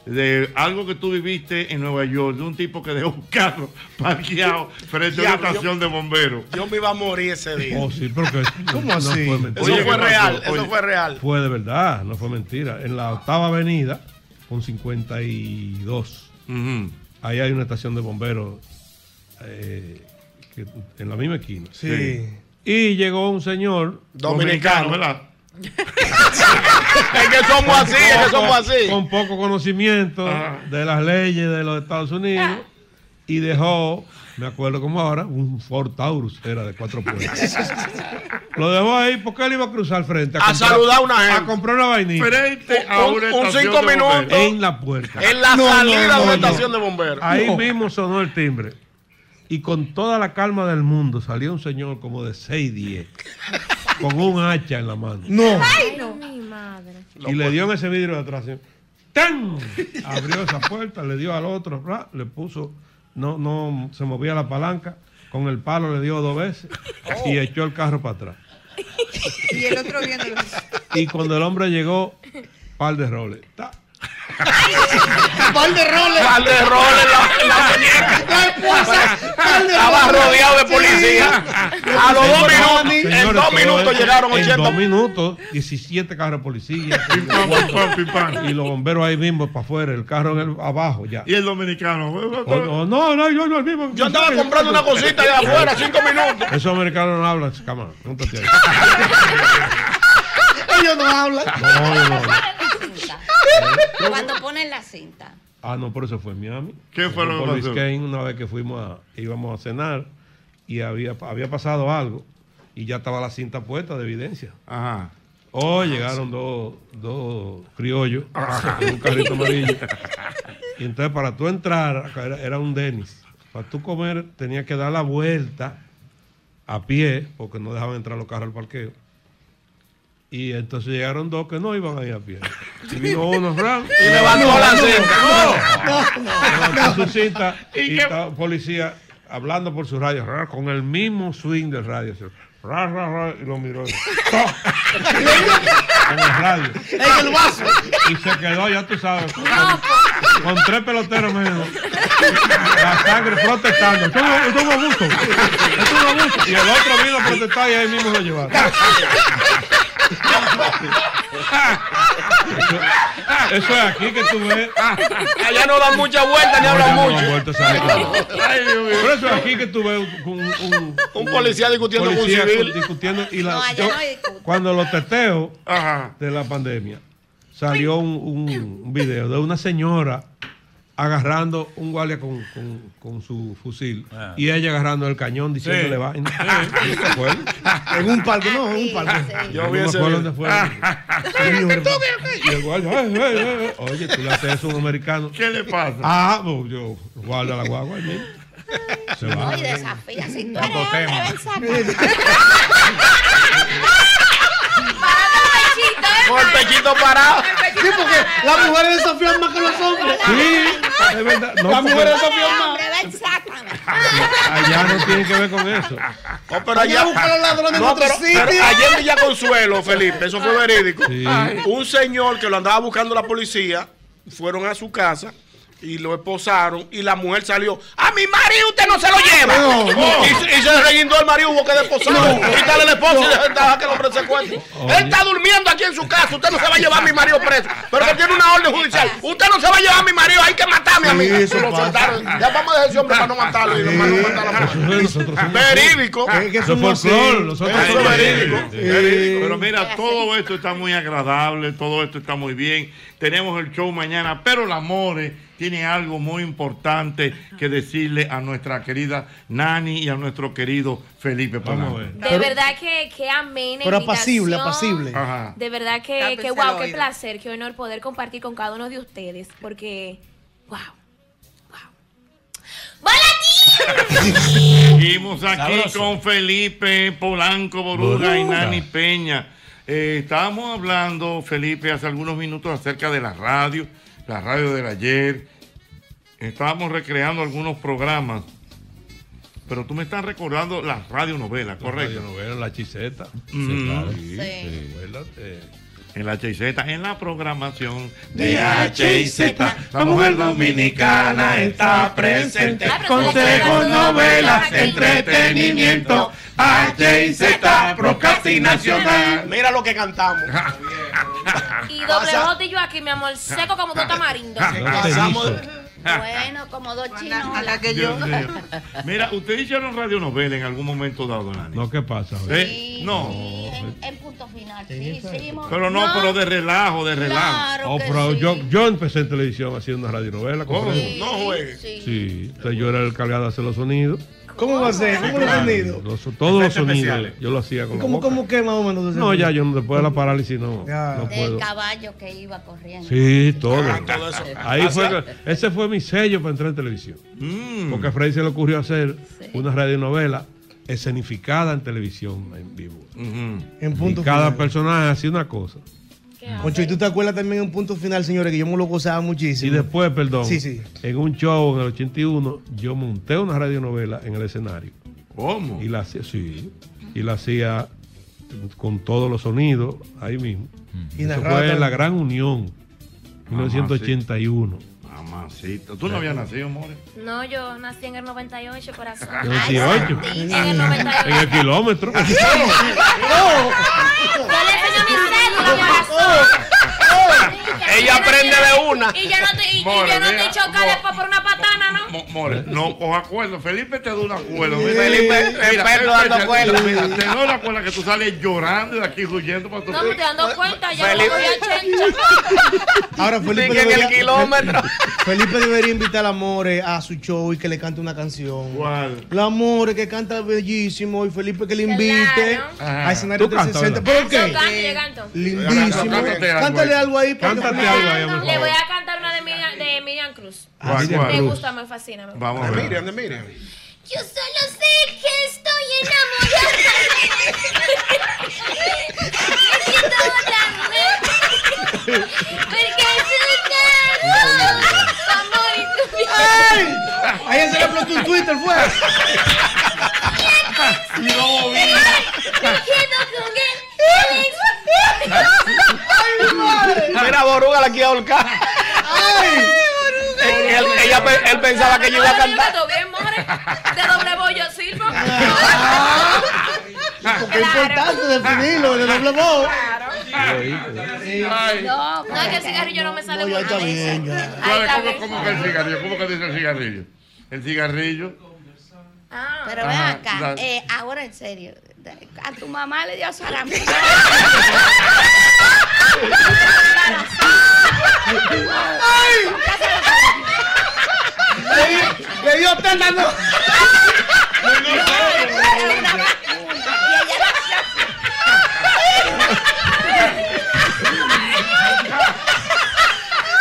De algo que tú viviste en Nueva York, de un tipo que dejó un carro parqueado frente a una
Diablo, yo-
estación de bomberos.
Yo me iba a morir ese día.
Oh, sí, porque
¿Cómo
no
así?
fue mentira.
Eso
Oye,
fue
¿qué pasó?
real, eso
Oye,
fue real.
Fue de verdad, no fue mentira. En la octava avenida, con 52, ahí hay una estación de bomberos eh, que- en la misma esquina.
Sí.
Y llegó un señor
Dominicano.
¿verdad?
Es que somos así, es que somos así.
Con poco conocimiento de las leyes de los Estados Unidos y dejó, me acuerdo como ahora, un Ford Taurus, era de cuatro puertas. Lo dejó ahí porque él iba a cruzar frente.
A saludar a una gente.
A comprar una vainita.
Frente a Un- una un estación cinco de minutos. bomberos.
En la puerta.
En la salida de una estación de bomberos.
Ahí
No.
mismo sonó el timbre. Y con toda la calma del mundo salió un señor como de 6'10 con un hacha en la mano.
No.
Ay, no. Mi madre.
Y le dio en ese vidrio de atrás. así, ¡Tan! Abrió esa puerta, le dio al otro, ra, le puso, no, no se movía la palanca, con el palo le dio dos veces y echó el carro para atrás.
Y el otro viéndolo.
Y cuando el hombre llegó, par de roles. ¡ta!
¡Pal de roles!
Par de roles la- la muñeca.
¡La esposa! ¡Pal de
Estaba
roles!
rodeado de
Sí.
policía. A los dos
Señores,
minutos, en
señores,
dos
todo
minutos
esto,
llegaron
En
80.
dos minutos, 17 carros de policía. Y los bomberos ahí mismo para afuera, el carro en el- abajo ya.
Y el dominicano.
Oh, no, no, no, yo no, el mismo.
Yo andaba comprando una cosita allá afuera, cinco minutos.
Esos americanos no hablan, cama. júntate ahí.
Ellos no hablan.
No, no, no.
Cuando ponen la cinta.
Ah, no, por eso fue en Miami.
¿Qué fue lo que
Por
pasó?
Biscayne, una vez que fuimos a, íbamos a cenar y había, había pasado algo y ya estaba la cinta puesta de evidencia.
Ajá. Ah,
Oh, llegaron dos, dos criollos en un carrito amarillo. Y entonces para tú entrar, era, era un Denis. Para tú comer tenías que dar la vuelta a pie, porque no dejaban entrar los carros al parqueo. Y entonces llegaron dos que no iban ahí a pie. Y vino uno, Fran.
Y levantó la cinta.
No, Levantó su cinta y estaba policía hablando por su radio, ra, con el mismo swing del radio. así, ra, ra, ra, y lo miró. ¡Toc! en el radio.
En el vaso.
Y se quedó, ya tú sabes, con, con tres peloteros menos. La sangre protestando. Esto es un- esto es un abuso. Esto es un abuso. Y el otro vino a protestar y ahí mismo lo llevaron. Eso, eso es aquí que tú ves.
Allá no dan mucha vuelta ni
No,
hablan
ya no dan
mucho.
vuelta, sabe todo.
Ay, Dios mío.
Por eso es aquí que tú ves un, un- un-
Un policía discutiendo con un
policía
civil.
cu- discutiendo y la-
No, allá
yo-
no discuten.
cuando los teteos de la pandemia salió un, un- un video de una señora agarrando un guardia con, con- con su fusil y ella agarrando el cañón diciéndole
Ah. Sí.
vaina. ¿No te acuerdas?
En un parque, no, en un parque.
Yo vi ese video. Y el guardia, "Ay, ay, ay, ay". Oye, tú le haces eso a un americano.
¿Qué le pasa?
Ah, pues yo guarda la guagua. ¿no? Se va.
Oye, desafía. Si tú eres
Otro
hombre,
tema.
ven, saca.
Con el pechito parado.
Sí, porque las mujeres desafían más que los hombres.
Sí, es verdad. No,
las
porque
mujeres desafían más.
Hombre, ven, sácame.
allá no tiene que ver con eso.
No, pero allá.
Allá buscan los ladrones en otro
pero,
sitio.
pero ayer en Villa Consuelo, Felipe, eso fue verídico.
Sí.
Un señor que lo andaba buscando la policía, fueron a su casa,
y lo esposaron y la mujer salió. ¡A mi marido usted no se lo lleva!
No, no.
Y, se- y se reguindó el marido, hubo que desposarlo.
No.
Quitarle el esposo y
No.
dejar- dejar que el hombre se cuente. Él está durmiendo aquí en su casa, usted no se va a llevar a mi marido preso. Pero que tiene una orden judicial. Usted no se va a llevar a mi marido, hay que matarme a mí.
Sí, eso
Y lo
pasa.
soltaron. Ya vamos a dejar ese hombre para no matarlo y para no matar a la mujer. Verídico.
Es que
Eso
somos así.
es verídico.
Verídico. Pero mira, todo esto está muy agradable, todo esto está muy bien. Tenemos el show mañana, pero el Amores tiene algo muy importante que decirle a nuestra querida Nani y a nuestro querido Felipe Panamá.
De verdad que, que amén.
pero apacible,
apacible.
Ajá.
De verdad que,
Tápense
que wow,
el
qué
oído.
placer, qué honor poder compartir con cada uno de ustedes. Porque, wow.
Seguimos aquí
Sabroso.
con Felipe Polanco Boruga y Nani Peña. Eh, estábamos hablando, Felipe, hace algunos minutos acerca de la radio, la radio del ayer. Estábamos recreando algunos programas, pero tú me estás recordando las radionovelas, correcto.
radionovelas, la chiseta.
Mm.
Acuérdate.
En la HIZ, en la programación
De HIZ,
la mujer dominicana está presente.
Ah,
Consejos, novelas, entretenimiento,
Ah,
HIZ, procrastinacional.
Mira lo que cantamos.
Y doble bote y yo aquí, mi amor, seco como dos tamarindos.
Ah. Pasamos-
Bueno, como dos chinos. A la que
Dios mío. Mira, ustedes hicieron radionovela en algún momento dado, Nani.
No, ¿qué pasa?
¿Eh? No.
En, en punto final. Sí, hicimos.
Pero no, pero de relajo, de relajo.
Claro
Oh,
que
pero
sí.
yo, yo empecé en televisión haciendo una radionovela.
Oh.
¿comprende?
no juegues.
Oh, Sí, entonces yo era el encargado de hacer los sonidos.
¿Cómo va a
Eh,
ser? ¿Cómo los
Claro,
sonidos?
los- todos los
Efectos
sonidos.
especiales.
Yo lo hacía con la
¿Cómo,
boca.
cómo que más o menos? entonces?
No, ya yo no- después de la parálisis no, no
Del
puedo.
caballo que iba corriendo.
Sí, todo.
todo eso.
Ahí
Ah,
fue,
sí.
que- ese fue mi sello para entrar en televisión.
Mm.
Porque a Freddy se le ocurrió hacer una radionovela escenificada en televisión en vivo.
En punto
y cada
final.
personaje hacía una cosa.
Concho, ¿y tú te acuerdas también un punto final, señores, que yo me lo gozaba muchísimo?
Y después, perdón,
Sí, sí.
en un show en el 81, yo monté una radionovela en el escenario.
¿Cómo?
Y la hacía, sí. Y la hacía con todos los sonidos ahí mismo.
Y
Eso
narraba
fue en la
también.
Gran Unión,
Mamá,
1981.
Mamacita. Tú no habías nacido, more.
No, yo nací en el 98, corazón.
En el 18.
En el 98.
En el kilómetro.
Yo le enseño mi cédula, mi corazón.
Ella aprende de una.
Y yo no te, y, y
More,
yo no te
mira,
choca después por una patana, ¿no?
Mo- More, Eh, no os acuerdo. Felipe te da un acuerdo.
Sí.
Mira,
Felipe,
mira,
el perro
Felipe,
dando
te-
cuerda.
mira, Te doy la cuerda que tú sales llorando de aquí huyendo para tu
No me estoy dando cuenta, ya
Felipe.
lo voy a chencha.
Ahora Felipe
Dije que el kilómetro.
Felipe debería invitar a More a su show y que le cante una canción.
¿Cuál?
La More que canta bellísimo y Felipe que le invite
Ajá.
a escenario
Tú canta,
360. ¿Pero
¿verdad?
qué?
Yo canto, yo canto.
Lindísimo.
Cántate algo
Cántale
ahí.
algo ahí. para que-
Cántate algo ahí, amor.
Le voy a cantar una de Miriam, de Miriam Cruz.
Ah, Miriam
Me
Cruz.
gusta, me fascina. me gusta.
Vamos a ver.
Yo solo sé que estoy enamorada. Siento la noche, Porque es un amor y tu piel.
¡Ay! Ahí se le explotó un Twitter, fue.
No,
Me quedo con él.
Mira, Boruga la quiere ahorcar. Eh, él, ella pe- él pensaba que yo iba a
Ahora yo
cantar.
canto bien, more. De doble bollo sirvo.
Porque es importante definirlo, le doble voz.
No, no, es que el cigarrillo no me sale
No, ya
por
está
la cabeza.
bien, ya.
Ahí
¿Sabes
está
cómo,
bien.
cómo que el cigarrillo? ¿Cómo que dice el cigarrillo? El cigarrillo.
Ah.
Pero ven
Ajá,
acá,
dale.
eh, ahora en serio, a tu mamá le dio sarampión.
Le dio tétano.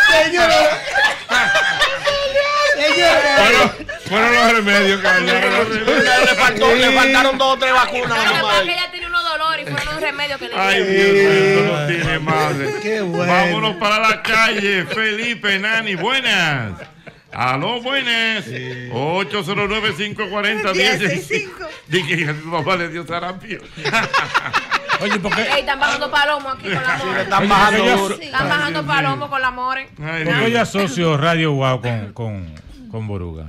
Señora.
Fueron, fueron los remedios que
Le, faltó- le faltaron dos o tres vacunas.
Lo que
nomás.
pasa es que ella tiene unos dolores y fueron un remedio que le
Ay,
dieron.
Dios mío, esto no tiene madre.
bueno.
Vámonos para la calle. Felipe, Nani, buenas. Aló, buenas. 809 540 10
15.
Dije que a tu papá le dio sarampión.
Oye, porque.
Ey, están bajando palomo aquí con la
Sí,
more.
le están bajando duro.
Están bajando palomo con la more.
Porque yo asocio Radio Wow con, con, con Boruga.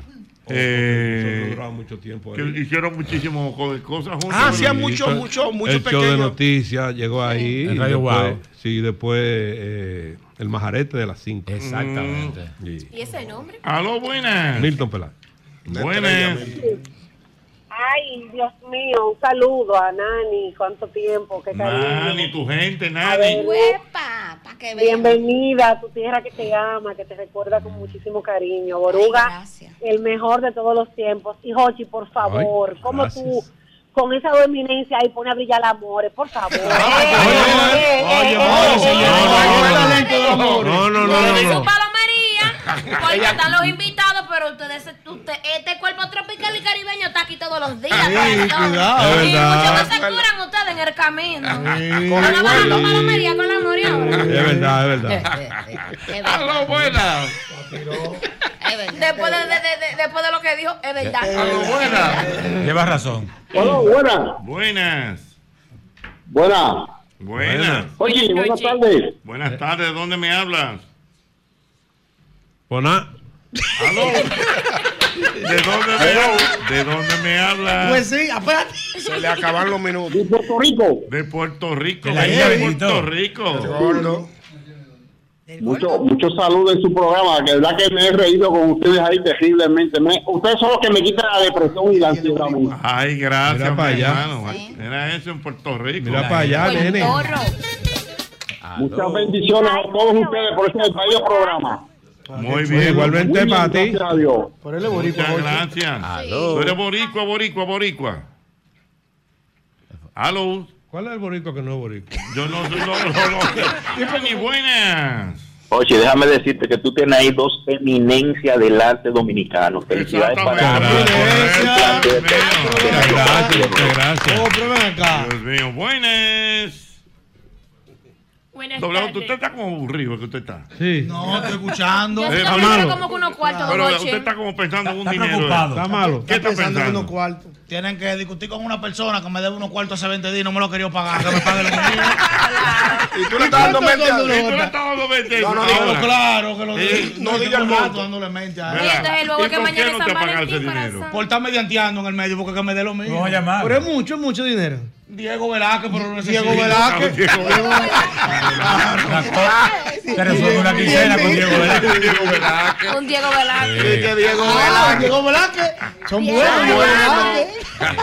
Eh,
durado mucho tiempo
que hicieron muchísimas co- cosas juntos.
Ah, sí,
Pero-
mucho,
mucho,
el show de noticias llegó ahí.
El
y
Radio
después,
Guau.
Sí, después eh, el majarete de las 5.
Exactamente.
¿Y ese nombre?
Aló, buenas.
Milton Pelá.
Buenas.
Ay, Dios mío, un saludo a Nani, cuánto tiempo, qué cariño.
Nani, tu gente,
A
Nani.
ver, Bienvenida a tu tierra que te ama, que te recuerda con muchísimo cariño. Boruga, el mejor de todos los tiempos. Y Jochi, por favor,
Ay,
como
gracias.
tú, con esa dominencia ahí, pone a brillar el amor, por favor.
Oye, no, no, no, no, no.
Palomería, porque están los invitados, pero ustedes, usted, este cuerpo tropical y caribeño está aquí todos los días.
Ay,
perdón.
cuidado.
Y
Es verdad.
muchos se curan ustedes en el camino.
Con
Ahora
igual.
bajando palomería con la moria ahora.
Es verdad, es verdad.
Aló,
buena.
Después de, de- de- de- después de lo que dijo, es verdad.
Eh,
Lleva razón.
Hola, buenas.
Buenas.
Buenas.
Buenas.
Oye, buenas tardes.
Buenas tardes, ¿dónde me hablas?
Poná.
Aló. ¿De dónde me, ¿De dónde me hablas?
Pues
sí, aparte.
Se le acabaron los minutos.
De Puerto Rico.
De Puerto Rico.
De la
venga De
isla de
Puerto Rico.
Mucho- Muchos saludos en su programa, que de verdad que me he reído con ustedes ahí terriblemente. Me- ustedes son los que me quitan la depresión y la ansiedad. amigo.
Ay, gracias,
Mira
mi
para allá.
hermano. Era eso en Puerto Rico.
Mira para allá,
Pues
Con nene. gorro. Muchas bendiciones a todos ustedes por ese bello programa.
Muy bien.
Pues Igualmente para ti.
Por él
Muchas gracias. Tú eres boricua, boricua, boricua. Aló.
¿Cuál es el boricua que no es boricua?
Yo no soy no, no, no. Tiffany, buenas.
Oye, déjame decirte que tú tienes ahí dos eminencias del arte dominicano. Felicidades para
Gracias, muchas
Oh,
gracias.
Dios mío, buenas.
Buenas
Doble
tardes.
J, usted está como aburrido que usted está.
Sí.
No, estoy escuchando.
Yo
Eh,
siento que
Manolo.
tiene como que unos cuartos de
Pero
noche.
usted está como pensando en un
Está
dinero.
preocupado.
Está malo. ¿Qué está
pensando en
pensando?
unos Tienen que discutir con una persona que me debe unos cuartos hace 20 días y no me lo quería pagar. Que me pague los míos.
Y tú le estás dando mente a- y tú le estás dando mente a eso
No, no,
ahora.
digo, claro que lo
Sí,
digo.
no
Yo
diga el
tengo un rato
monto.
dándole mente a
Oye,
eso.
entonces, luego ¿Y que por mañana qué no es te San pagan ese Valentín, dinero? corazón.
Por estar medianteando en el medio, porque que me dé lo mío.
No, llamar.
Pero es mucho, es mucho dinero. Diego Velázquez, pero lo necesito.
Diego Velázquez.
Diego Velázquez.
Te resuelve una quincena con Diego Velázquez. Diego Velázquez.
Con Diego Velázquez. Ah.
Sí, que Diego Velázquez.
Diego Velázquez.
Son
Bien.
buenos, Diego
Bueno.
Velázquez.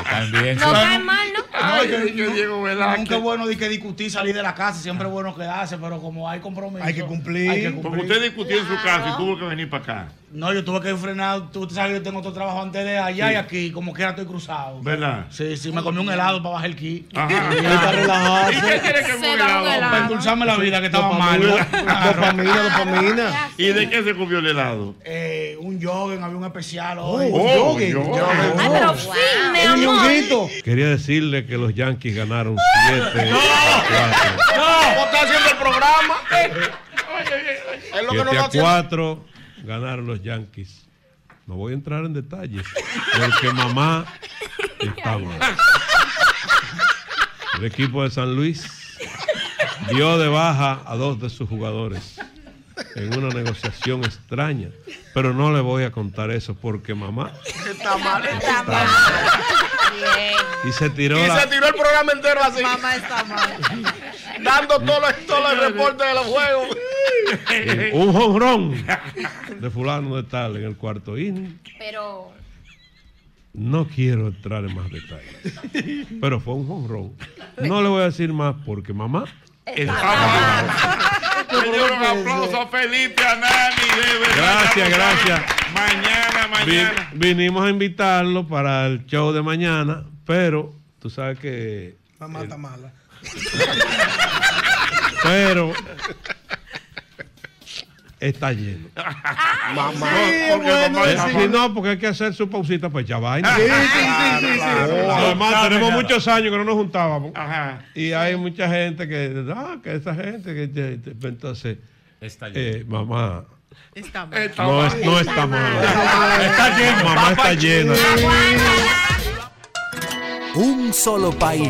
También.
No cae mal, ¿no?
Ah, Diego
Velázquez. Nunca es bueno de que discutir, salir de la casa, siempre es bueno quedarse, pero como hay compromiso. Hay que cumplir.
Porque Pues usted discutió en su casa y tuvo que venir para acá.
No, yo tuve que frenar, tú sabes que yo tengo otro trabajo antes de allá
Sí.
y aquí, como quiera estoy cruzado.
¿Verdad?
Sí, sí, me comí un helado para bajar el ki.
Ajá.
Y ahí para relajarse.
¿Y qué tiene que ver un Se da un helado? helado.
Para endulzarme la vida que estaba mal.
Dopamina, dopamina. ¿Y de qué se comió el helado?
Eh, un yogur, había un especial hoy.
Oh, un yoguen. yoguen.
Ay, pero fin, mi amor.
Quería decirle que los Yankees ganaron 7.
¿Cómo está haciendo el programa? Es lo que no
7
lo
este a
hace.
4 ganaron los Yankees. No voy a entrar en detalles porque mamá está mal. El equipo de San Luis dio de baja a dos de sus jugadores en una negociación extraña, pero no le voy a contar eso porque mamá
Está mal.
está mal. y se tiró
Y
la
se tiró el programa entero así. Mamá está mal. Dando todos los todo el reporte de los juegos.
Eh, un jonrón de fulano de tal en el cuarto inning.
Pero.
No quiero entrar en más detalles. Pero fue un jonrón. No le voy a decir más porque mamá
Señor, un aplauso a Felipe, a Nani, de verdad. ya
Gracias,
lo saben.
gracias.
Mañana,
Vi-
mañana.
vinimos a invitarlo para el show de mañana, pero tú sabes que
Mamá está mala.
pero está lleno.
Ah,
Mamá. Sí, Porque bueno, mamá está sí.
Sí, no, porque hay que hacer su pausita pues ya vaina.
Sí, sí, sí, sí, sí.
Además,
Claro,
tenemos
claro.
muchos años que no nos juntábamos. Y hay mucha gente que, ah, que esa gente que te- te- entonces
Está
eh, mamá
Está
no, es- no está mal.
Está lleno.
Mamá está llena.
Un solo país.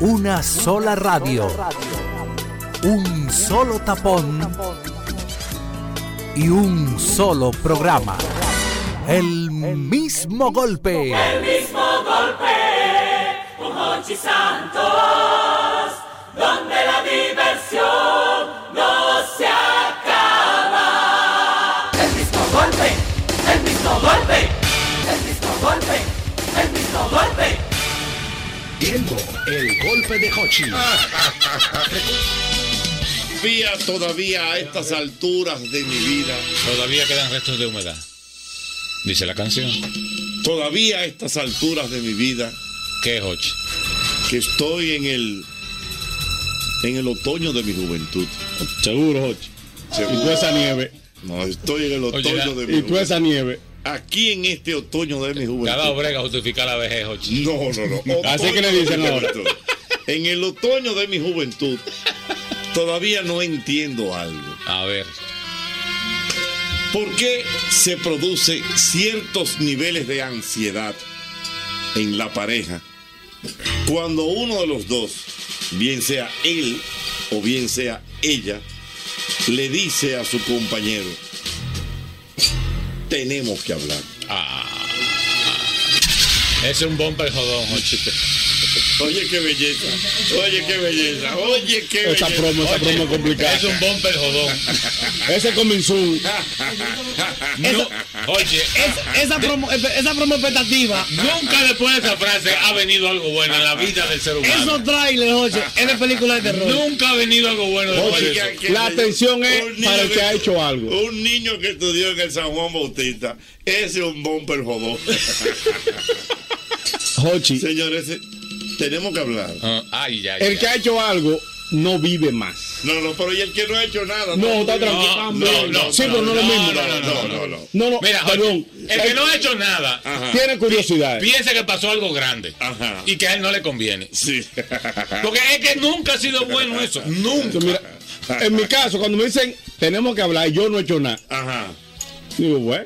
Una sola radio. Un solo tapón. Y un solo programa. El mismo golpe.
El mismo golpe con Hochi Santos, donde la diversión no se acaba. El mismo golpe, el mismo golpe, el mismo golpe, el mismo golpe.
Tiempo, el golpe de Hochi.
Todavía, todavía a estas alturas de mi vida,
Todavía quedan restos de humedad. Dice la canción.
todavía a estas alturas de mi vida.
¿Qué es Hochi?
Que estoy en el en el otoño de mi juventud.
Seguro, Hochi.
Y tú esa nieve. No, estoy en el
Oye,
otoño
la-
de
y
mi
tú esa
nieve. Aquí en este otoño de mi
Te
juventud.
ha dado brega justificar la vejez, Hochi.
No, no, no.
Así que le dicen ahora.
Otoño de mi juventud. En el otoño de mi juventud todavía no entiendo algo.
A ver.
¿Por qué se producen ciertos niveles de ansiedad en la pareja cuando uno de los dos, bien sea él o bien sea ella, le dice a su compañero, tenemos que hablar?
Ah. Es un bumper jodón, Hochi.
Oye, qué belleza. Oye, qué belleza. Oye, qué belleza.
Esa promo, esa promo es complicada.
Es un
bumper jodón.
Ese comenzó.
No, oye, ah,
Esa promo, esa promo expectativa.
nunca después de esa frase ha venido algo bueno en la vida del ser humano.
Esos trailers, Jorge, es de películas de Oh, terror.
Nunca ha venido algo bueno después de eso.
La atención es
para el que ha
hecho algo. Un niño que estudió en el San Juan Bautista, ese es un bumper jodón. Señores, eh, tenemos que hablar.
Ay, Ah, ya,
El que ha hecho algo no vive más.
No, no, pero y el que no ha hecho nada.
No, está
No,
tranquilo.
no, no.
Sí, pero no es lo mismo.
No, no, no, no, no.
No, no,
Mira, Jorge,
perdón.
el que no ha hecho nada
Tiene curiosidad.
piensa que pasó algo grande y que a él no le conviene. Porque es que nunca ha sido bueno eso. Nunca.
En mi caso, cuando me dicen tenemos que hablar, yo no he hecho nada.
Ajá.
Digo, bueno,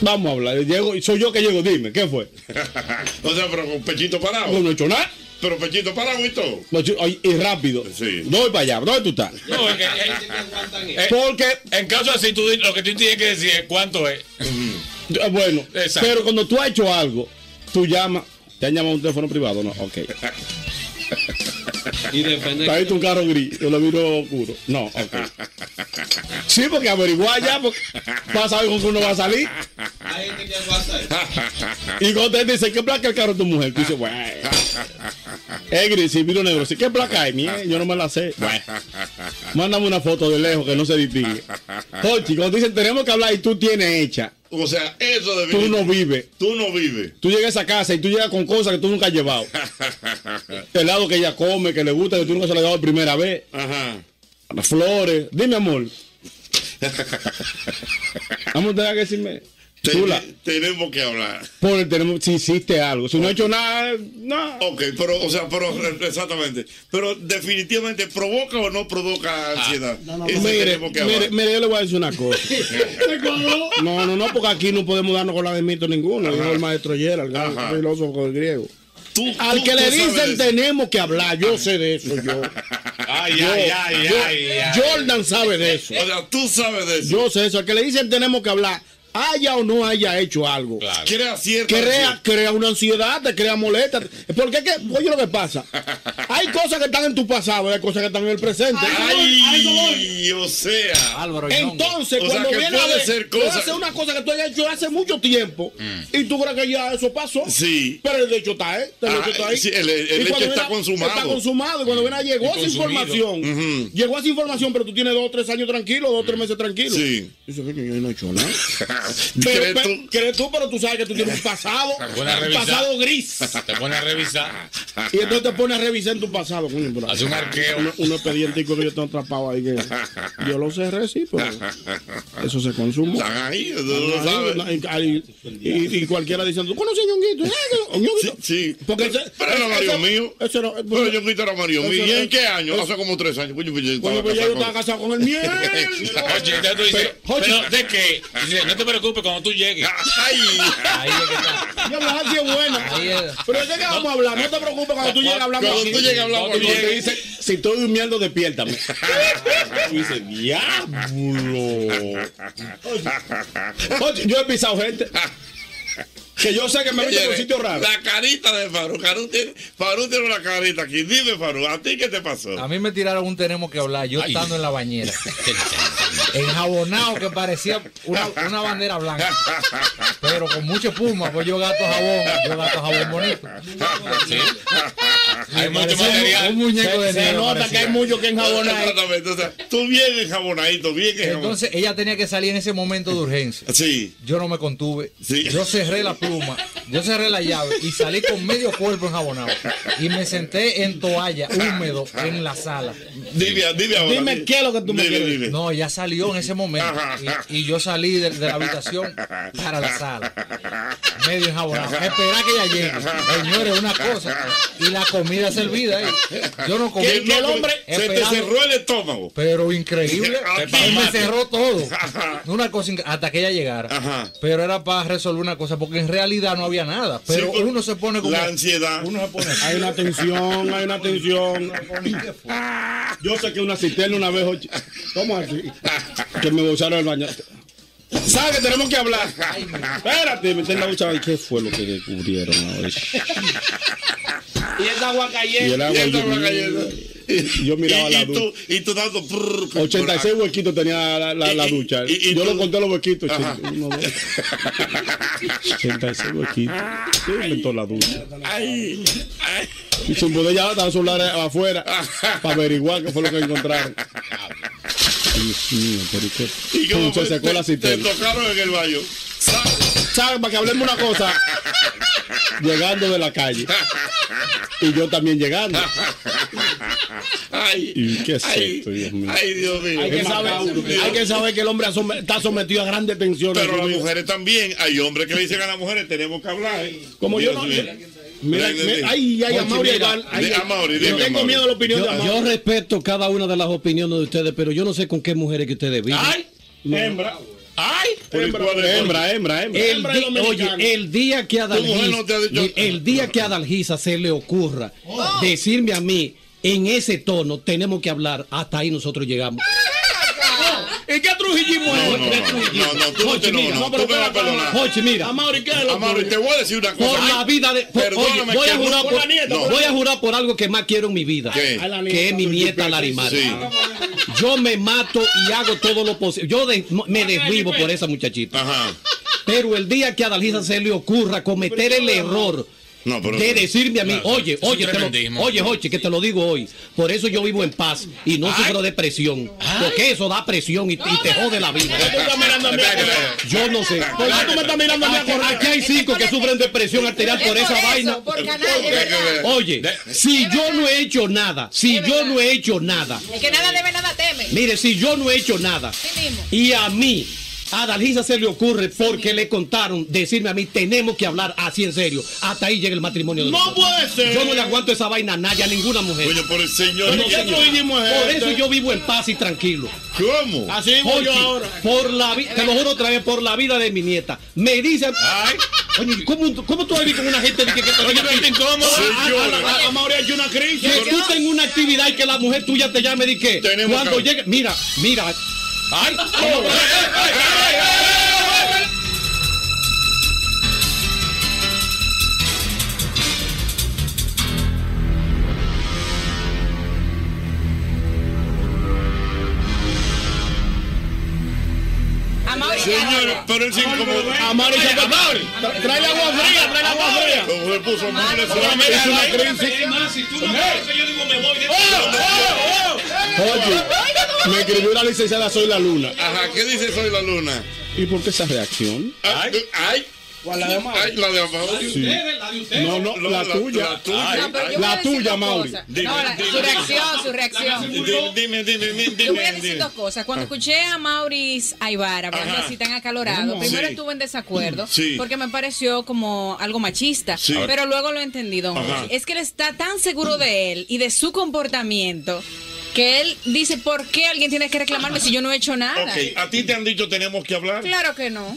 vamos a hablar. Llego, y soy yo que llego, dime, ¿qué fue?
o sea, pero con pechito parado.
No, no he hecho nada.
Pero pechito parado y todo.
No, yo- ay, y rápido. Voy para allá. ¿Dónde tú estás?
No, es que- eh,
Porque.
En caso así, tú, di- lo que tú tienes que decir es cuánto es.
Ah, Bueno,
Exacto.
pero cuando tú has hecho algo, tú llamas. ¿Te han llamado a un teléfono privado? No, ok.
Y depende.
Está visto un carro gris, yo lo miro oscuro. No, ok. Sí, porque averiguar ya, porque vas a ver con que uno va a salir. Y cuando te dicen, ¿qué placa es el carro de tu mujer? Tú dices, bueno, es gris, sí, vino negro. Sí, ¿qué placa es? Mía, yo no me la sé. Bueno, mándame una foto de lejos que no se distingue. Jochi, cuando dicen, tenemos que hablar y tú tienes hecha.
O sea, eso de
Tú no vives.
Tú no vives.
Tú llegas a esa casa y tú llegas con cosas que tú nunca has llevado. Helado que ella come, que le gusta, que tú nunca se lo has dado de primera vez.
Ajá.
Las flores. Dime, amor. Vamos a tener que decirme.
Ten-
Chula,
tenemos que hablar.
por el tenemos, si hiciste algo. Si no he hecho nada,
Ok, pero, o sea, pero, exactamente. Pero definitivamente, ¿provoca o no
Ah.
provoca ansiedad? Eso
mire,
tenemos que hablar.
mire, mire, yo le voy a decir una cosa. No, no, no, porque aquí no podemos darnos con la de mito ninguna. Dijo el maestro Yera, el gran
Ajá.
filósofo griego. Al
tú-
que le
tú sabes
dicen
eso.
tenemos que hablar, yo sé de eso, yo.
Ay,
Yo-
ay, ay,
yo-
ay, ay.
Jordan sabe de eso.
O sea, tú sabes de eso.
Yo sé eso. Al que le dicen tenemos que hablar, haya o no haya hecho algo.
Crea cierta
Crea,
ansiedad.
crea una ansiedad, te crea molesta. Porque es que, oye lo que pasa. Hay cosas que están en tu pasado, hay cosas que están en el presente.
Ay, o sea.
Entonces,
o sea,
cuando
que
viene a
puede
ver,
ser
tú
cosa. Mm.
haces una cosa que tú hayas hecho hace mucho tiempo y tú crees que ya eso pasó.
Sí.
Pero el hecho está, ¿eh? El
Ah,
hecho está ahí.
sí, el- el
Y
hecho
cuando
está
viene-
consumado. Mm.
Está consumado. Y cuando viene, llegó
Y
esa
consumido.
información. Llegó esa información, pero tú tienes dos o tres años tranquilo, dos o tres meses tranquilo.
Mm. Sí.
Dices, coño, yo no he hecho nada. Pero-
¿Crees
pero- ¿Crees tú? Pero tú sabes que tú tienes un pasado,
Te pone a
un
revisar.
pasado gris.
Te pone a revisar.
Y entonces te pones a revisar en tu tú pasado, coño, pero-
Hace un arqueo.
Un, un expedientico que yo tengo atrapado ahí que yo lo cerré, sí, pero eso se consume.
Están ahí, tú lo sabes.
y, y cualquiera diciendo, ¿tú conoces a Ñonguito? Eh, que- Ñonguito.
Sí,
Porque ese-
pero era
ese-
Mario
ese-
mío.
ese era-
Pero yo quito era Mario
ese
mío. ¿Y
era-
en qué año?
ese-
Hace como tres años. Coño, pues yo
Coño, pues ya yo estaba
casado
casado con el ¿eh? miel.
Oye, entonces tú dices,
Pero,
pero,
Jochi.
¿de qué? Dice, no te preocupes cuando tú llegues.
Ay,
ahí es que está.
Ya hablas así es buena. Pero ya que vamos a hablar, no te preocupes cuando tú llegues hablamos.
Cuando
aquí.
tú llegues, hablamos
Cuando
aquí.
te dice, si estoy durmiendo, despiértame. Tú dices, diablo. Oye, yo he pisado gente. Que yo sé que me meto en un sitio raro.
La carita de Faru. Faru tiene, Faru tiene una carita aquí. Dime, Faru, ¿a ti qué te pasó?
A mí me tiraron un tenemos que hablar, yo estando en la bañera. Enjabonado que parecía una, una bandera blanca. Pero con mucho espuma, pues yo gato jabón, yo gato jabón bonito. parecía
Hay mucho
un-
material.
un muñeco de nieve parecía.
Exactamente. O sea, tú bien enjabonadito, bien enjabonadito.
Entonces ella tenía que salir en ese momento de urgencia.
Sí.
Yo no me contuve. Yo cerré la pluma, yo cerré la llave y salí con medio cuerpo enjabonado. Y me senté en toalla, húmedo, en la sala.
Dime, dime ahora.
Dime qué es lo que tú me
Dime,
quieres.
dime.
No, ya salió en ese momento.
Ajá.
Y, y yo salí de, de la habitación para la sala. Medio enjabonado. Esperar que ella llegue. Señores, una cosa. Y la comida servida ahí. Yo no comí.
Que- que el hombre se te
Esperando-
cerró el estómago.
Pero increíble.
Te
Se me
palmaste.
cerró todo. Una cosa inc- hasta que ella llegara. Pero era para resolver una cosa, porque en realidad no había nada. Pero
Sí,
uno se pone como.
la ansiedad.
Uno se pone.
Hay una tensión, hay una tensión. Yo saqué una cisterna una vez, oye, ¿cómo así? Que me bolsaron el baño. ¿Sabes que tenemos que hablar? Espérate, me tengo la bolsa. ¿Y qué fue lo que descubrieron ahora?
Y esa agua
Y el
cayendo.
agua, yo, yo miraba
Y-
la
y
ducha.
tú- Y tú dando. prrr, con-
86 huequitos tenía la, la- la ducha.
y- y
yo
tú-
lo conté los huequitos.
Ajá.
81, dos. 86 huequitos. ¿Qué inventó la ducha?
Ay, ay.
Y sin poder ya estaban celulares afuera para averiguar qué fue lo que encontraron. Dios mío, pero ¿y qué?
Y como
Pucha,
te-
sacó la
te- Te
cisterna.
tocaron en el baño.
¿Sabes? Para que hablemos una cosa. Llegando de la calle. Y yo también llegando.
Ay,
¿Y qué es
ay,
esto, Dios mío?
ay, Dios mío.
Hay que, saber, hay que saber que el hombre asome- está sometido a grandes tensiones.
Pero
en su
las
vida.
mujeres también. Hay hombres que le dicen a las mujeres, tenemos que hablar. ¿eh?
Como yo no-
mío. Mira,
Mira, mira,
mira.
ay, ay, a
Oye,
Mauri
mira,
Aybar, ay,
de-
ay,
a Mauri,
yo
dime,
tengo
Mauri.
miedo a la opinión de
Yo,
Amaury.
yo respeto cada una de las opiniones de ustedes, pero yo no sé con qué mujeres que ustedes viven.
Hembra.
¡Ay!
Hembra, hembra, hembra, hembra.
El
Hembra
di-
y dominicana.
oye, el día que a
Tu mujer
Dalgisa,
no te ha dicho-
mi- el día que a Dalgisa se le ocurra
Oh.
decirme a mí en ese tono, tenemos que hablar, hasta ahí nosotros llegamos.
¿Y qué trujillismo
No,
es?
no,
¿Qué
no,
trujillismo?
no, no, tú no
Jochi,
te- no,
mira,
no,
pero
tú me vas a
espera,
perdonar.
espera.
Jochi, mira.
Amaury, ¿qué es lo
Amaury,
tuyo?
te voy a decir una cosa. Por la vida de- por-
Perdóname,
oye, voy a
que-
jurar
por
por-
la nieta,
no.
por-
voy a jurar por algo que más quiero en mi vida,
¿Qué? A la nieta,
que es mi
Luis
nieta
Pepe.
Larimar.
Sí.
Yo me mato y hago todo lo posible. Yo de- me desvivo por esa muchachita. Pero el día que a Dalgisa se le ocurra cometer el error
No, pero-
de decirme a mí,
Claro,
oye,
eso es
oye, te
tremendismo.
lo, oye, Jochi, que te lo digo hoy. Por eso yo vivo en paz y no sufro de presión. Porque eso da presión y, y te jode la vida.
¿Por qué tú estás mirando a mí a correr?
Yo no sé.
¿Por qué tú me estás mirando a mí a correr?
Aquí hay cinco que sufren de presión arterial por esa vaina. Oye, si yo no he hecho nada, si yo no he hecho nada,
El que nada debe, nada teme.
mire, si yo no he hecho nada,
Sí mismo.
y a mí, a Dalgisa se le ocurre porque le contaron, decirme a mí, tenemos que hablar así en serio. Hasta ahí llega el matrimonio. de
No
nosotros.
puede ser.
Yo no le aguanto esa vaina a nadie, a ninguna mujer.
Oye, por el señor.
No,
¿qué
señor.
trujillismo es
Por
este?
eso yo vivo en paz y tranquilo.
¿Cómo?
Así vivo yo ahora. Por la vi- te lo juro otra vez, por la vida de mi nieta. Me dicen. Oye, ¿cómo, ¿cómo tú vas a vivir con una gente que, que te
Oye, pero qué incómodo.
Ah, ah,
Señora.
ah, ah, ah, Mauri, hay una crisis.
Pero-
Que tú tengas una actividad y que la mujer tuya te llame y que cuando
que-
llegue. Mira, mira. Ay,
Señores, pero él se incomodó.
Amaury, se fue. Tra- tráele agua fría, tráele agua fría.
Como se puso mal, eso
Pero mira,
es una
ahí,
crisis.
es más, si tú no quieres,
yo digo, me voy.
Oye, me escribió la licenciada Soy la Luna.
Ajá, ¿qué dice Soy la Luna?
¿Y por qué esa reacción?
Ay, ay. ¿Cuál la de Mauri? la de Mauri.
Sí. No, no, la tuya.
La tuya,
Ay, No, pero yo voy a la decir tuya, dos Mauri. cosas.
Dime,
No, la-
dime.
su reacción, su reacción.
Dime, dime, dime, dime.
Yo voy a decir
dime.
dos cosas. Cuando
Ah.
escuché a Maurice Aybar hablando
Ajá.
así tan acalorado,
¿Cómo?
primero
Sí.
estuve en desacuerdo
Sí.
porque me pareció como algo machista,
Sí.
pero luego lo he entendido.
Ajá.
Es que él está tan seguro de él y de su comportamiento que él dice, ¿por qué alguien tiene que reclamarme si yo no he hecho nada?
Ok, a ti te han dicho tenemos que hablar.
Claro que no.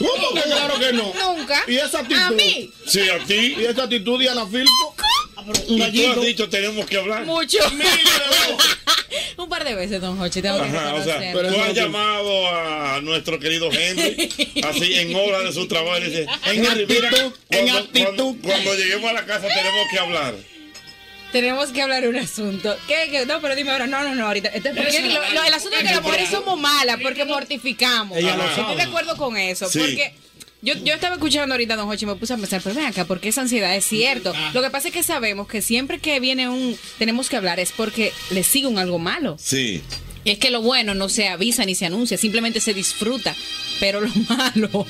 ¿Cómo que claro que no?
Nunca.
¿Y esa actitud?
A mí.
Sí, a ti.
¿Y esa actitud de Ana Filpo?
Y tú has
Gallito.
dicho tenemos que hablar.
Mucho. Un par de veces, don Hochi, tengo que
Ajá, o sea,
reconocer.
tú has llamado a nuestro querido Henry, así en hora de su trabajo, y dice,
En
Henry, mira,
actitud,
cuando,
en
Cuando, cuando lleguemos a la casa tenemos que hablar.
Tenemos que hablar un asunto. ¿Qué, qué? No, pero dime ahora. No, no, no, ahorita. Entonces, porque lo- lo- el asunto es que las mujeres somos malas porque mortificamos.
Ella lo
Estoy
sabe.
de acuerdo con eso.
Sí.
Porque yo, yo estaba escuchando ahorita a Don Hochi y me puse a pensar, pero ven acá, porque esa ansiedad es cierto.
Ah.
Lo que pasa es que sabemos que siempre que viene un tenemos que hablar es porque le sigue un algo malo.
Sí.
Es que lo bueno no se avisa ni se anuncia, simplemente se disfruta. Pero lo malo,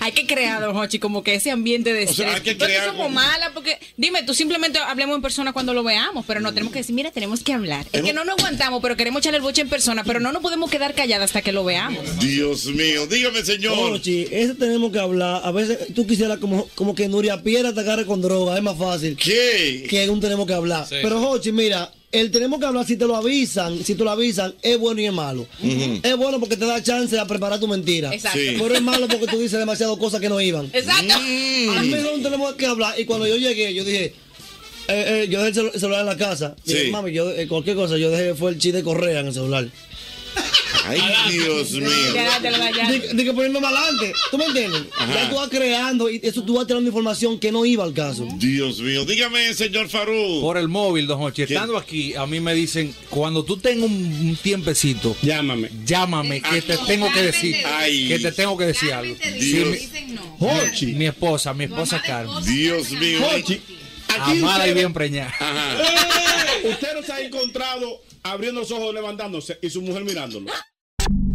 hay que crear, don Hochi, como que ese ambiente de estrés.
hay que
No es
crear
somos
como-
malas, porque dime, tú simplemente hablemos en persona cuando lo veamos, pero no tenemos que decir, mira, tenemos que hablar. Es que no nos aguantamos, pero queremos echarle el boche en persona, pero no nos podemos quedar calladas hasta que lo veamos.
Dios mío, dígame, señor.
Ochi, ese tenemos que hablar. A veces tú quisieras como, como que Nuria Piera te agarre con droga, es más fácil.
¿Qué?
Que un tenemos que hablar.
Sí.
Pero Ochi, mira, el tenemos que hablar si te lo avisan, si te lo avisan, es bueno y es malo.
Ujú.
Es bueno porque te da chance a preparar tu mentira.
Exacto. Sí.
Pero es malo porque tú dices demasiadas cosas que no iban.
Exacto.
A mí me dijeron, Ah, tenemos que hablar. Y cuando yo llegué, yo dije, eh, eh, yo dejé el celu- celular en la casa. Dije,
Sí.
mami, yo, eh, cualquier cosa, yo dejé, fue el chiste de correa en el celular.
Ay, Dios mío.
De, de que ponerme más adelante. ¿Tú me entiendes?
Ajá.
Ya tú vas creando y eso tú vas tirando información que no iba al caso.
Dios mío, dígame, señor Farú.
Por el móvil, don Hochi. Estando aquí, a mí me dicen, cuando tú tengas un, un tiempecito,
llámame.
Llámame, que te tengo que decir. Que te tengo que decir algo.
Dios.
mi-
Hochi.
Mi esposa, mi esposa Carmen.
Dios mío.
Hochi, aquí
Amada y
ustedes-
bien preñada.
¡Eh! Usted no se ha encontrado abriendo los ojos, levantándose y su mujer mirándolo.